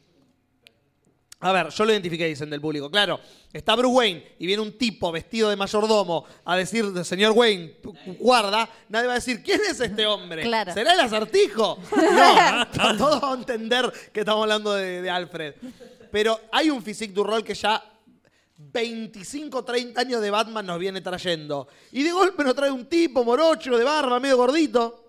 B: A ver, yo lo identifiqué, dicen del público. Claro, está Bruce Wayne y viene un tipo vestido de mayordomo a decir, señor Wayne, pu- pu- guarda. Nadie va a decir, ¿quién es este hombre?
C: Claro.
B: ¿Será el acertijo? No, todos van a entender que estamos hablando de, de Alfred. Pero hay un physique du rol que ya 25, 30 años de Batman nos viene trayendo. Y de golpe nos trae un tipo morocho, de barba, medio gordito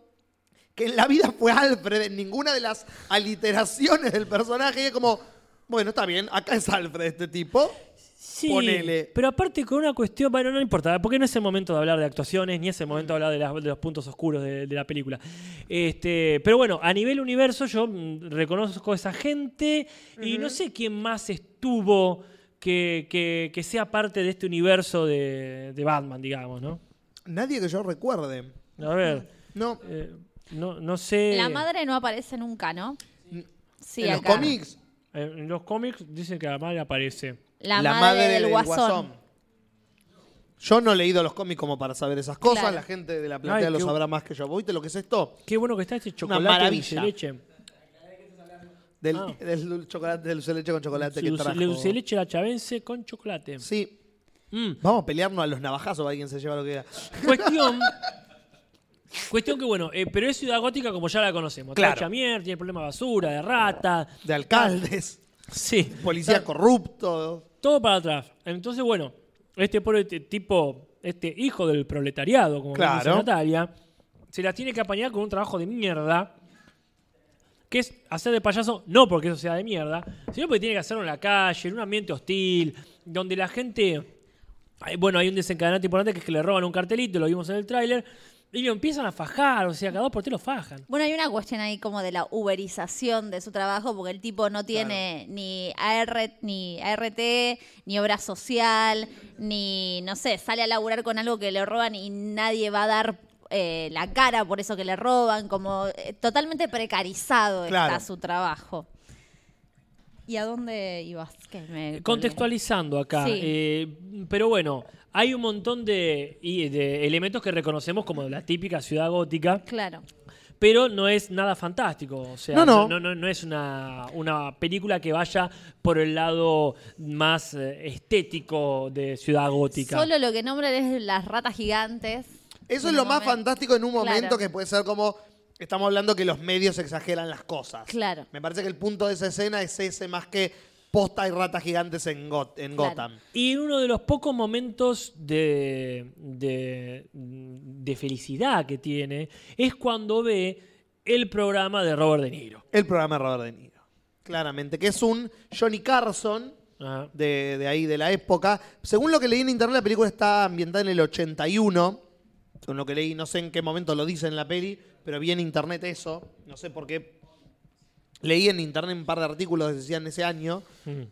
B: que en la vida fue Alfred en ninguna de las aliteraciones del personaje. Y es como, bueno, está bien, acá es Alfred este tipo.
A: Sí,
B: Ponele.
A: pero aparte con una cuestión, bueno, no importa, porque no es el momento de hablar de actuaciones, ni es el momento de hablar de, las- de los puntos oscuros de, de la película. Este, pero bueno, a nivel universo yo mm, reconozco a esa gente y no sé quién más estuvo que, que- que sea parte de este universo de, de Batman, digamos, ¿no?
B: Nadie que yo recuerde.
A: A ver,
B: No,
A: eh, no, no sé...
C: La madre no aparece nunca, ¿no? Sí,
B: Mm. en los
C: acá.
B: cómics.
A: Eh, En los cómics dicen que la madre aparece.
C: La, madre, del, guasón.
B: Yo no he leído los cómics como para saber esas cosas.
C: Claro.
B: La gente de la platea
A: Ay,
B: lo
A: qué-
B: sabrá más que yo. ¿Viste lo que es esto?
A: Qué bueno que está este chocolate dulce de
B: maravilla.
A: leche.
B: Del,
A: Ah.
B: del dul- chocolate, del dulce de leche con chocolate Este que
A: Dulce-
B: trajo.
A: Dulce de leche la chavense con chocolate.
B: Sí.
A: Mm.
B: Vamos a pelearnos a los navajazos para quien se lleva lo que era.
A: Cuestión. cuestión que bueno, eh, pero es ciudad gótica como ya la conocemos.
B: Claro.
A: Tiene mierda, tiene problema de basura, de rata.
B: De alcaldes,
A: Sí.
B: policía corrupto.
A: Todo para atrás. Entonces, bueno, este pobre t- tipo, este hijo del proletariado, como bien dice
B: Claro.
A: Natalia, se las tiene que apañar con un trabajo de mierda. Que es hacer de payaso, no porque eso sea de mierda, sino porque tiene que hacerlo en la calle, en un ambiente hostil, donde la gente. Ay, Bueno, hay un desencadenante importante que es que le roban un cartelito, lo vimos en el tráiler, y lo empiezan a fajar, o sea, cada dos por tres lo fajan.
C: Bueno, hay una cuestión ahí como de la uberización de su trabajo, porque el tipo no tiene ni, AR, ni ART, ni obra social, ni, no sé, sale a laburar con algo que le roban y nadie va a dar eh, la cara por eso que le roban, como eh, totalmente precarizado
B: Claro.
C: está su trabajo. ¿Y a dónde ibas? Que me-
A: Contextualizando acá,
C: Sí.
A: eh, pero bueno, hay un montón de, y de elementos que reconocemos como la típica ciudad gótica,
C: Claro.
A: pero no es nada fantástico. O sea,
B: No, no.
A: no es una, una película que vaya por el lado más eh, estético de ciudad gótica.
C: Solo lo que nombran es las ratas gigantes.
B: Eso
C: En
B: es lo
C: un
B: más
C: momento.
B: fantástico en un momento
C: Claro.
B: que puede ser como estamos hablando que los medios exageran las cosas.
C: Claro.
B: Me parece que el punto de esa escena es ese más que posta y ratas gigantes en, Got- en
C: Claro.
B: Gotham.
A: Y uno de los pocos momentos de, de- de felicidad que tiene es cuando ve el programa de Robert De Niro.
B: El programa de Robert De Niro. Claramente, que es un Johnny Carson
A: Ajá.
B: de, de ahí, de la época. Según lo que leí en internet, la película está ambientada en el 81. Según lo que leí, no sé en qué momento lo dice en la peli, pero vi en internet eso. No sé por qué. Leí en internet un par de artículos que decían ese año.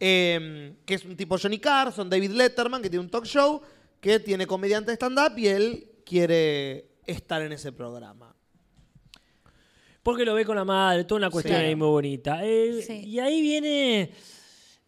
B: eh, que es un tipo Johnny Carson, David Letterman, que tiene un talk show, que tiene comediante de stand-up y él quiere estar en ese programa.
A: Porque lo ve con la madre, toda una cuestión
C: Sí.
A: ahí muy bonita. Eh,
C: Sí.
A: Y ahí viene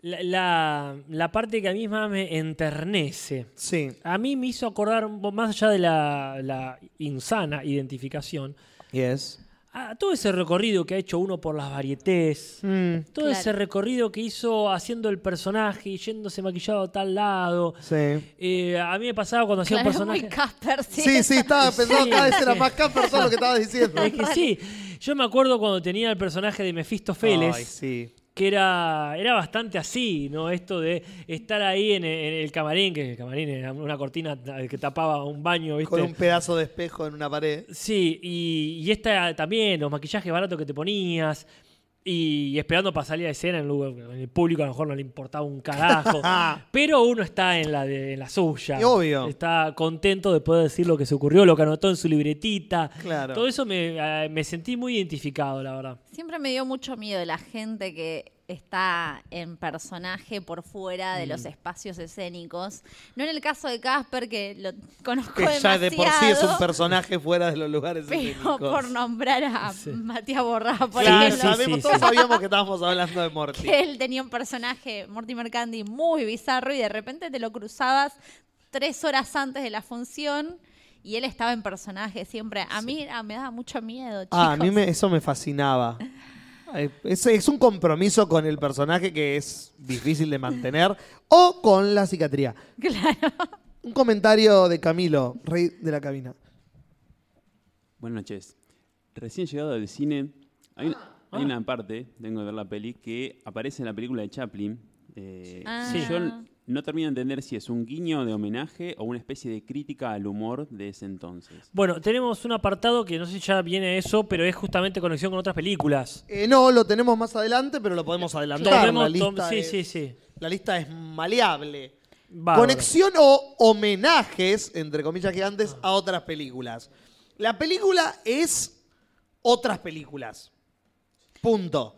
A: la, la- la parte que a mí más me enternece.
B: Sí.
A: A mí me hizo acordar, más allá de la, la insana identificación,
B: Yes.
A: a todo ese recorrido que ha hecho uno por las varietés,
B: Mm.
A: todo
C: Mm, Claro.
A: ese recorrido que hizo haciendo el personaje y yéndose maquillado a tal lado.
B: sí.
A: Eh, a mí me pasaba cuando hacía
C: Claro,
A: un
C: es muy
A: personaje.
C: Casper, sí.
B: Sí, sí, estaba pensando
A: Sí,
B: cada vez era
A: sí.
B: más Casper todo lo que estaba diciendo.
A: Es que sí, yo me acuerdo cuando tenía el personaje de Mephisto Feles.
B: Ay, sí.
A: que era, era bastante así, ¿no? Esto de estar ahí en, e- en el camarín, que el camarín era una cortina ta- que tapaba un baño, ¿viste?
B: Con un pedazo de espejo en una pared.
A: Sí, y, y esta también, los maquillajes baratos que te ponías. Y, y esperando para salir a escena en lugar, en el público a lo mejor no le importaba un carajo. pero uno está en la de en la suya.
B: Y obvio.
A: Está contento de poder decir lo que se ocurrió, lo que anotó en su libretita.
B: Claro.
A: Todo eso me, eh, me sentí muy identificado, la verdad.
C: Siempre me dio mucho miedo la gente que está en personaje por fuera de
B: Mm.
C: los espacios escénicos. No en el caso de Casper, que lo conozco
B: Que ya
C: demasiado.
B: de por sí es un personaje fuera de los lugares
C: pero
B: escénicos.
C: por nombrar a
A: Sí.
C: Matías Borrá, por
B: Sí,
A: Claro,
C: ejemplo,
B: sabemos,
A: sí,
B: todos
A: sí.
B: sabíamos que estábamos hablando de Morty.
C: que él tenía un personaje, Mortimer Candy, muy bizarro y de repente te lo cruzabas tres horas antes de la función y él estaba en personaje siempre. A mí ah, me daba mucho miedo, chicos.
B: Ah, a mí me- eso me fascinaba. Eh, Es, es un compromiso con el personaje que es difícil de mantener o con la psiquiatría.
C: Claro.
B: Un comentario de Camilo, rey de la cabina.
I: Buenas noches. Recién llegado del cine, hay una, hay una parte, tengo que ver la peli, que aparece en la película de Chaplin. Eh,
C: Ah.
I: Yo n- no termino de entender si es un guiño de homenaje o una especie de crítica al humor de ese entonces.
A: Bueno, tenemos un apartado que no sé si ya viene eso, pero es justamente conexión con otras películas.
B: Eh, no, lo tenemos más adelante, pero lo podemos adelantar.
A: Tomemos-
B: la,
A: tom-
B: lista
A: sí,
B: es,
A: sí, sí.
B: la lista es maleable.
A: Bárbaro.
B: Conexión o homenajes, entre comillas gigantes, a otras películas. La película es otras películas. Punto.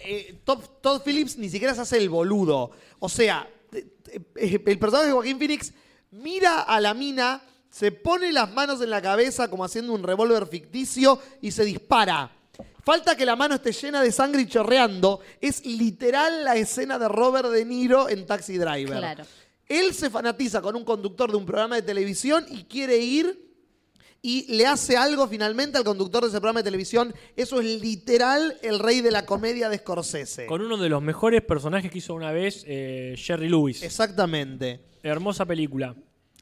B: Eh, Todd, Todd Phillips ni siquiera se hace el boludo. O sea, te- te- eh, el personaje de Joaquín Phoenix mira a la mina, se pone las manos en la cabeza como haciendo un revólver ficticio y se dispara. Falta que la mano esté llena de sangre y chorreando. Es literal la escena de Robert De Niro en Taxi Driver.
C: Claro.
B: Él se fanatiza con un conductor de un programa de televisión y quiere ir y le hace algo finalmente al conductor de ese programa de televisión. Eso es literal el rey de la comedia de Scorsese.
A: Con uno de los mejores personajes que hizo una vez eh, Jerry Lewis.
B: Exactamente.
A: Ah, Hermosa película.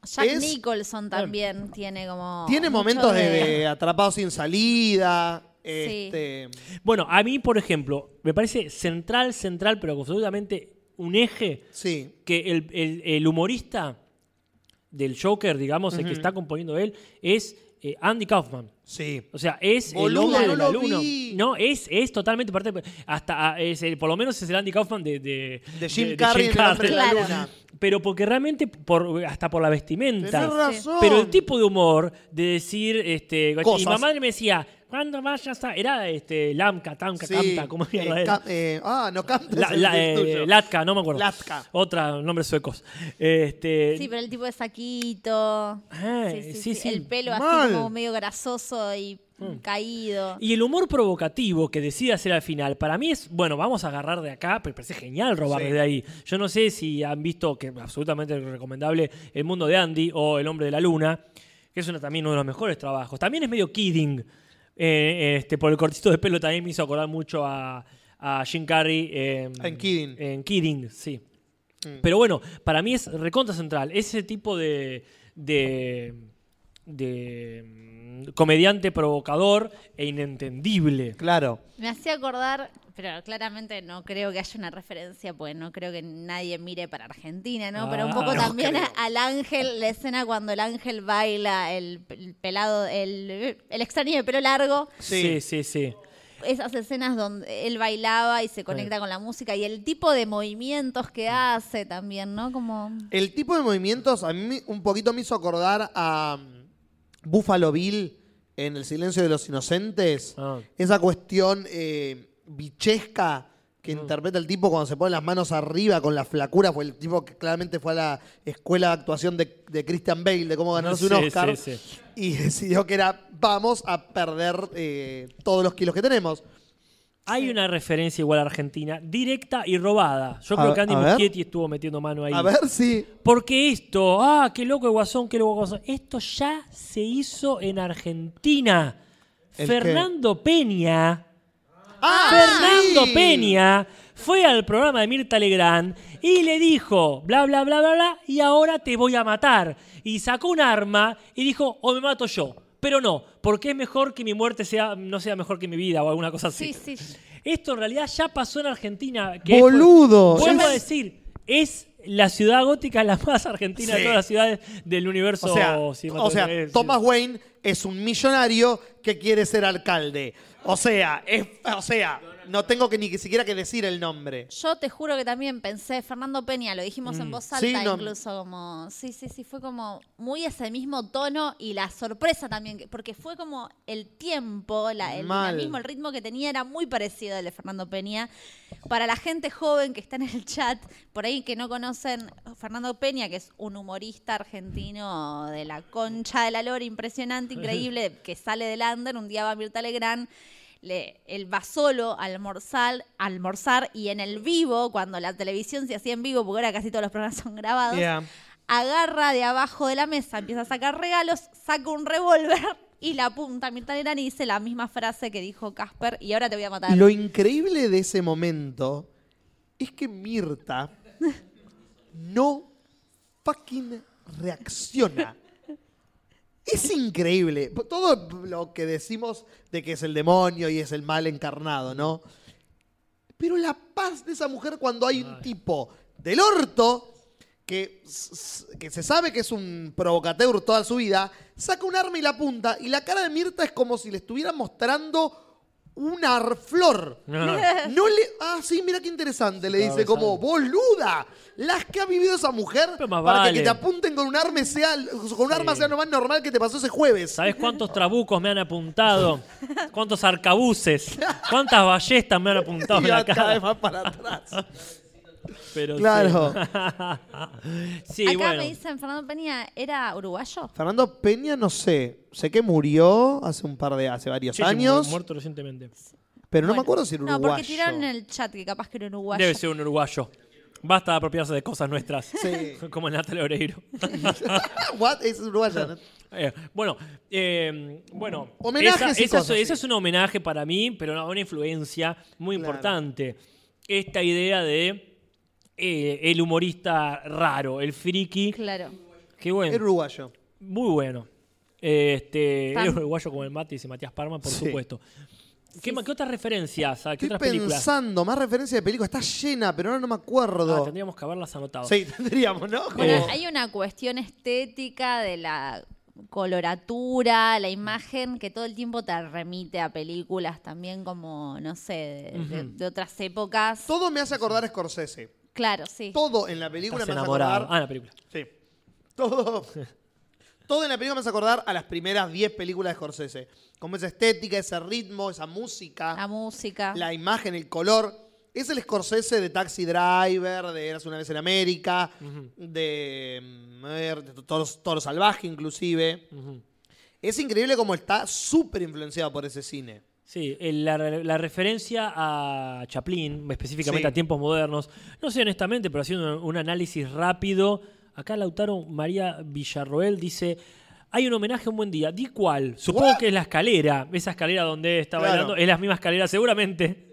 C: Jack
B: Es-
C: Nicholson también tiene como.
B: Tiene
C: mucho
B: momentos de,
C: de-
B: de atrapado sin salida.
C: Sí.
B: Este,
A: Bueno, a mí, por ejemplo, me parece central, central, pero absolutamente un eje
B: sí.
A: que el, el- el humorista del Joker, digamos, el que está componiendo él, es eh, Andy Kaufman.
B: Sí.
A: O sea, es
B: Boludo,
A: el hombre
B: no
A: del
B: lo
A: alumno.
B: vi.
A: No, es, es totalmente parte. Hasta ah, es el- por lo menos es el Andy Kaufman de, de,
B: De Jim Carrey en El hombre de la
C: Claro.
B: luna.
A: Pero porque realmente, por, hasta por la vestimenta.
B: Tenés razón.
A: Pero el tipo de humor de decir, este,
B: Cosas.
A: y mi madre me decía, cuando vayas a. Era este Lamka, Tamka,
B: Sí.
A: Kamta, ¿cómo
B: Eh,
A: mierda era?
B: ca- eh, ah, no canta.
A: La- la- eh, Latka, no me acuerdo.
B: Latka.
A: Otra, nombres suecos. Este,
C: Sí, pero el tipo de saquito.
A: Ah, sí, sí.
C: El pelo
B: Mal.
C: así como medio grasoso y caído.
A: Y el humor provocativo que decide hacer al final, para mí es, bueno, vamos a agarrar de acá, pero parece genial robar de ahí. Yo no sé si han visto, que absolutamente recomendable, El Mundo de Andy o El Hombre de la Luna, que es una- también uno de los mejores trabajos. También es medio kidding, eh, este, por el cortito de pelo también me hizo acordar mucho a, a Jim Carrey en,
B: En Kidding.
A: En Kidding, sí. Pero bueno, para mí es recontra central. Ese tipo de, de, de, mm, comediante provocador e inentendible.
B: Claro.
C: Me hacía acordar, pero claramente no creo que haya una referencia, pues no creo que nadie mire para Argentina, ¿no? pero un poco
A: Ah, no
C: también a- al ángel, la escena cuando el ángel baila, el, el pelado, el, el extraño de pelo largo.
A: Sí, sí, sí.
C: esas escenas donde él bailaba y se conecta con la música y el tipo de movimientos
A: Mm.
C: que hace también, ¿no? Como
B: El tipo de movimientos a mí un poquito me hizo acordar a mm, Buffalo Bill en El silencio de los inocentes.
A: Ah.
B: Esa cuestión eh, bichesca
A: Ah.
B: que interpreta el tipo cuando se pone las manos arriba con la flacura. Fue el tipo que claramente fue a la escuela de actuación de, de Christian Bale, de cómo ganarse un
A: Sí,
B: Oscar.
A: sí, sí.
B: Y decidió que era, vamos a perder eh, todos los kilos que tenemos.
A: Hay una referencia igual a Argentina, directa y robada. Yo
B: A
A: creo
B: ver,
A: que Andy
B: a ver.
A: Muschietti estuvo metiendo mano ahí.
B: A ver si...
A: Porque esto, ah, qué loco el guasón, qué loco el guasón. Esto ya se hizo en Argentina.
B: ¿El qué?
A: Fernando Peña.
B: ¡Ah,
A: Fernando
B: sí!
A: Peña fue al programa de Mirta Legrand y le dijo, bla, bla, bla, bla, bla, y ahora te voy a matar. Y sacó un arma y dijo, o me mato yo. Pero no, porque es mejor que mi muerte sea, no sea mejor que mi vida o alguna cosa así.
C: sí, sí.
A: Esto en realidad ya pasó en Argentina. es-
B: ¡Boludo!
A: Vuelvo
B: Es-
A: a decir, es la ciudad gótica la más argentina de
B: Sí.
A: todas las ciudades del universo.
B: O sea, o sea,
A: cinematográfico.
B: Thomas Wayne es un millonario que quiere ser alcalde. O sea, es, o sea, no tengo que ni que siquiera que decir el nombre.
C: Yo te juro que también pensé, Fernando Peña, lo dijimos en voz alta
B: Mm. Sí, no-
C: incluso, como, sí, sí, sí, fue como muy ese mismo tono y la sorpresa también, que- porque fue como el tiempo, la, el
B: Mal.
C: dinamismo, el ritmo que tenía era muy parecido al de Fernando Peña. Para la gente joven que está en el chat, por ahí que no conocen, Fernando Peña, que es un humorista argentino de la concha de la lora, impresionante, increíble, que sale del under, un día va a Mirta Legrand le- él va solo a almorzar, a almorzar y en el vivo, cuando la televisión se hacía en vivo, porque ahora casi todos los programas son grabados,
B: Yeah.
C: agarra de abajo de la mesa, empieza a sacar regalos, saca un revólver y la apunta a Mirta Legrand y dice la misma frase que dijo Casper y ahora te voy a matar.
B: Lo increíble de ese momento es que Mirta no fucking reacciona. Es increíble. Todo lo que decimos de que es el demonio y es el mal encarnado, ¿no? Pero la paz de esa mujer cuando hay un tipo del orto que, s- s- que se sabe que es un provocateur toda su vida, saca un arma y la apunta y la cara de Mirta es como si le estuviera mostrando una ar- flor.
A: Ah.
B: No le. Ah, sí, mira qué interesante. Le dice como, boluda, las que ha vivido esa mujer
A: Pero más
B: para que,
A: vale.
B: que te apunten con un arma sea, con un arma sea lo más normal que te pasó ese jueves.
A: ¿Sabés cuántos trabucos me han apuntado? ¿Cuántos arcabuces? ¿Cuántas ballestas me han apuntado
B: Y
A: en la
B: va cada vez
A: cara?
B: más para atrás.
A: Pero sí.
B: Claro.
A: Sí,
C: Acá
A: bueno.
C: me dicen, Fernando Peña, ¿era uruguayo?
B: Fernando Peña, no sé. Sé que murió hace un par de, hace varios
A: Sí, sí, mu-
B: años,
A: muerto recientemente.
B: pero no me
C: Bueno,
B: acuerdo si era
C: No,
B: uruguayo.
C: porque tiraron en el chat que capaz que era uruguayo.
A: Debe ser un uruguayo. Basta de apropiarse de cosas nuestras.
B: Sí.
A: Como Natalia Oreiro.
B: What? Es uruguaya. ¿no?
A: Eh, bueno, eh, bueno.
B: Homenajes
A: esa,
B: y
A: esa
B: cosas,
A: es, esa
B: sí.
A: es un homenaje para mí, pero una, una influencia muy
B: Claro.
A: importante. Esta idea de eh, el humorista raro, el friki.
C: Claro.
A: Qué bueno.
B: Era uruguayo.
A: Muy bueno. Este,
C: Tan-
A: el uruguayo como el mate, dice Matías Parma, por
B: Sí.
A: supuesto. ¿Qué, ma- qué otras referencias? ¿A qué
B: Estoy
A: otras películas?
B: pensando, más referencia de película. Está llena, pero ahora no me
A: Ah,
B: acuerdo.
A: tendríamos que haberlas anotado.
B: sí, tendríamos, ¿no? Como-
A: Eh.
C: Bueno, hay una cuestión estética de la coloratura, la imagen que todo el tiempo te remite a películas también como, no sé, de, de- de otras épocas.
B: Todo me hace acordar a Scorsese.
C: Claro, sí.
B: Todo en la película
A: Estás
B: me hace
A: enamorado.
B: acordar.
A: Ah, la película.
B: Sí. Todo. Todo en la película me hace acordar a las primeras 10 películas de Scorsese. Como esa estética, ese ritmo, esa música.
C: La música.
B: la imagen, el color. Es el Scorsese de Taxi Driver, de Eras una vez en América, de, mm, a ver, de Toro, Toro Salvaje inclusive. Es increíble cómo está súper influenciado por ese cine.
A: Sí, el- la, la referencia a Chaplin, específicamente
B: Sí.
A: a tiempos modernos, no sé honestamente, pero haciendo un, un análisis rápido, acá Lautaro María Villarroel dice, hay un homenaje a un buen día, ¿di cuál? Supongo que es la escalera, esa escalera donde está
B: Claro.
A: bailando, es la misma escalera seguramente.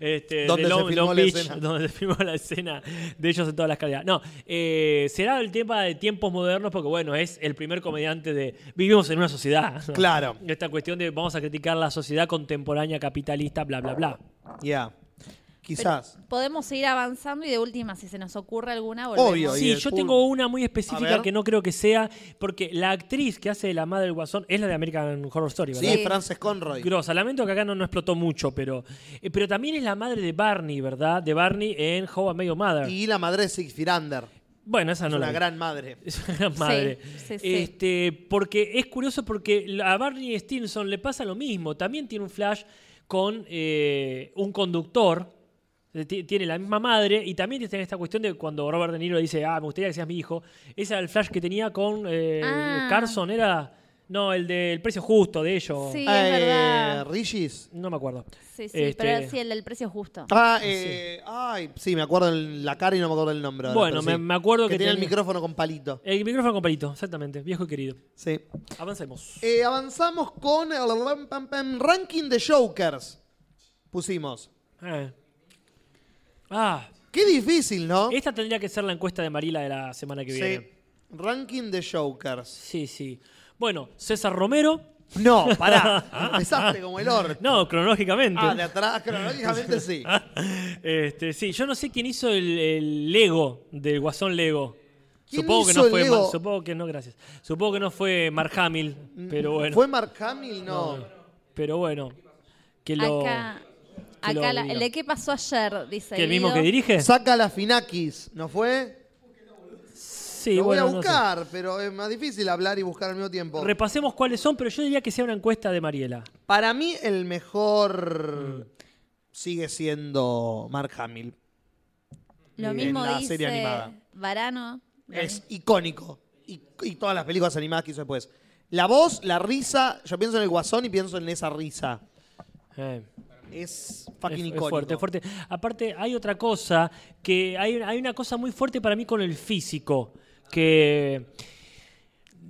A: Este,
B: Donde
A: de
B: se
A: Long,
B: filmó
A: Long
B: la
A: Beach,
B: escena.
A: donde se filmó la escena de ellos en toda la escalera. No, eh, será el tema de tiempos modernos porque, bueno, es el primer comediante de... Vivimos en una sociedad. ¿no?
B: Claro.
A: esta cuestión de vamos a criticar la sociedad contemporánea capitalista, bla, bla, bla.
B: Ya. Quizás.
C: Podemos ir avanzando y de última, si se nos ocurre alguna, volvemos.
B: Obvio. y
A: Sí,
B: el
A: yo
B: pulpo.
A: tengo una muy
B: A
A: específica
B: ver.
A: que no creo que sea, porque la actriz que hace de la madre del guasón es la de American Horror Story, ¿verdad?
B: Sí, Frances Conroy.
A: Grosa, lamento que acá no, no explotó mucho, pero, eh, pero también es la madre de Barney, ¿verdad? De Barney en How I Met Your Mother.
B: Y la madre de Sigfirander.
A: bueno, esa
B: Es
A: no la
B: una
A: vi.
B: gran madre.
A: Es una gran madre.
C: sí, sí.
A: Este, porque es curioso porque a Barney Stinson le pasa lo mismo. También tiene un flash con eh, un conductor. Eh, ti- Tiene la misma madre y también tiene esta cuestión de cuando Robert De Niro dice, ah, me gustaría que seas mi hijo. Ese era el flash que tenía con eh,
C: Ah.
A: Carson, era... No, el del precio justo de ellos.
B: Eh,
C: Sí, es verdad.
B: Rigis.
A: No me acuerdo.
C: Sí, sí, pero
A: Este-
C: sí, el del precio justo.
B: Ah, eh, ay, sí, me acuerdo el- la cara y no me acuerdo el nombre. ahora,
A: Bueno, me,
B: pero sí.
A: me acuerdo que,
B: que tiene el
A: tenía-
B: micrófono con palito.
A: El micrófono con palito, exactamente, viejo y querido.
B: Sí.
A: Avancemos.
B: Eh, avanzamos con el ram, pam, pam, ranking de Jokers. Pusimos.
A: Eh. Ah,
B: Qué difícil, ¿no?
A: esta tendría que ser la encuesta de Marila de la semana Este que
B: Oh. Sí.
A: viene.
B: Ranking de Jokers.
A: Sí, sí. Bueno, César Romero.
B: No, pará. Empezaste como el orto.
A: No, Ah, cronológicamente.
B: Ah, de atrás, cronológicamente sí.
A: Este, sí, yo no sé quién hizo el, el Lego del Guasón Lego.
B: ¿Quién
A: Supongo que
B: hizo
A: no
B: el
A: fue
B: Lego?
A: Mar- supongo que no, gracias. Supongo que no fue Mark Hamill, pero bueno.
B: Mm, ¿Fue Mark Hamill? No.
A: Pero bueno. Que lo
C: acá,
A: que lo
C: acá la- el
A: diga.
C: de qué pasó ayer, dice.
A: que el mismo
C: Guido.
A: que dirige.
B: Saca la Finakis, ¿no fue?
A: Sí,
B: Lo voy
A: bueno,
B: a
A: no sé.
B: buscar, pero es más difícil hablar y buscar al mismo tiempo.
A: Repasemos cuáles son, pero yo diría que sea una encuesta de Mariela.
B: Para mí, el
A: Mm.
B: mejor sigue siendo Mark Hamill.
C: Lo
B: en
C: mismo
B: la
C: dice
B: serie animada.
C: Varano.
B: Es icónico. Y, y todas las películas animadas que hizo después. La voz, la risa. Yo pienso en el guasón y pienso en esa risa.
A: Eh.
B: Es
A: Es-
B: fucking
A: es
B: icónico.
A: fuerte, es fuerte. Aparte, hay otra cosa, que hay, hay una cosa muy fuerte para mí con el físico, que...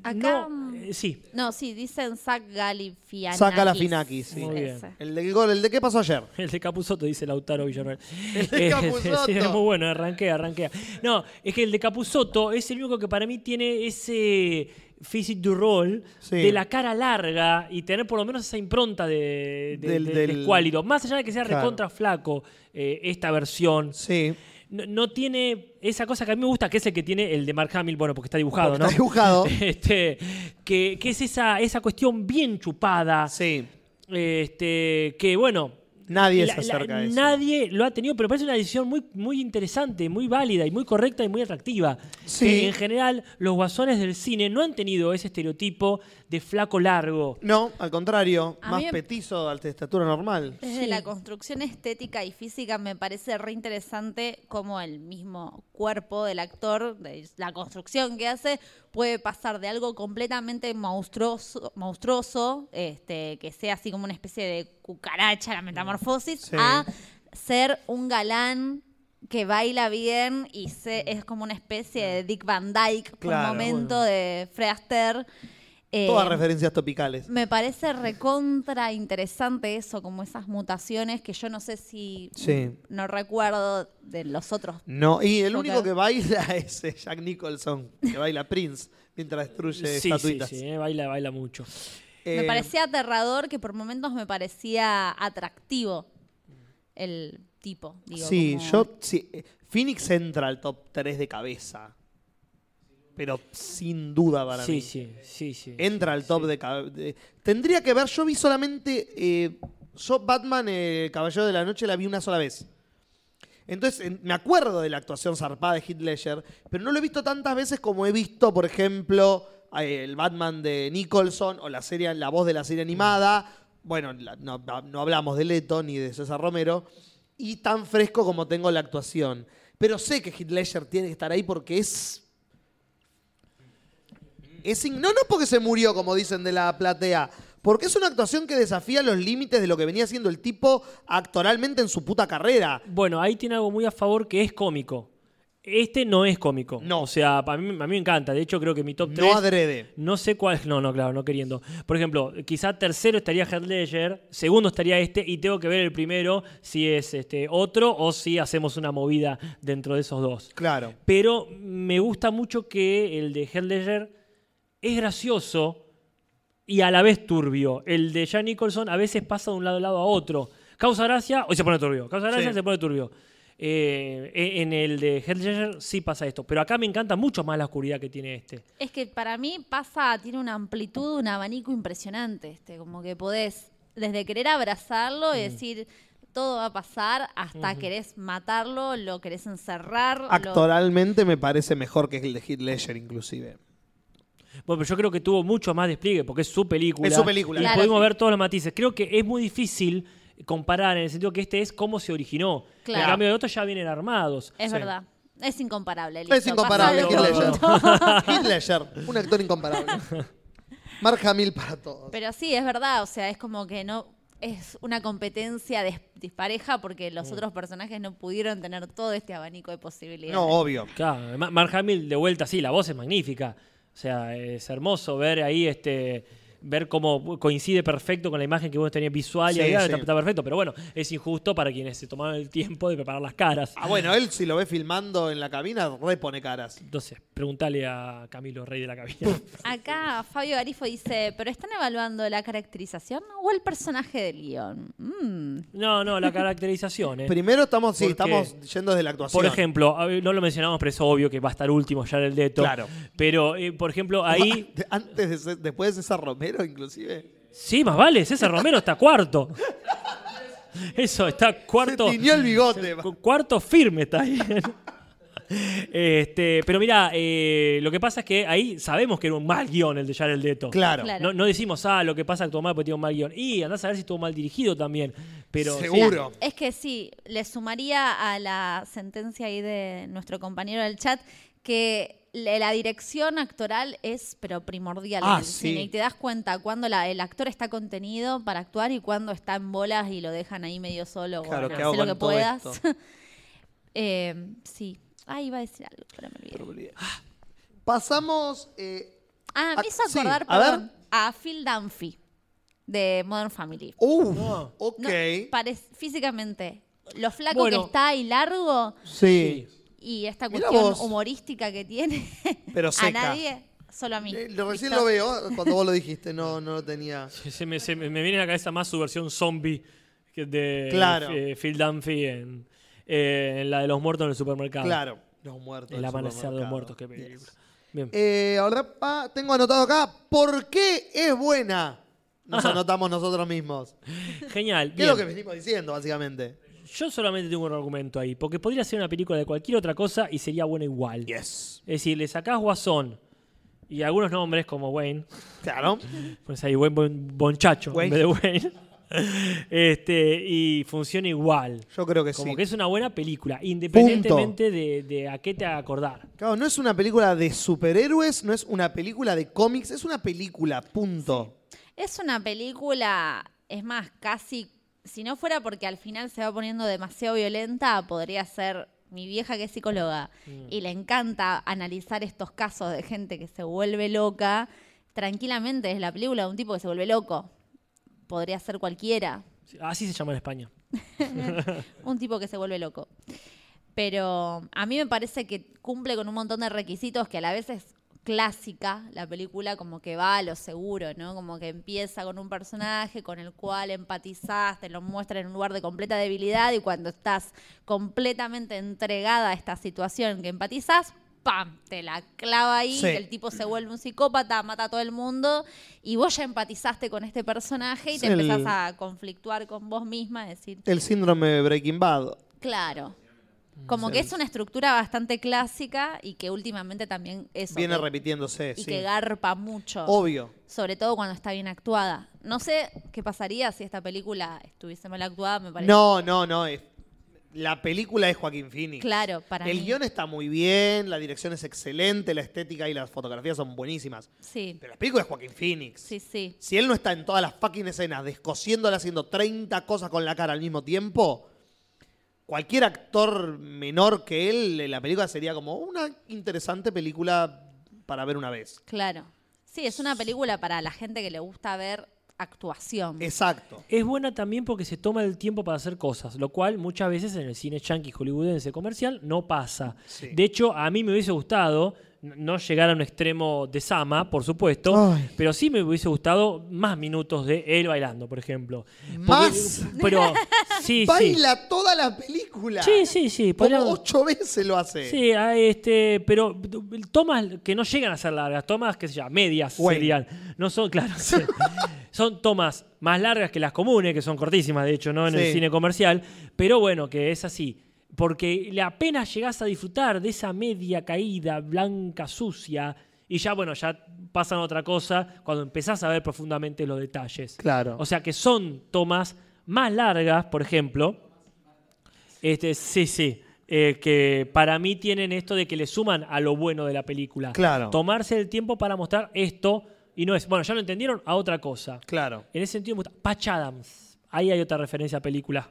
C: Acá- mm,
A: no, eh, sí,
C: No, sí, dicen Zach Galifianakis.
B: Saca la Finakis, sí.
A: Muy bien.
C: Ese.
B: El del gol, el de qué pasó ayer.
A: El de Capuzotto, dice Lautaro Villarreal.
B: El de
A: Eh,
B: Capusotto.
A: sí, es muy bueno, arranquea, arranquea. No, es que el de Capuzotto es el único que para mí tiene ese physique du rol
B: Sí.
A: de la cara larga y tener por lo menos esa impronta de, de-
B: Del-
A: de-
B: del-
A: de escuálido. Más allá de que sea
B: Claro.
A: recontra flaco eh, esta versión,
B: Sí.
A: no, no tiene esa cosa que a mí me gusta, que es el que tiene el de Mark Hamill, bueno, porque está dibujado,
B: Porque
A: ¿no?
B: está dibujado.
A: Este, que, que es esa, esa cuestión bien chupada.
B: Sí.
A: Este, que bueno.
B: Nadie
A: la-
B: se
A: la-
B: acerca a eso.
A: Nadie lo ha tenido, pero parece una decisión muy, muy interesante, muy válida y muy correcta y muy atractiva.
B: Sí.
A: Que en general, los guasones del cine no han tenido ese estereotipo de flaco largo.
B: No, al contrario.
C: A
B: más
C: mí me-
B: petizo, alta estatura normal.
C: Desde la construcción estética y física me parece re interesante cómo el mismo cuerpo del actor, de la construcción que hace, puede pasar de algo completamente monstruoso, monstruoso este, que sea así como una especie de cucaracha, la metamorfosis,
B: Sí.
C: a ser un galán que baila bien y se, es como una especie de Dick Van Dyke
B: Claro,
C: por momento, de Fred Astaire. Eh,
B: Todas referencias topicales.
C: me parece recontra interesante eso, como esas mutaciones que yo no sé si
B: Sí.
C: no recuerdo de los otros.
B: No, y el único
C: Ok.
B: que baila es eh, Jack Nicholson, que baila Prince mientras destruye
A: Sí, sí,
B: estatuitas.
A: sí, eh, baila, baila mucho.
B: Eh,
C: me parecía aterrador que por momentos me parecía atractivo el tipo. Digo,
B: sí,
C: como-
B: yo. sí, eh, Phoenix entra al top 3 de cabeza. Pero sin duda para
A: sí,
B: mí.
A: sí, sí, sí.
B: Entra al top de cabeza. Tendría que ver, yo vi solamente. eh, yo, Batman, eh, Caballero de la Noche, la vi una sola vez. Entonces, en- me acuerdo de la actuación zarpada de Heath Ledger, pero no lo he visto tantas veces como he visto, por ejemplo, a- el Batman de Nicholson o la serie, la voz de la serie animada. Bueno, la- no, no hablamos de Leto ni de César Romero. Y tan fresco como tengo la actuación. Pero sé que Heath Ledger tiene que estar ahí porque es... es in- no, no porque se murió, como dicen de la platea. Porque es una actuación que desafía los límites de lo que venía haciendo el tipo actoralmente en su puta carrera.
A: Bueno, ahí tiene algo muy a favor que es cómico. Este no es cómico.
B: No.
A: O sea, a mí, a mí me encanta. De hecho, creo que mi top 3.
B: No adrede.
A: No sé cuál. No, no, claro, no queriendo. Por ejemplo, quizá tercero estaría Heath Ledger, segundo estaría este, y tengo que ver el primero si es este otro o si hacemos una movida dentro de esos dos.
B: Claro.
A: Pero me gusta mucho que el de Heath Ledger es gracioso y a la vez turbio. El de Jack Nicholson a veces pasa de un lado a lado a otro. Causa gracia, hoy se pone turbio. Causa gracia
B: Sí.
A: se pone turbio. Eh, e- en el de Heath Ledger sí pasa esto, pero acá me encanta mucho más la oscuridad que tiene este.
C: Es que para mí pasa, tiene una amplitud, un abanico impresionante, este, como que podés desde querer
B: Mm.
C: abrazarlo y decir todo va a pasar hasta querés matarlo, lo querés encerrar. lo-
B: Actoralmente me parece mejor que el de Heath Ledger, inclusive.
A: Bueno, pero yo creo que tuvo mucho más despliegue porque es su película.
B: Es su película.
A: Y
C: Claro,
A: pudimos
C: sí.
A: ver todos los matices. Creo que es muy difícil comparar en el sentido que este es cómo se originó.
C: Claro.
A: En cambio, de otros ya vienen armados.
C: Es
B: Sí.
C: verdad. Es incomparable.
B: Es
C: listo,
B: incomparable,
C: pasalo.
B: Heath Ledger.
C: Punto.
B: Heath Ledger, un actor incomparable. Mark Hamill para todos.
C: Pero sí, es verdad, o sea, es como que no es una competencia des- dispareja porque los otros personajes no pudieron tener todo este abanico de posibilidades.
B: No, obvio.
A: Claro, Ma- Mark Hamill de vuelta, sí, la voz es magnífica. O sea, es hermoso ver ahí este ver cómo coincide perfecto con la imagen que vos tenías visual y
B: Sí,
A: audial,
B: sí.
A: está, está perfecto, pero bueno, es injusto para quienes se tomaron el tiempo de preparar las caras.
B: Ah, bueno, él si lo ve filmando en la cabina, repone caras.
A: Entonces, pregúntale a Camilo, rey de la cabina.
C: Acá Fabio Garifo dice, pero están evaluando la caracterización o el personaje del guión. Mm.
A: No, no, la caracterización. eh.
B: Primero estamos, sí,
A: Porque-
B: estamos yendo desde la actuación.
A: Por ejemplo, a ver, no lo mencionamos, pero es obvio que va a estar último ya el Leto.
B: Claro.
A: Pero, eh, por ejemplo, ahí.
B: Antes de Cés- después de César Romero, inclusive.
A: Sí, más vale, César Romero está cuarto. Eso, está cuarto.
B: Se tiñó el bigote.
A: Cu- Cuarto firme está ahí. este, pero mira, lo que pasa es que ahí sabemos que era un mal guión el de Jared Leto.
B: Claro.
C: Claro.
A: No, no decimos, ah, lo que pasa actuó mal porque tiene un mal guión. Y andás a ver si estuvo mal dirigido también. Pero sí.
B: Seguro.
C: Es que sí, le sumaría a la sentencia ahí de nuestro compañero del chat que le- la dirección actoral es pero primordial
B: Ah,
C: en el
B: sí.
C: cine y te das cuenta cuando la- el actor está contenido para actuar y cuando está en bolas y lo dejan ahí medio solo
B: Claro,
C: o
B: ¿qué
C: hace
B: hago
C: lo
B: con
C: que
B: todo
C: puedas.
B: esto?
C: Eh, sí. Ah, iba a decir algo, pero me olvidé.
B: Pasamos. eh,
C: Ah,
B: Ah,
C: me hizo
B: sí,
C: acordar,
B: a ver.
C: perdón, a Phil Dunphy de Modern Family.
B: uf, uh, ok.
C: No, pare- físicamente, lo flaco
A: Bueno.
C: que está y largo
B: sí.
C: y esta
B: Mirá
C: cuestión
B: vos.
C: humorística que tiene
B: Pero
C: a
B: seca.
C: nadie, solo a mí.
B: Eh, lo- recién
C: ¿Listo?
B: lo veo cuando vos lo dijiste, no, no lo tenía.
A: Se me, se me- me viene a la cabeza más su versión zombie que de
B: Claro.
A: eh, Phil Dunphy en, eh, en la de los muertos en el supermercado.
B: Claro. Los muertos.
A: El
B: del
A: amanecer de los
B: supermercado.
A: muertos, qué película. Bien.
B: Eh, ahora pa- tengo anotado acá, ¿por qué es buena? Nos
A: Ajá.
B: anotamos nosotros mismos.
A: Genial.
B: ¿Qué es lo que
A: bien.
B: venimos diciendo, básicamente?
A: Yo solamente tengo un argumento ahí, porque podría ser una película de cualquier otra cosa y sería buena igual.
B: Yes.
A: Es decir, le sacás Guasón y algunos nombres como Wayne,
B: Claro.
A: pues ahí buen, buen bonchacho en
B: Wayne.
A: vez de Wayne, este, y funciona igual.
B: Yo creo que
A: Como
B: Pues sí.
A: que es una buena película, independientemente de, de a qué te acordar.
B: Claro, no es una película de superhéroes, no es una película de cómics, es una película, punto.
C: Es una película, es más, casi, si no fuera porque al final se va poniendo demasiado violenta, podría ser mi vieja que es psicóloga
B: Mm.
C: y le encanta analizar estos casos de gente que se vuelve loca. Tranquilamente es la película de un tipo que se vuelve loco. Podría ser cualquiera,
A: Así se llama en España.
C: un tipo que se vuelve loco. Pero a mí me parece que cumple con un montón de requisitos que a la vez es clásica la película, como que va a lo seguro, ¿no? Como que empieza con un personaje con el cual empatizaste, lo muestra en un lugar de completa debilidad y cuando estás completamente entregada a esta situación que empatizás, ¡pam! Te la clava ahí,
B: Sí.
C: y el tipo se vuelve un psicópata, mata a todo el mundo y vos ya empatizaste con este personaje y
B: Es
C: te
B: el-
C: empezás a conflictuar con vos misma, es decir,
B: El síndrome de Breaking Bad.
C: Claro.
B: Mm,
C: Como que es una estructura bastante clásica y que últimamente también eso
B: Viene
C: que-
B: repitiéndose,
C: y
B: sí.
C: que garpa mucho,
B: Obvio.
C: sobre todo cuando está bien actuada. No sé qué pasaría si esta película estuviese mal actuada, me parece.
B: No, no, no. es- La película es Joaquín Phoenix.
C: Claro, para
B: El
C: mí.
B: guión está muy bien, la dirección es excelente, la estética y las fotografías son buenísimas.
C: Sí,
B: Pero la película es Joaquín Phoenix.
C: sí, sí.
B: Si él no está en todas las fucking escenas, descosiéndola, haciendo 30 cosas con la cara al mismo tiempo, cualquier actor menor que él, eh, la película sería como una interesante película para ver una vez.
C: Claro. Sí, es una película para la gente que le gusta ver actuación.
B: Exacto.
A: Es buena también porque se toma el tiempo para hacer cosas, lo cual muchas veces en el cine yankee hollywoodense comercial no pasa.
B: Sí.
A: De hecho, a mí me hubiese gustado, n- no llegar a un extremo de Sama, por supuesto,
B: Ay.
A: pero sí me hubiese gustado más minutos de él bailando, por ejemplo. Porque-
B: ¿Más?
A: Pero sí, sí.
B: Baila toda la película.
A: Sí, sí, sí.
B: Como
A: podríamos-
B: ocho veces lo hace.
A: Sí, a este, pero tomas que no llegan a ser largas, tomas, qué sé yo, medias
B: Bueno.
A: serían. No son, claro, sí. son tomas más largas que las comunes, que son cortísimas, de hecho, ¿no? En el
B: Sí.
A: cine comercial. Pero bueno, que es así. Porque le apenas llegás a disfrutar de esa media caída blanca, sucia, y ya, bueno, ya pasan a otra cosa cuando empezás a ver profundamente los detalles.
B: Claro.
A: O sea que son tomas más largas, por ejemplo. Este, sí, sí. eh, que para mí tienen esto de que le suman a lo bueno de la película.
B: Claro.
A: Tomarse el tiempo para mostrar esto y no es. Bueno, ya lo entendieron a otra cosa.
B: Claro.
A: En ese sentido, me gusta. Patch Adams. Ahí hay otra referencia a película.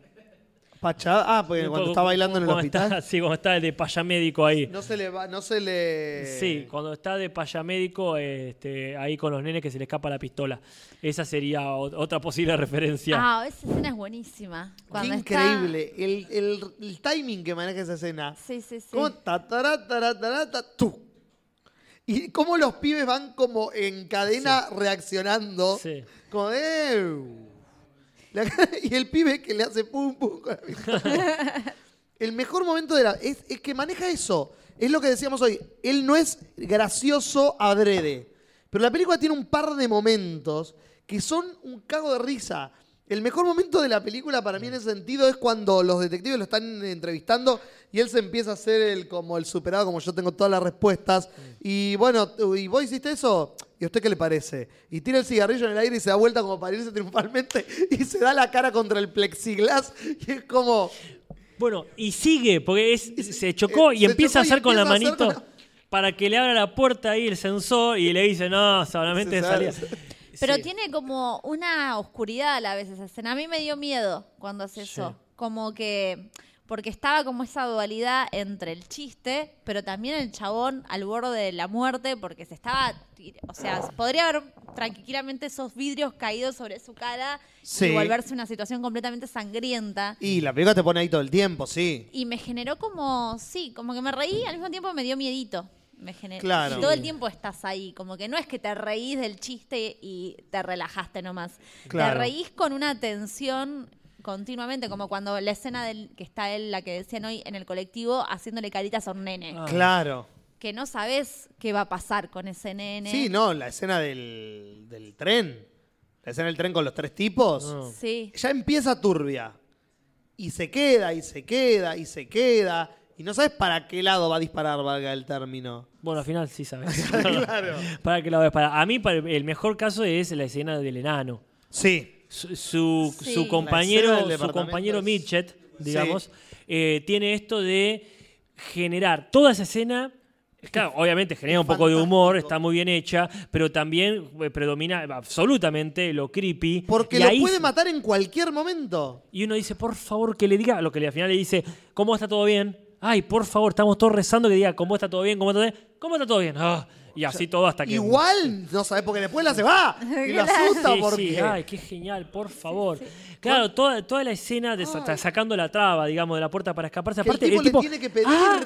B: Pachada. Ah, porque Eh, cuando está bailando en el
A: Cuando
B: hospital.
A: está- sí, cuando está de payamédico ahí.
B: No eh. se le va, no se le.
A: Sí, cuando está de payamédico este, ahí con los nenes que se le escapa la pistola. Esa sería o- otra posible referencia.
C: Ah, esa escena es buenísima.
B: Qué
C: Cuando está-
B: increíble. El, el- el timing que maneja esa escena.
C: Sí, sí, sí.
B: Como ta, tará, tará, tará, ta, tú. Y cómo los pibes van como en cadena reaccionando.
A: Sí.
B: Como de. "Ew". La cara- y el pibe que le hace pum pum con la pistola. El mejor momento de la. Es, es que maneja eso. Es lo que decíamos hoy. Él no es gracioso adrede. Pero la película tiene un par de momentos que son un cago de risa. El mejor momento de la película para mí en ese sentido es cuando los detectives lo están entrevistando y él se empieza a hacer el como el superado, como yo tengo todas las respuestas. Y bueno, tú- ¿y vos hiciste eso? ¿Y a usted qué le parece? Y tira el cigarrillo en el aire y se da vuelta como para irse triunfalmente y se da la cara contra el plexiglas y es como...
A: Bueno, y sigue, porque es- se chocó y
B: se
A: empieza a
B: chocó y
A: hacer con la
B: empieza a hacer
A: manito
B: con
A: para que le abra la puerta ahí el sensor y le dice, no, solamente
B: Se
A: salía.
B: sale,
C: Pero
A: Sí.
C: tiene como una oscuridad a la vez esa escena. A mí me dio miedo cuando hace
A: Sí.
C: eso. Como que. Porque estaba como esa dualidad entre el chiste, pero también el chabón al borde de la muerte, porque se estaba. tir- O sea, podría haber tranquilamente esos vidrios caídos sobre su cara
B: Sí.
C: y volverse una situación completamente sangrienta.
B: Y la película te pone ahí todo el tiempo, sí.
C: Y me generó como. Sí, como que me reí y al mismo tiempo me dio miedito. Me generó.
B: Claro.
C: Y todo el tiempo estás ahí, como que no es que te reís del chiste y te relajaste nomás.
B: Claro.
C: Te reís con una tensión continuamente, como cuando la escena del que está él, la que decían hoy en el colectivo, haciéndole caritas a un nene.
A: Ah.
B: Claro.
C: Que no sabes qué va a pasar con ese nene.
B: Sí, no, la escena del, del tren. La escena del tren con los tres tipos.
A: Ah.
C: Sí.
B: Ya empieza turbia. Y se queda, y se queda, y se queda. Y no sabes para qué lado va a disparar, valga el término.
A: Bueno, al final sí sabes. Para que la veas. Para, a mí para- el mejor caso es la escena del enano.
B: Sí.
A: Su, su-
C: Sí.
A: su
B: La escena
A: compañero,
B: del
A: su compañero
B: departamento es-
A: Midget,
B: Sí.
A: digamos, eh, tiene esto de generar toda esa escena. Claro, obviamente genera un poco de humor,
B: fantástico.
A: está muy bien hecha, pero también eh, predomina absolutamente lo creepy.
B: Porque
A: Y
B: lo
A: ahí-
B: puede matar en cualquier momento.
A: Y uno dice, por favor, que le diga, lo que al final le dice, ¿cómo está todo bien? Ay, por favor, estamos todos rezando que diga, ¿cómo está todo bien? ¿Cómo está todo bien? ¿Cómo está todo bien? Ah, y así todo hasta que...
B: Igual, no sabes, porque después la se va. Y lo asusta
A: Sí,
B: porque.
A: sí, ay, qué genial, por favor. Claro, toda, toda la escena de sa- sacando la traba, digamos, de la puerta para escaparse.
B: que
A: Aparte,
B: el tipo
A: el tipo-
B: le tiene que pedir.
A: ¡Ah!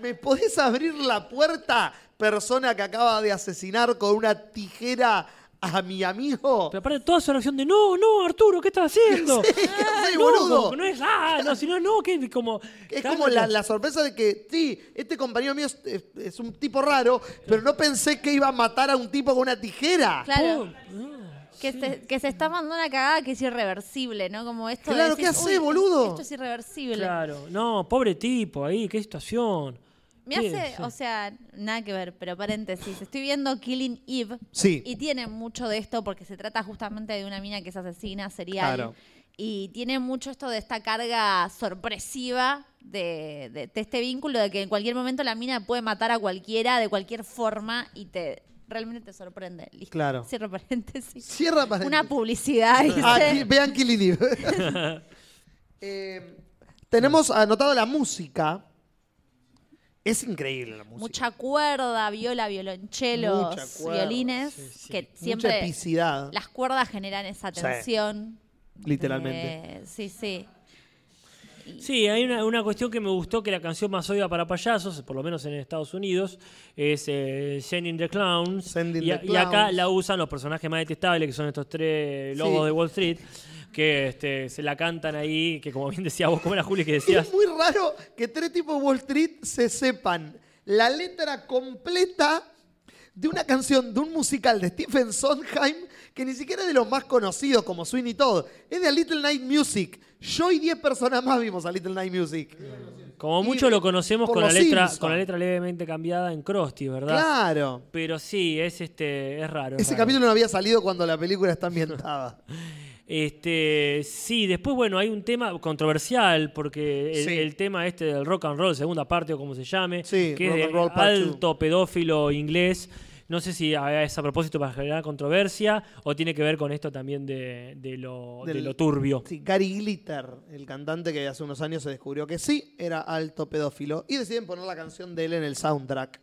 B: ¿Me podés abrir la puerta, persona que acaba de asesinar con una tijera a mi amigo?
A: Pero aparte toda su reacción de no, no, Arturo, ¿qué estás haciendo?
B: ¿Qué haces,
A: ¡Ah! no,
B: boludo?
A: como- no es, ah, no, sino no, que es como.
B: Es como la, la sorpresa de que, sí, este compañero mío es, es- es un tipo raro, pero no pensé que iba a matar a un tipo con una tijera.
C: Claro,
A: Ah,
C: que, se, que se está mandando una cagada que es irreversible, ¿no? Como esto. de
B: Claro, ¿qué
C: decir,
B: hace,
C: "Uy,
B: boludo?"
C: Esto es irreversible.
A: Claro, no, pobre tipo ahí, qué situación.
C: Me
A: Qué-
C: hace, o sea, nada que ver, pero paréntesis. Estoy viendo Killing Eve.
B: Sí.
C: Y tiene mucho de esto porque se trata justamente de una mina que es asesina serial.
B: Claro.
C: Y tiene mucho esto de esta carga sorpresiva de, de- de este vínculo de que en cualquier momento la mina puede matar a cualquiera de cualquier forma y te realmente te sorprende. Listo.
B: Claro.
C: Cierro paréntesis.
B: Cierra para
C: Una publicidad. dice.
B: Ah, qui- vean Killing Eve. Eh, tenemos anotado la música. Es increíble la música.
C: Mucha cuerda, viola, violonchelos,
B: Mucha cuerda,
C: violines, que siempre...
B: Mucha epicidad,
C: Las cuerdas generan esa
B: Sí.
C: tensión.
B: literalmente.
C: Eh, sí, sí. Y-
A: Sí, hay una, una cuestión que me gustó, que la canción más odia para payasos, por lo menos en Estados Unidos, es eh, Sending the Clowns.
B: Sending
A: y,
B: the
A: y acá
B: Clowns.
A: la usan los personajes más detestables, que son estos tres lobos
B: Sí.
A: de Wall Street, que este, se la cantan ahí, que como bien decía vos, como era Juli que decías,
B: Es muy raro que tres tipos de Wall Street se sepan la letra completa de una canción de un musical de Stephen Sondheim que ni siquiera es de los más conocidos como Sweeney Todd. Es de A Little Night Music. Yo y 10 personas más vimos a Little Night Music.
A: como
B: Y
A: mucho lo conocemos
B: por
A: con la,
B: los
A: letra,
B: Simpson.
A: con la letra levemente cambiada en Krusty, ¿verdad?
B: Claro.
A: Pero sí, es, este, es raro. es
B: Ese
A: raro.
B: capítulo no había salido cuando la película está ambientada.
A: Este, sí, después, bueno, hay un tema controversial, porque el,
B: Sí.
A: el tema este del rock and roll, segunda parte o como se llame,
B: Sí,
A: que
B: rock
A: es
B: and
A: de
B: roll part
A: alto pedófilo inglés. No sé si a- es a propósito para generar controversia o tiene que ver con esto también de, de lo, Oh, de
B: Del-
A: lo turbio.
B: Sí, Gary Glitter, el cantante que hace unos años se descubrió que sí era alto pedófilo. Y deciden poner la canción de él en el soundtrack.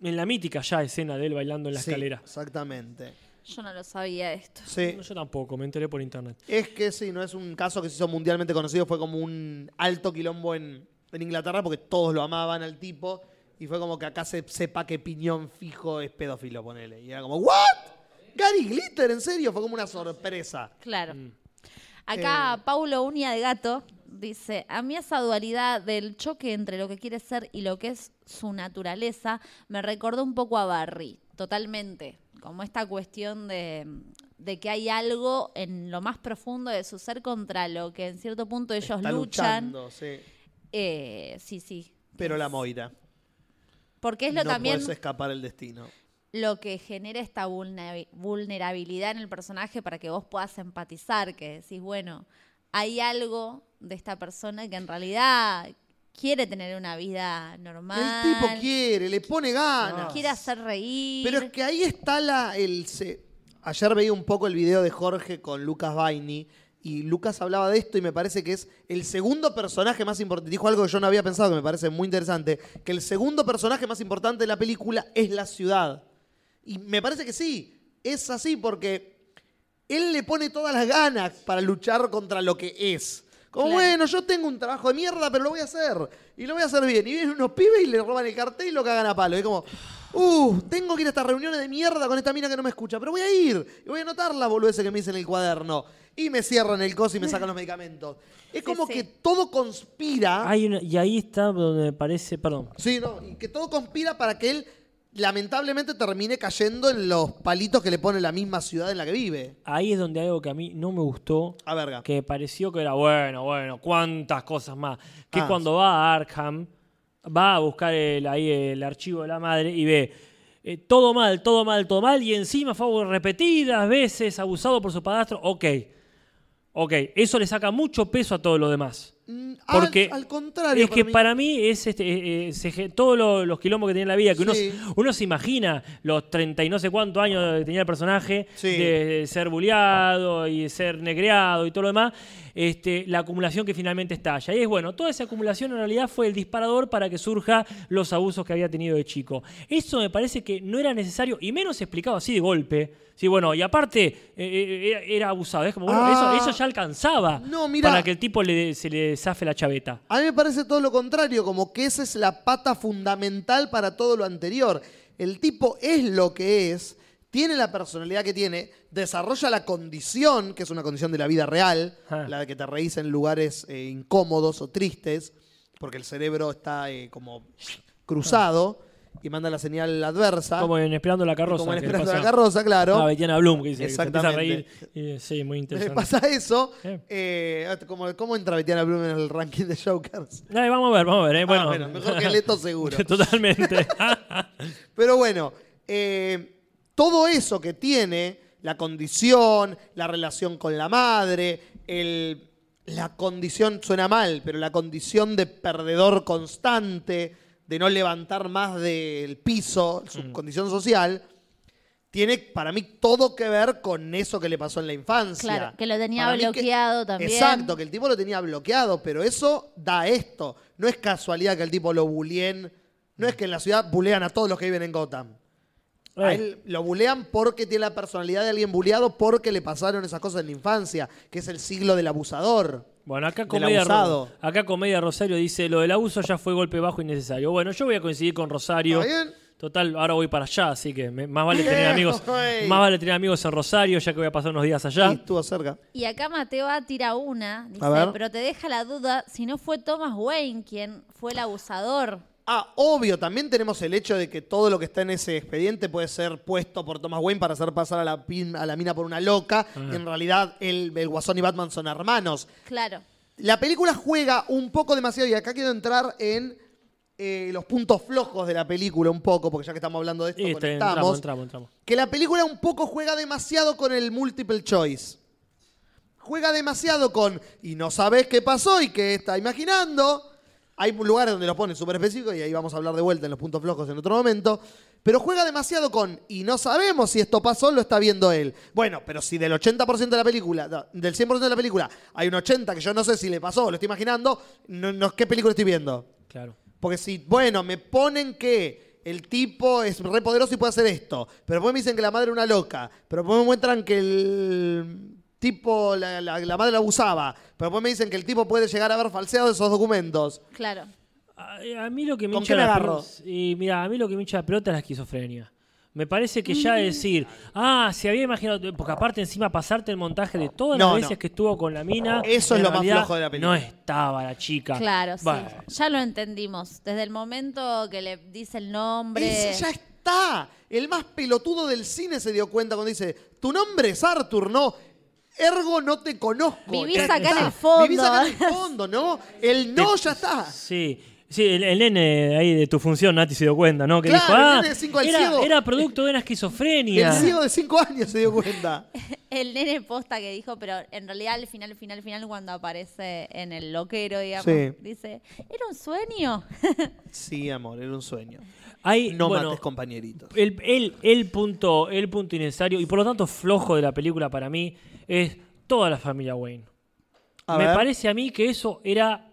A: En la mítica ya escena de él bailando en la
B: Sí,
A: escalera.
B: Exactamente.
C: Yo no lo sabía esto.
B: Sí.
A: No, yo tampoco, me enteré por internet.
B: Es que sí, no es un caso que se hizo mundialmente conocido, fue como un alto quilombo en, en Inglaterra porque todos lo amaban al tipo y fue como que acá se sepa que piñón fijo es pedófilo, ponele. Y era como, ¿what? Gary Glitter, en serio, fue como una sorpresa.
C: Claro.
B: Mm.
C: Acá Paulo Uña de Gato dice, a mí esa dualidad del choque entre lo que quiere ser y lo que es su naturaleza me recordó un poco a Barry, totalmente, como esta cuestión de, de que hay algo en lo más profundo de su ser contra lo que en cierto punto ellos
B: Está
C: luchan.
B: luchando, sí.
C: Eh, sí, sí.
B: Pero la Moira.
C: Porque es lo
B: no
C: también
B: podés escapar el destino.
C: lo que genera esta vulnera- vulnerabilidad en el personaje para que vos puedas empatizar, que decís, bueno, hay algo de esta persona que en realidad quiere tener una vida normal,
B: El tipo quiere, le pone ganas.
C: quiere hacer reír.
B: Pero es que ahí está la. El, se- ayer veía un poco el video de Jorge con Lucas Baini. Y Lucas hablaba de esto y me parece que es el segundo personaje más importante. Dijo algo que yo no había pensado, que me parece muy interesante. Que el segundo personaje más importante de la película es la ciudad. Y me parece que sí. Es así porque él le pone todas las ganas para luchar contra lo que es. Como,
C: Claro.
B: bueno, yo tengo un trabajo de mierda, pero lo voy a hacer. Y lo voy a hacer bien. Y vienen unos pibes y le roban el cartel y lo cagan a palo. Y como, uh, tengo que ir a estas reuniones de mierda con esta mina que no me escucha, pero voy a ir. Y voy a anotar la boludez que me hice en el cuaderno. Y me cierran el coso y me sacan los medicamentos. Es como
C: sí.
B: que todo conspira.
A: Hay una- y ahí está donde me parece, perdón,
B: Sí, no, y que todo conspira para que él lamentablemente termine cayendo en los palitos que le pone la misma ciudad en la que vive.
A: ahí es donde hay algo que a mí no me gustó.
B: A verga.
A: que pareció que era bueno, bueno, cuántas cosas más. Que
B: Ah,
A: es cuando va a Arkham, va a buscar el, ahí el archivo de la madre y ve eh, todo mal, todo mal, todo mal, y encima fue repetidas veces abusado por su padrastro. Ok, ok, eso le saca mucho peso a todo lo demás.
B: Mm, al-
A: Porque
B: al, contrario.
A: es que
B: mí-
A: para mí, es este, eh, eh, se ge- todos los, los quilombos que tiene la vida, que uno,
B: Sí.
A: uno se imagina los 30 y no sé cuántos años que tenía el personaje,
B: Sí.
A: de ser buleado y ser negreado y todo lo demás, este, la acumulación que finalmente estalla. Y es bueno, toda esa acumulación en realidad fue el disparador para que surja los abusos que había tenido de chico. Eso me parece que no era necesario, y menos explicado así de golpe. Sí, bueno, y aparte eh, eh, era, era abusado. Es como, bueno,
B: Ah.
A: eso, eso ya alcanzaba
B: No, mirá.
A: para que el tipo le, se le zafe la chaveta.
B: A mí me parece todo lo contrario, como que esa es la pata fundamental para todo lo anterior. El tipo es lo que es, tiene la personalidad que tiene, desarrolla la condición, que es una condición de la vida real,
A: Ah.
B: la de que te reís en lugares eh, incómodos o tristes, porque el cerebro está eh, como cruzado y manda la señal adversa.
A: Como en Esperando la Carroza.
B: Ah. Como en
A: que le
B: Esperanza de la
A: pasa Ah,
B: carroza, claro.
A: A Betiana Bloom, que dice que se empieza a reír.
B: Exactamente.
A: Y, eh, sí, muy
B: Le
A: interesante.
B: pasa eso.
A: Eh.
B: Eh, ¿cómo, cómo entra Betiana Bloom en el ranking de Jokers?
A: Dale, vamos a ver, vamos a ver. eh, Bueno,
B: Ah, bueno, mejor que Leto seguro.
A: Totalmente. Ah,
B: Pero bueno, eh, todo eso que tiene, la condición, la relación con la madre, el- la condición, suena mal, pero la condición de perdedor constante, de no levantar más del piso, su condición social, tiene para mí todo que ver con eso que le pasó en la infancia.
C: Claro, que lo tenía
B: Para mí
C: bloqueado también.
B: Exacto, que el tipo lo tenía bloqueado, pero eso da esto. No es casualidad que el tipo lo bulleen. No es que en la ciudad bulean a todos los que viven en Gotham. A
A: Eh,
B: él lo bulean porque tiene la personalidad de alguien buleado, porque le pasaron esas cosas en la infancia, que es el siglo del abusador.
A: Bueno, acá
B: Del
A: Comedia,
B: abusado.
A: acá Comedia Rosario dice, lo del abuso ya fue golpe bajo innecesario. Bueno, yo voy a coincidir con Rosario.
B: ¿Está bien?
A: Total, ahora voy para allá, así que me- más vale tener
B: Eh,
A: amigos,
B: güey.
A: más vale tener amigos en Rosario, ya que voy a pasar unos días allá.
B: Sí, estuvo cerca.
C: Y acá Mateo A tira una, dice,
B: A ver.
C: pero te deja la duda si no fue Thomas Wayne quien fue el abusador.
B: Ah, obvio, también tenemos el hecho de que todo lo que está en ese expediente puede ser puesto por Thomas Wayne para hacer pasar a la, pin- a la mina por una loca. Y en realidad, el, el Guasón y Batman son hermanos.
C: Claro.
B: La película juega un poco demasiado, y acá quiero entrar en eh, los puntos flojos de la película un poco, porque ya que estamos hablando de esto,
A: Y está,
B: conectamos.
A: Este, entramos, entramos, entramos.
B: Que la película un poco juega demasiado con el multiple choice. Juega demasiado con, y no sabes qué pasó y qué está imaginando. Hay lugares donde lo ponen súper específico y ahí vamos a hablar de vuelta en los puntos flojos en otro momento. Pero juega demasiado con, y no sabemos si esto pasó, lo está viendo él. Bueno, pero si del 80% de la película, no, del 100% de la película, hay un 80% que yo no sé si le pasó o lo estoy imaginando, no, no, ¿qué película estoy viendo?
A: Claro.
B: Porque si, bueno, me ponen que el tipo es re poderoso y puede hacer esto, pero después me dicen que la madre era una loca, pero después me muestran que el tipo, la, la- la madre la abusaba, pero después me dicen que el tipo puede llegar a haber falseado esos documentos.
C: Claro.
A: A, a mí lo que me
B: ¿Con
A: hincha
B: qué me
A: la
B: agarro?
A: pelota- Y mira, a mí lo que me hincha la pelota es la esquizofrenia. Me parece que
C: Mm.
A: ya decir, ah, se había imaginado, porque aparte encima pasarte el montaje de todas
B: No,
A: las veces
B: no.
A: que estuvo con la mina.
B: Eso es
A: en
B: lo más
A: realidad
B: flojo de la película.
A: No estaba la chica.
C: Claro, sí.
A: Bueno,
C: Ya lo entendimos. Desde el momento que le dice el nombre.
B: Ese ya está. El más pelotudo del cine se dio cuenta cuando dice, tu nombre es Arthur, no. Ergo no te conozco.
C: Vivís
B: Ya
C: acá en
B: está.
C: el fondo.
B: Vivís acá en el fondo, ¿no? El no ya está.
A: Sí. Sí, el, el nene ahí de tu función, Nati, se dio cuenta, ¿no? Que
B: Claro,
A: dijo,
B: el
A: ah,
B: nene de cinco al ciego".
A: era, era producto de una esquizofrenia.
B: El ciego de 5 años se dio cuenta.
C: El nene posta que dijo, pero en realidad al final, final, final, cuando aparece en el loquero, digamos,
B: Sí.
C: dice, era un sueño.
B: Sí, amor, era un sueño.
A: Hay,
B: No
A: bueno,
B: mates compañeritos.
A: El, el- el punto, el punto innecesario y por lo tanto flojo de la película para mí es toda la familia Wayne.
B: A
A: Me
B: ver.
A: parece a mí que eso era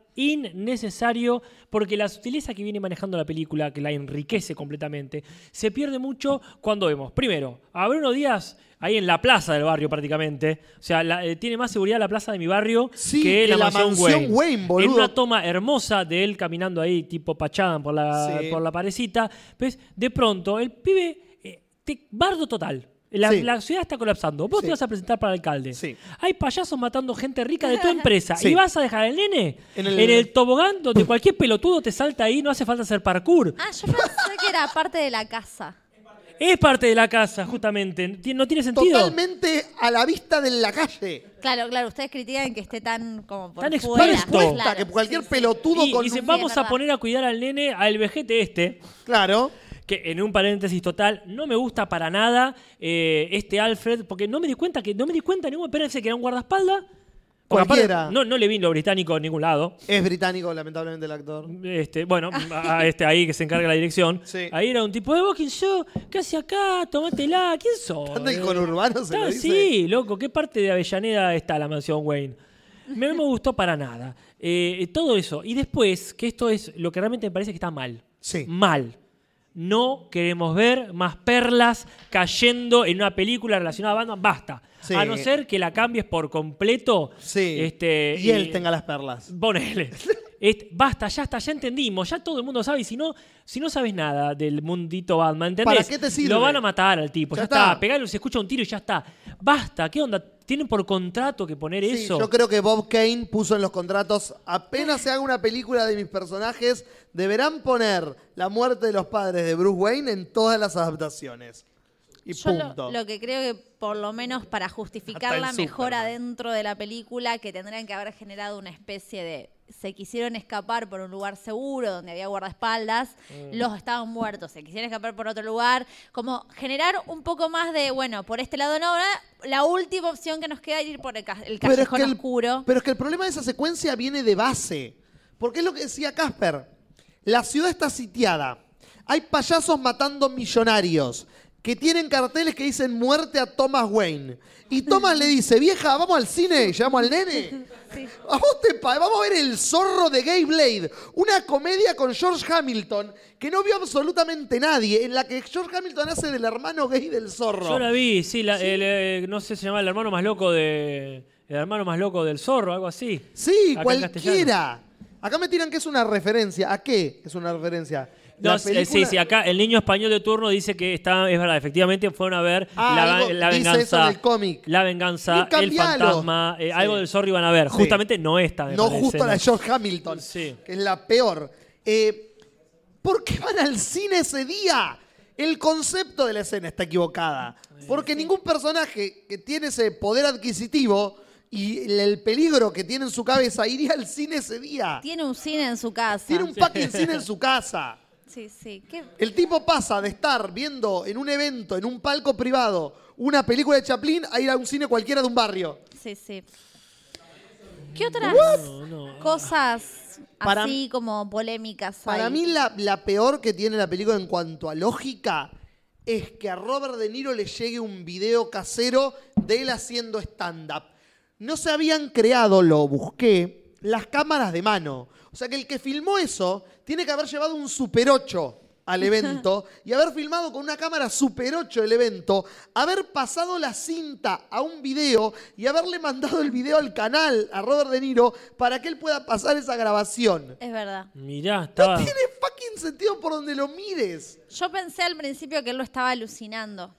A: innecesario porque la sutileza que viene manejando la película, que la enriquece completamente, se pierde mucho cuando vemos, primero, a Bruno Díaz ahí en la plaza del barrio prácticamente, o sea, la- eh, tiene más seguridad la plaza de mi barrio
B: Sí,
A: que,
B: que
A: la,
B: la
A: mansión,
B: mansión
A: Wayne.
B: Wayne, boludo.
A: En una toma hermosa de él caminando ahí tipo pachán por la,
B: Sí.
A: por la parecita, ¿ves? De pronto, el pibe, eh, te- bardo total. La,
B: Sí.
A: la ciudad está colapsando. Vos
B: Sí.
A: te vas a presentar para alcalde.
B: Sí.
A: Hay payasos matando gente rica de tu empresa.
B: Sí.
A: Y vas a dejar al nene
B: En
A: en
B: el-
A: el... tobogán donde cualquier pelotudo te salta ahí. No hace falta hacer parkour.
C: Ah, yo pensé que era parte de la casa.
A: Es parte de la casa, justamente. Ti- No tiene sentido.
B: Totalmente a la vista de la calle.
C: Claro, claro, ustedes critican que esté tan como por
A: Tan expuesto.
C: fuera.
A: Tan expuesto.
B: Puesta
C: Claro,
B: que cualquier
C: sí, sí.
B: pelotudo
A: Y
B: con
A: dice,
B: un-
C: Sí, es
A: vamos a
C: verdad.
A: poner a cuidar al nene, al vejete este,
B: Claro.
A: que en un paréntesis total, no me gusta para nada eh, este Alfred, porque no me di cuenta que no me di cuenta ningún parece que era un guardaespaldas. Porque aparte,
B: Cualquiera.
A: No, no le vi lo británico en ningún lado.
B: Es británico, lamentablemente, el actor.
A: Este, bueno, a a este ahí que se encarga la dirección.
B: Sí.
A: Ahí era un tipo, eh, vos quién yo, ¿qué hace acá? Tomátela, ¿quién sos?
B: Anda el
A: Eh,
B: conurbano, se
A: está-
B: lo dice.
A: Sí, loco, ¿qué parte de Avellaneda está la mansión Wayne? Me- No me gustó para nada. Eh, todo eso. Y después, que esto es lo que realmente me parece que está mal.
B: Sí.
A: Mal. No queremos ver más perlas cayendo en una película relacionada a Batman. Basta.
B: Sí.
A: A no ser que la cambies por completo.
B: Sí.
A: Este,
B: y él tenga las perlas.
A: Ponele. Est- basta, ya está, ya entendimos, ya todo el mundo sabe. Y si no, si no sabes nada del mundito Batman, ¿entendés?
B: ¿Para qué te sirve?
A: Lo van a matar al tipo,
B: Ya
A: ya, está.
B: está.
A: Pegalo, se escucha un tiro y ya está. Basta, ¿qué onda? ¿Tienen por contrato que poner
B: Sí,
A: eso?
B: yo creo que Bob Kane puso en los contratos, apenas se haga una película de mis personajes, deberán poner la muerte de los padres de Bruce Wayne en todas las adaptaciones. Y
C: Yo lo-
B: punto.
C: Lo, que creo que por lo menos para justificar
B: Hasta
C: la
B: en
C: mejora
B: Superman.
C: dentro de la película, que tendrían que haber generado una especie de se quisieron escapar por un lugar seguro donde había guardaespaldas,
B: Mm.
C: los estaban muertos, se quisieron escapar por otro lugar, como generar un poco más de, bueno, por este lado no, ahora la última opción que nos queda es ir por el, ca- el
B: Pero es
C: callejón
B: que el-
C: oscuro.
B: Pero es que el problema de esa secuencia viene de base. Porque es lo que decía Casper. La ciudad está sitiada. Hay payasos matando millonarios que tienen carteles que dicen muerte a Thomas Wayne. Y Thomas le dice, vieja, vamos al cine, llamo al nene. ¿A vos te pa- Vamos a ver El zorro de Gay Blade, una comedia con George Hamilton que no vio absolutamente nadie, en la que George Hamilton hace del hermano gay del zorro.
A: Yo la vi, sí, la- el, eh, no sé si se llama el hermano más loco de El hermano más loco del zorro, algo así.
B: Sí,
A: Acá en
B: cualquiera. Acá me tiran que es una referencia. ¿A qué es una referencia?
A: No,
B: La
A: sí, sí,
B: película-
A: sí, acá el niño español de turno dice que está, es verdad, efectivamente fueron a ver
B: Ah,
A: la,
B: algo-
A: la
B: dice eso
A: venganza.
B: en el cómic.
A: La venganza,
B: Y
A: el
B: cambialo.
A: fantasma, eh,
B: Sí.
A: algo del zorro iban a ver.
B: Sí.
A: Justamente no esta, me
B: No
A: parece,
B: justo la
A: ¿no?
B: de George Hamilton,
A: Sí.
B: que es la peor. Eh, ¿Por qué van al cine ese día? El concepto de la escena está equivocada. Porque ningún personaje que tiene ese poder adquisitivo y el- el peligro que tiene en su cabeza iría al cine ese día.
C: Tiene un cine en su casa.
B: Tiene un fucking cine en su casa.
C: Sí, sí. ¿Qué?
B: El tipo pasa de estar viendo en un evento, en un palco privado, una película de Chaplin a ir a un cine cualquiera de un barrio.
C: Sí, sí. ¿Qué otras cosas
B: Para-
C: así como polémicas
B: Para
C: hay?
B: mí la, la peor que tiene la película en cuanto a lógica es que a Robert De Niro le llegue un video casero de él haciendo stand-up. No se habían creado, lo busqué, las cámaras de mano. O sea que el que filmó eso tiene que haber llevado un Super 8 al evento y haber filmado con una cámara Super 8 el evento, haber pasado la cinta a un video y haberle mandado el video al canal a Robert De Niro para que él pueda pasar esa grabación.
C: Es verdad.
A: Mirá,
B: No
A: estaba.
B: tiene fucking sentido por donde lo mires.
C: Yo pensé al principio que él lo estaba alucinando.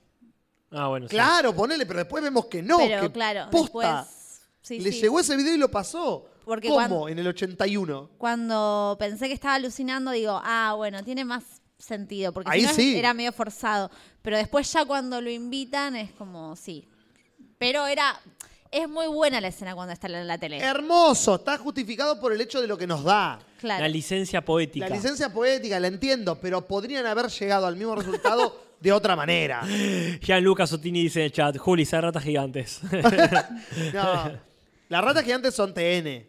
A: Ah, bueno, sí.
B: Claro, ponele, pero después vemos que no.
C: pero
B: que
C: claro,
B: posta.
C: después. Sí,
B: Le
C: sí.
B: llegó ese video y lo pasó.
C: Porque
B: ¿Cómo?
C: cuando-
B: En el 81.
C: Cuando pensé que estaba alucinando, digo, ah, bueno, tiene más sentido. Porque
B: Ahí
C: si no es-
B: sí.
C: era medio forzado. Pero después, ya cuando lo invitan, es como, sí. Pero era. Es muy buena la escena cuando está en la tele.
B: Hermoso, está justificado por el hecho de lo que nos da.
C: Claro.
A: La licencia poética.
B: La licencia poética, la entiendo, pero podrían haber llegado al mismo resultado de otra manera.
A: Gianluca Sotini dice en el chat, Juli, se ratas gigantes.
B: No. Las ratas gigantes son TN.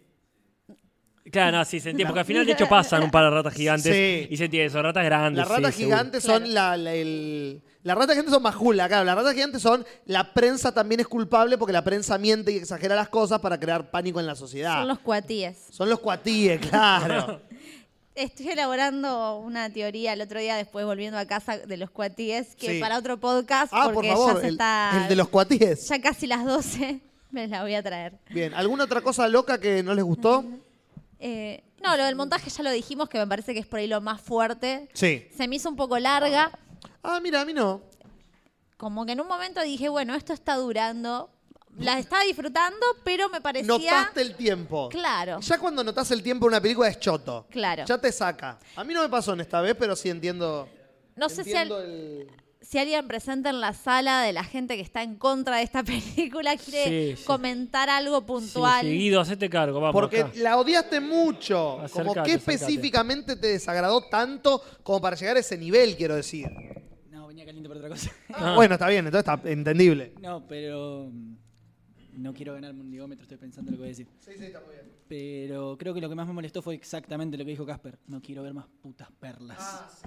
A: claro, no, sí, se entiende. Porque al final, de hecho, pasan un par de ratas gigantes.
B: Sí.
A: Y se entiende, son ratas grandes.
B: Las
A: sí,
B: ratas
A: seguro.
B: gigantes son la, la- el- las ratas gigantes son majula, claro. Las ratas gigantes son la prensa también es culpable porque la prensa miente y exagera las cosas para crear pánico en la sociedad.
C: Son los cuatíes.
B: Son los cuatíes, claro.
C: Estoy elaborando una teoría el otro día, después volviendo a casa de los cuatíes, que
B: Sí.
C: para otro podcast,
B: ah, por
C: porque ya
B: favor,
C: se
B: el,
C: está.
B: el de los cuatíes.
C: Ya casi las 12, me la voy a traer.
B: Bien, ¿alguna otra cosa loca que no les gustó?
C: Eh, no, lo del montaje ya lo dijimos, que me parece que es por ahí lo más fuerte.
B: Sí.
C: Se me hizo un poco larga.
B: Ah, mira, a mí no.
C: Como que en un momento dije, bueno, esto está durando. La estaba disfrutando, pero me parecía.
B: Notaste el tiempo.
C: Claro.
B: Ya cuando notas el tiempo en una película es choto.
C: Claro.
B: Ya te saca. A mí no me pasó en esta vez, pero sí entiendo.
C: No sé si, al-
B: entiendo el-
C: si alguien presente en la sala de la gente que está en contra de esta película quiere
A: Sí, sí.
C: comentar algo
A: Sí,
C: puntual.
A: sí, Guido, hacete cargo, vamos.
B: Porque
A: acá.
B: la odiaste mucho.
A: Acercate,
B: como que
A: acercate.
B: específicamente te desagradó tanto como para llegar a ese nivel, quiero decir.
F: No, venía caliente para otra cosa.
A: Ah.
B: Bueno, está bien, entonces está entendible.
F: No, pero. mm, No quiero ganarme un diómetro, estoy pensando lo que voy a decir. Sí, sí, está muy bien. Pero creo que lo que más me molestó fue exactamente lo que dijo Casper. No quiero ver más putas perlas.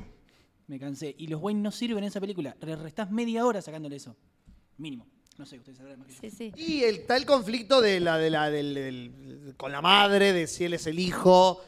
F: Me cansé. Y los Wayne no sirven en esa película. Le restás media hora sacándole eso. Mínimo. No sé, ustedes sabrán más que yo.
C: Sí, sí.
B: Y el, está el conflicto de la, de la, del, del- con la madre, de si él es el hijo.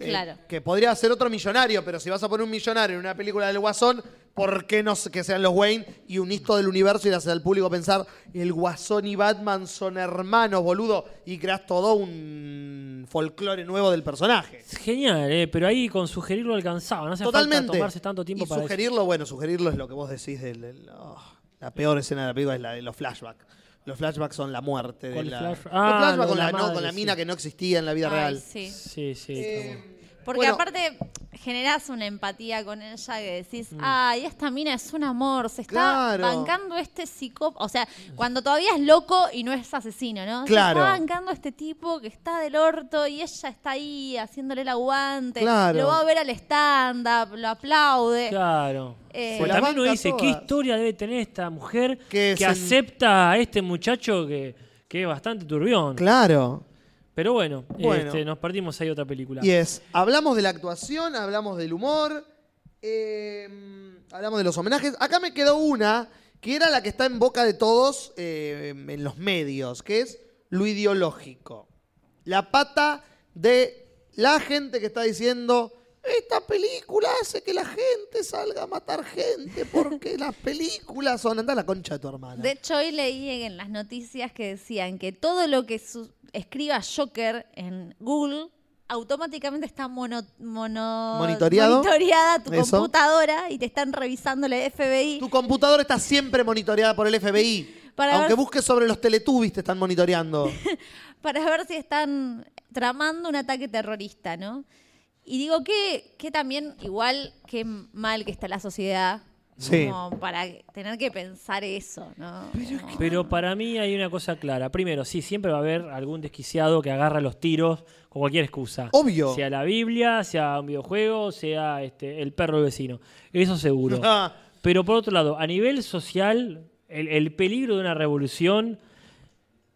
B: eh,
C: Claro.
B: que podría ser otro millonario, pero si vas a poner un millonario en una película del Guasón, ¿por qué no se- que sean los Wayne y un histo del universo y hacer al público pensar el Guasón y Batman son hermanos, boludo? Y creas todo un folclore nuevo del personaje.
A: Genial, eh, pero ahí con sugerirlo alcanzaba. No hace
B: Totalmente.
A: falta tomarse tanto tiempo
B: y
A: para eso.
B: sugerirlo, bueno, sugerirlo es lo que vos decís. del- del- oh, la peor escena de la película es la de los flashbacks. Los flashbacks son la muerte. De
A: ¿Cuál
B: la,
A: flash-
B: los
A: Ah,
B: flashbacks
A: lo de
B: con
A: la
B: la, no,
A: madre,
B: con la
A: sí.
B: mina que no existía en la vida
C: Ay,
B: real.
C: sí.
A: Sí, sí.
B: Eh,
A: está bueno.
C: Porque
B: Bueno.
C: aparte generás una empatía con ella que decís, ay, esta mina es un amor, se está
B: Mm. Claro.
C: bancando este psicópata. O sea, cuando todavía es loco y no es asesino, ¿no? Se
B: Claro.
C: está bancando este tipo que está del orto y ella está ahí haciéndole el aguante.
B: Claro.
C: Lo va a ver al stand-up, lo aplaude.
A: Claro.
C: Eh,
A: Pues
B: Se la
A: también uno
B: banca
A: dice, ¿qué
B: todas.
A: historia debe tener esta mujer
B: Que
A: que,
B: se-
A: acepta a este muchacho que, que es bastante turbión?
B: Claro.
A: Pero bueno,
B: Bueno.
A: este, nos perdimos ahí otra película.
B: Y es, hablamos de la actuación, hablamos del humor, eh, hablamos de los homenajes. Acá me quedó una que era la que está en boca de todos eh, en los medios, que es lo ideológico. La pata de la gente que está diciendo Esta película hace que la gente salga a matar gente porque las películas son. Anda a la concha de tu hermana.
C: De hecho, hoy leí en las noticias que decían que todo lo que su- escriba Joker en Google automáticamente está mono, mono-
B: Monitoreado.
C: monitoreada tu
B: Eso.
C: computadora y te están revisando la FBI.
B: Tu computadora está siempre monitoreada por el FBI.
C: Para
B: Aunque
C: ver-
B: busques sobre los Teletubbies, te están monitoreando.
C: para ver si están tramando un ataque terrorista, ¿no? Y digo que, que también, igual, qué mal que está la sociedad.
B: Sí.
C: Como para tener que pensar eso, ¿no? Como-
A: Pero para mí hay una cosa clara. Primero, sí, siempre va a haber algún desquiciado que agarra los tiros con cualquier excusa.
B: Obvio.
A: Sea la Biblia, sea un videojuego, sea este, el perro del vecino. Eso seguro.
B: Ah,
A: Pero por otro lado, a nivel social, el, el peligro de una revolución,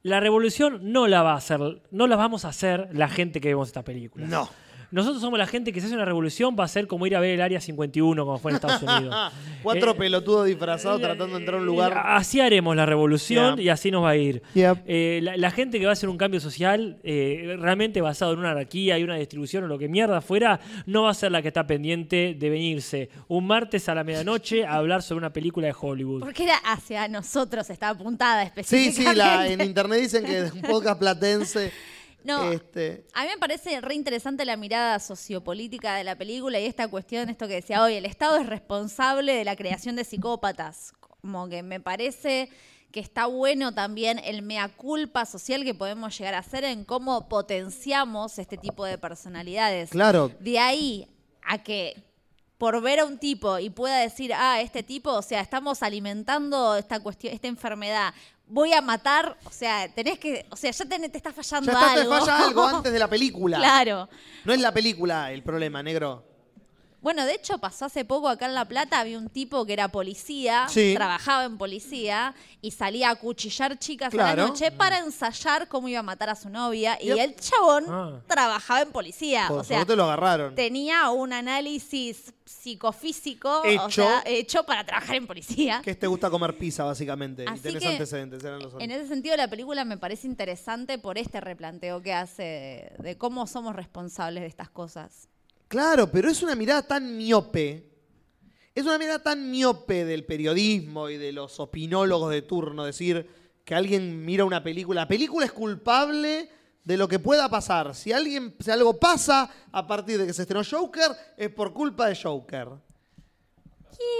A: la revolución no la va a hacer, no la vamos a hacer la gente que vemos esta película.
B: No.
A: Nosotros somos la gente que si hace una revolución va a ser como ir a ver el Área 51 como fue en Estados Unidos.
B: Ah, Cuatro
A: Eh,
B: pelotudos disfrazados tratando de entrar a un
C: Ah,
B: lugar.
A: Así haremos la revolución
B: Yeah.
A: y así nos va a ir.
B: Yeah.
A: Eh, la, la gente que va a hacer un cambio social, eh, realmente basado en una anarquía y una distribución o lo que mierda fuera, no va a ser la que está pendiente de venirse un martes a la medianoche a hablar sobre una película de Hollywood.
C: Porque era hacia nosotros, estaba apuntada
B: Sí,
C: específicamente.
B: sí, la- en internet dicen que es un podcast platense.
C: No,
B: Este,
C: A mí me parece re interesante la mirada sociopolítica de la película y esta cuestión, esto que decía hoy, el Estado es responsable de la creación de psicópatas. Como que me parece que está bueno también el mea culpa social que podemos llegar a hacer en cómo potenciamos este tipo de personalidades.
B: claro,
C: De ahí a que por ver a un tipo y pueda decir, ah, este tipo, o sea, estamos alimentando esta cuestión, esta enfermedad, voy a matar, o sea, tenés que, o sea, ya tenés- te está fallando
B: ya está, te
C: algo.
B: falla algo antes de la película.
C: Claro.
B: No es la película el problema, negro.
C: Bueno, de hecho pasó hace poco acá en La Plata, había un tipo que era policía,
B: Sí.
C: trabajaba en policía y salía a cuchillar chicas a la
B: Claro.
C: noche para ensayar cómo iba a matar a su novia y
B: Yep.
C: el chabón
A: Ah.
C: trabajaba en policía,
B: Por
C: Ah, o sea,
B: suerte lo agarraron.
C: tenía un análisis psicofísico o
B: Hecho.
C: sea, hecho para trabajar en policía.
B: Que este gusta comer pizza, básicamente. y
C: Así
B: tenés
C: que,
B: antecedentes, eran los
C: En ese sentido, la película me parece interesante por este replanteo que hace de, de cómo somos responsables de estas cosas.
B: Claro, pero es una mirada tan miope. Es una mirada tan miope del periodismo y de los opinólogos de turno. Decir que alguien mira una película. La película es culpable de lo que pueda pasar. Si, alguien, si algo pasa a partir de que se estrenó Joker, es por culpa de Joker.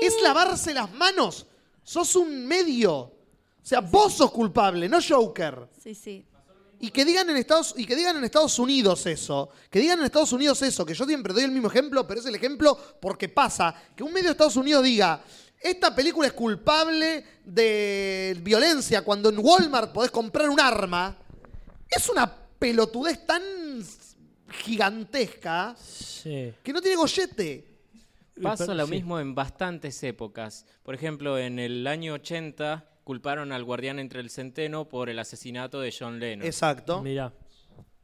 B: Es lavarse las manos. Sos un medio. O sea, vos sos culpable, no Joker.
C: Sí, sí.
B: Y que digan en Estados y que digan en Estados Unidos eso, que digan en Estados Unidos eso, que yo siempre doy el mismo ejemplo, pero es el ejemplo porque pasa que un medio de Estados Unidos diga esta película es culpable de violencia cuando en Walmart podés comprar un arma. Es una pelotudez tan gigantesca
A: Sí.
B: que no tiene gollete.
A: Pero-
J: Pasa lo
A: sí.
J: mismo en bastantes épocas. Por ejemplo, en el año 80 culparon al guardián entre el centeno por el asesinato de John Lennon.
B: Exacto.
A: Mirá.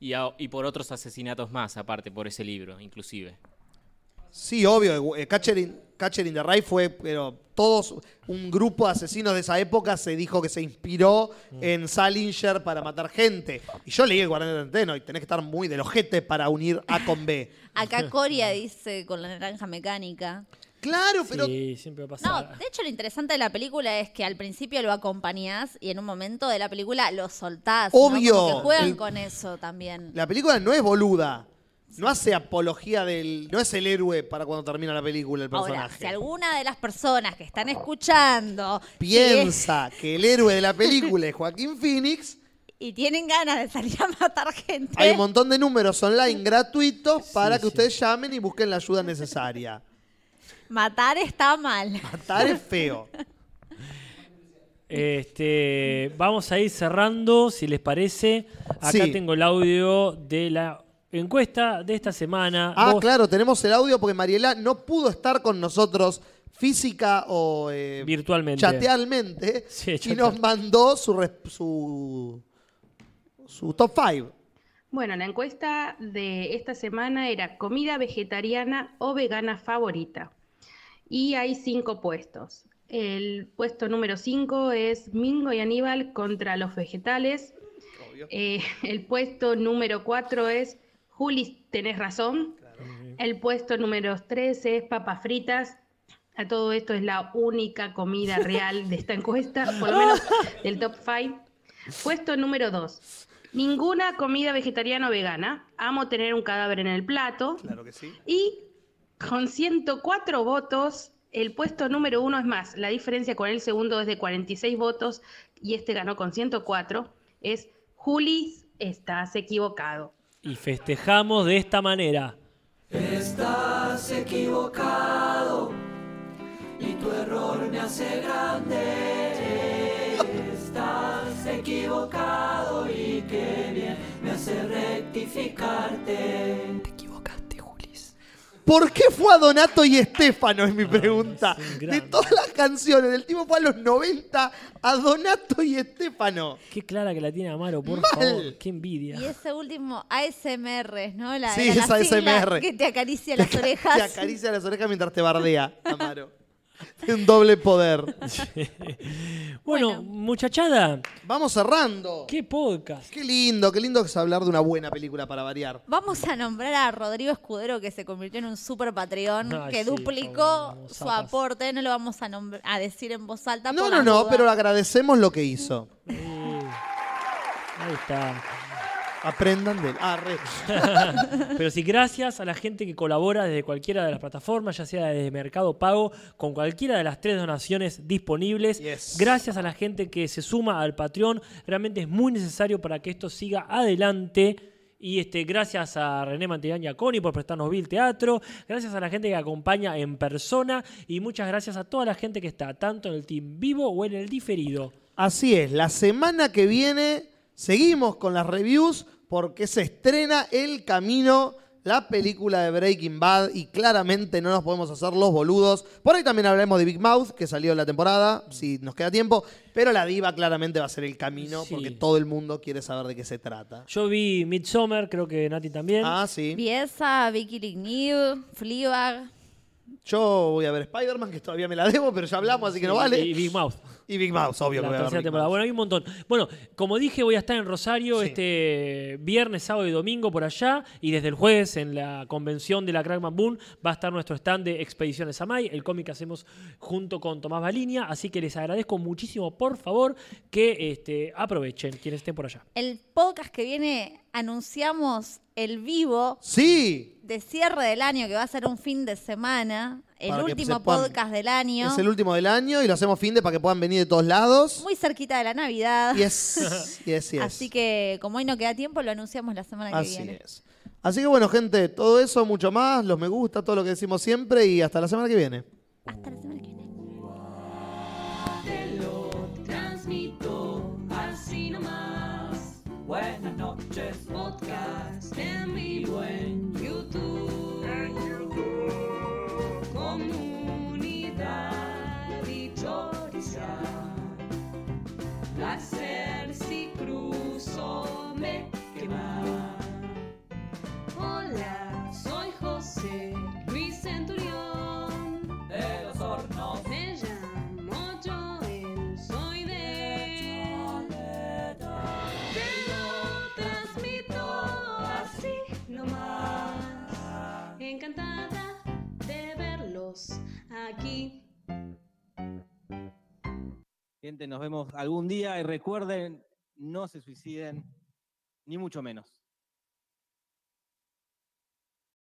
J: Y, a- y por otros asesinatos más, aparte, por ese libro, inclusive.
B: Sí, obvio. eh, Catcher in, Catcher in the Rye fue, pero todos, un grupo de asesinos de esa época se dijo que se inspiró en Salinger para matar gente. Y yo leí el Guardián del Centeno y tenés que estar muy del ojete para unir A con B.
C: Acá Coria dice con la naranja mecánica.
B: Claro, pero
A: sí, siempre va a
C: No,
A: pasar.
C: de hecho lo interesante de la película es que al principio lo acompañás y en un momento de la película lo soltás. ¿no?
B: Obvio.
C: Como que juegan
B: El-
C: con eso también.
B: la película no es boluda. No hace apología del. No es el héroe para cuando termina la película el personaje.
C: Ahora, si alguna de las personas que están escuchando
B: Piensa que el héroe de la película es Joaquín Phoenix.
C: y y tienen ganas de salir a matar gente,
B: Hay un montón de números online gratuitos para que ustedes llamen y busquen la ayuda necesaria.
C: matar está mal.
B: Matar es feo.
A: Este, vamos a ir cerrando, si les parece. Acá
B: Sí.
A: tengo el audio de la encuesta de esta semana.
B: Ah,
A: Vos-
B: claro, tenemos el audio porque Mariela no pudo estar con nosotros física o eh,
A: Virtualmente.
B: chatealmente
A: Sí,
B: y
A: chateal-
B: nos mandó su, res- su, su top 5.
H: Bueno, la encuesta de esta semana era comida vegetariana o vegana favorita. Y hay cinco puestos. El puesto número cinco es Mingo y Aníbal contra los vegetales. Eh, el puesto número cuatro es Juli, tenés razón. El puesto número 13 es papas fritas. A todo esto es la única comida real de esta encuesta, por lo menos del top 5. Puesto número 2. Ninguna comida vegetariana o vegana. Amo tener un cadáver en el plato.
B: Claro que sí.
H: Y con 104 votos, el puesto número uno es más. La diferencia con el segundo es de 46 votos y este ganó con 104. Es Juli, estás equivocado.
A: Y festejamos de esta manera.
E: Estás equivocado y tu error me hace grande. Estás equivocado y qué bien me hace rectificarte.
B: ¿Por qué fue a Donato y Estefano? Es mi pregunta. de todas las canciones, el tipo fue a los 90 a Donato y Estefano.
A: Qué clara que la tiene Amaro, por
B: Mal.
A: favor. Qué envidia.
C: Y ese último ASMR, ¿no? La,
B: Sí,
C: era la
B: es ASMR.
C: sigla Que te acaricia las orejas.
B: Te acaricia las orejas mientras te bardea, Amaro. Un doble poder.
A: Bueno, muchachada.
B: Vamos cerrando.
A: Qué podcast.
B: Qué lindo, qué lindo que es hablar de una buena película para variar.
C: Vamos a nombrar a Rodrigo Escudero que se convirtió en un super Patreon
B: Ay,
C: que
B: sí,
C: duplicó su
B: zapas.
C: aporte. No lo vamos a, nombr- a decir en voz alta.
B: No,
C: por
B: no,
C: las
B: no,
C: dudas.
B: pero agradecemos lo que hizo.
A: Uh. Ahí está.
B: Aprendan de él. Ah, re.
A: Pero sí, gracias a la gente que colabora desde cualquiera de las plataformas, ya sea desde Mercado Pago, con cualquiera de las tres donaciones disponibles. Gracias a la gente que se suma al Patreon. Realmente es muy necesario para que esto siga adelante. Y este, gracias a René Mantegán y a Connie por prestarnos Vil Teatro. Gracias a la gente que acompaña en persona. Y muchas gracias a toda la gente que está tanto en el team vivo o en el diferido.
B: Así es, la semana que viene seguimos con las reviews porque se estrena El Camino, la película de Breaking Bad y claramente no nos podemos hacer los boludos. Por ahí también hablaremos de Big Mouth, que salió la temporada, si nos queda tiempo, pero la diva claramente va a ser El Camino
A: Sí.
B: porque todo el mundo quiere saber de qué se trata.
A: Yo vi Midsommar, creo que Nati también.
B: Ah, sí.
C: Bielsa, Vicky Ligniu, Fleabag.
B: Yo voy a ver Spider-Man, que todavía me la debo, pero ya hablamos, así que no
A: Sí,
B: vale.
A: Y Big Mouth.
B: Y Big Mouse, obvio
A: La
B: que voy a ver
A: tercera
B: Big
A: temporada. Bueno, hay un montón. Bueno, como dije, voy a estar en Rosario este viernes, sábado y domingo por allá. Y desde el jueves, en la convención de la Crackman Boom, va a estar nuestro stand de Expediciones Amay, el cómic que hacemos junto con Tomás Balinia. Así que les agradezco muchísimo, por favor, que este, aprovechen quienes estén por allá.
C: El podcast que viene anunciamos el vivo
B: Sí.
C: de cierre del año que va a ser un fin de semana. El
B: Para que
C: último
B: sepan,
C: podcast del año.
B: Es el último del año y lo hacemos fin de para que puedan venir de todos lados.
C: muy cerquita de la Navidad.
B: Yes, yes, yes.
C: Así que como hoy no queda tiempo, lo anunciamos la semana que
B: Así
C: viene.
B: es. Así que bueno, gente, todo eso, mucho más, los me gusta, todo lo que decimos siempre y hasta la semana que viene.
E: Te lo transmito así nomás. Buenas noches, podcast en vivo en YouTube. Comunidad y choriza. Placer si cruzo me quema. Hola, soy José Luis Centurión. De los hornos. Me llamo Joel, soy de. Te lo transmito así nomás. Encantada de verlos aquí.
K: Gente, nos vemos algún día y recuerden, no se suiciden, ni mucho menos.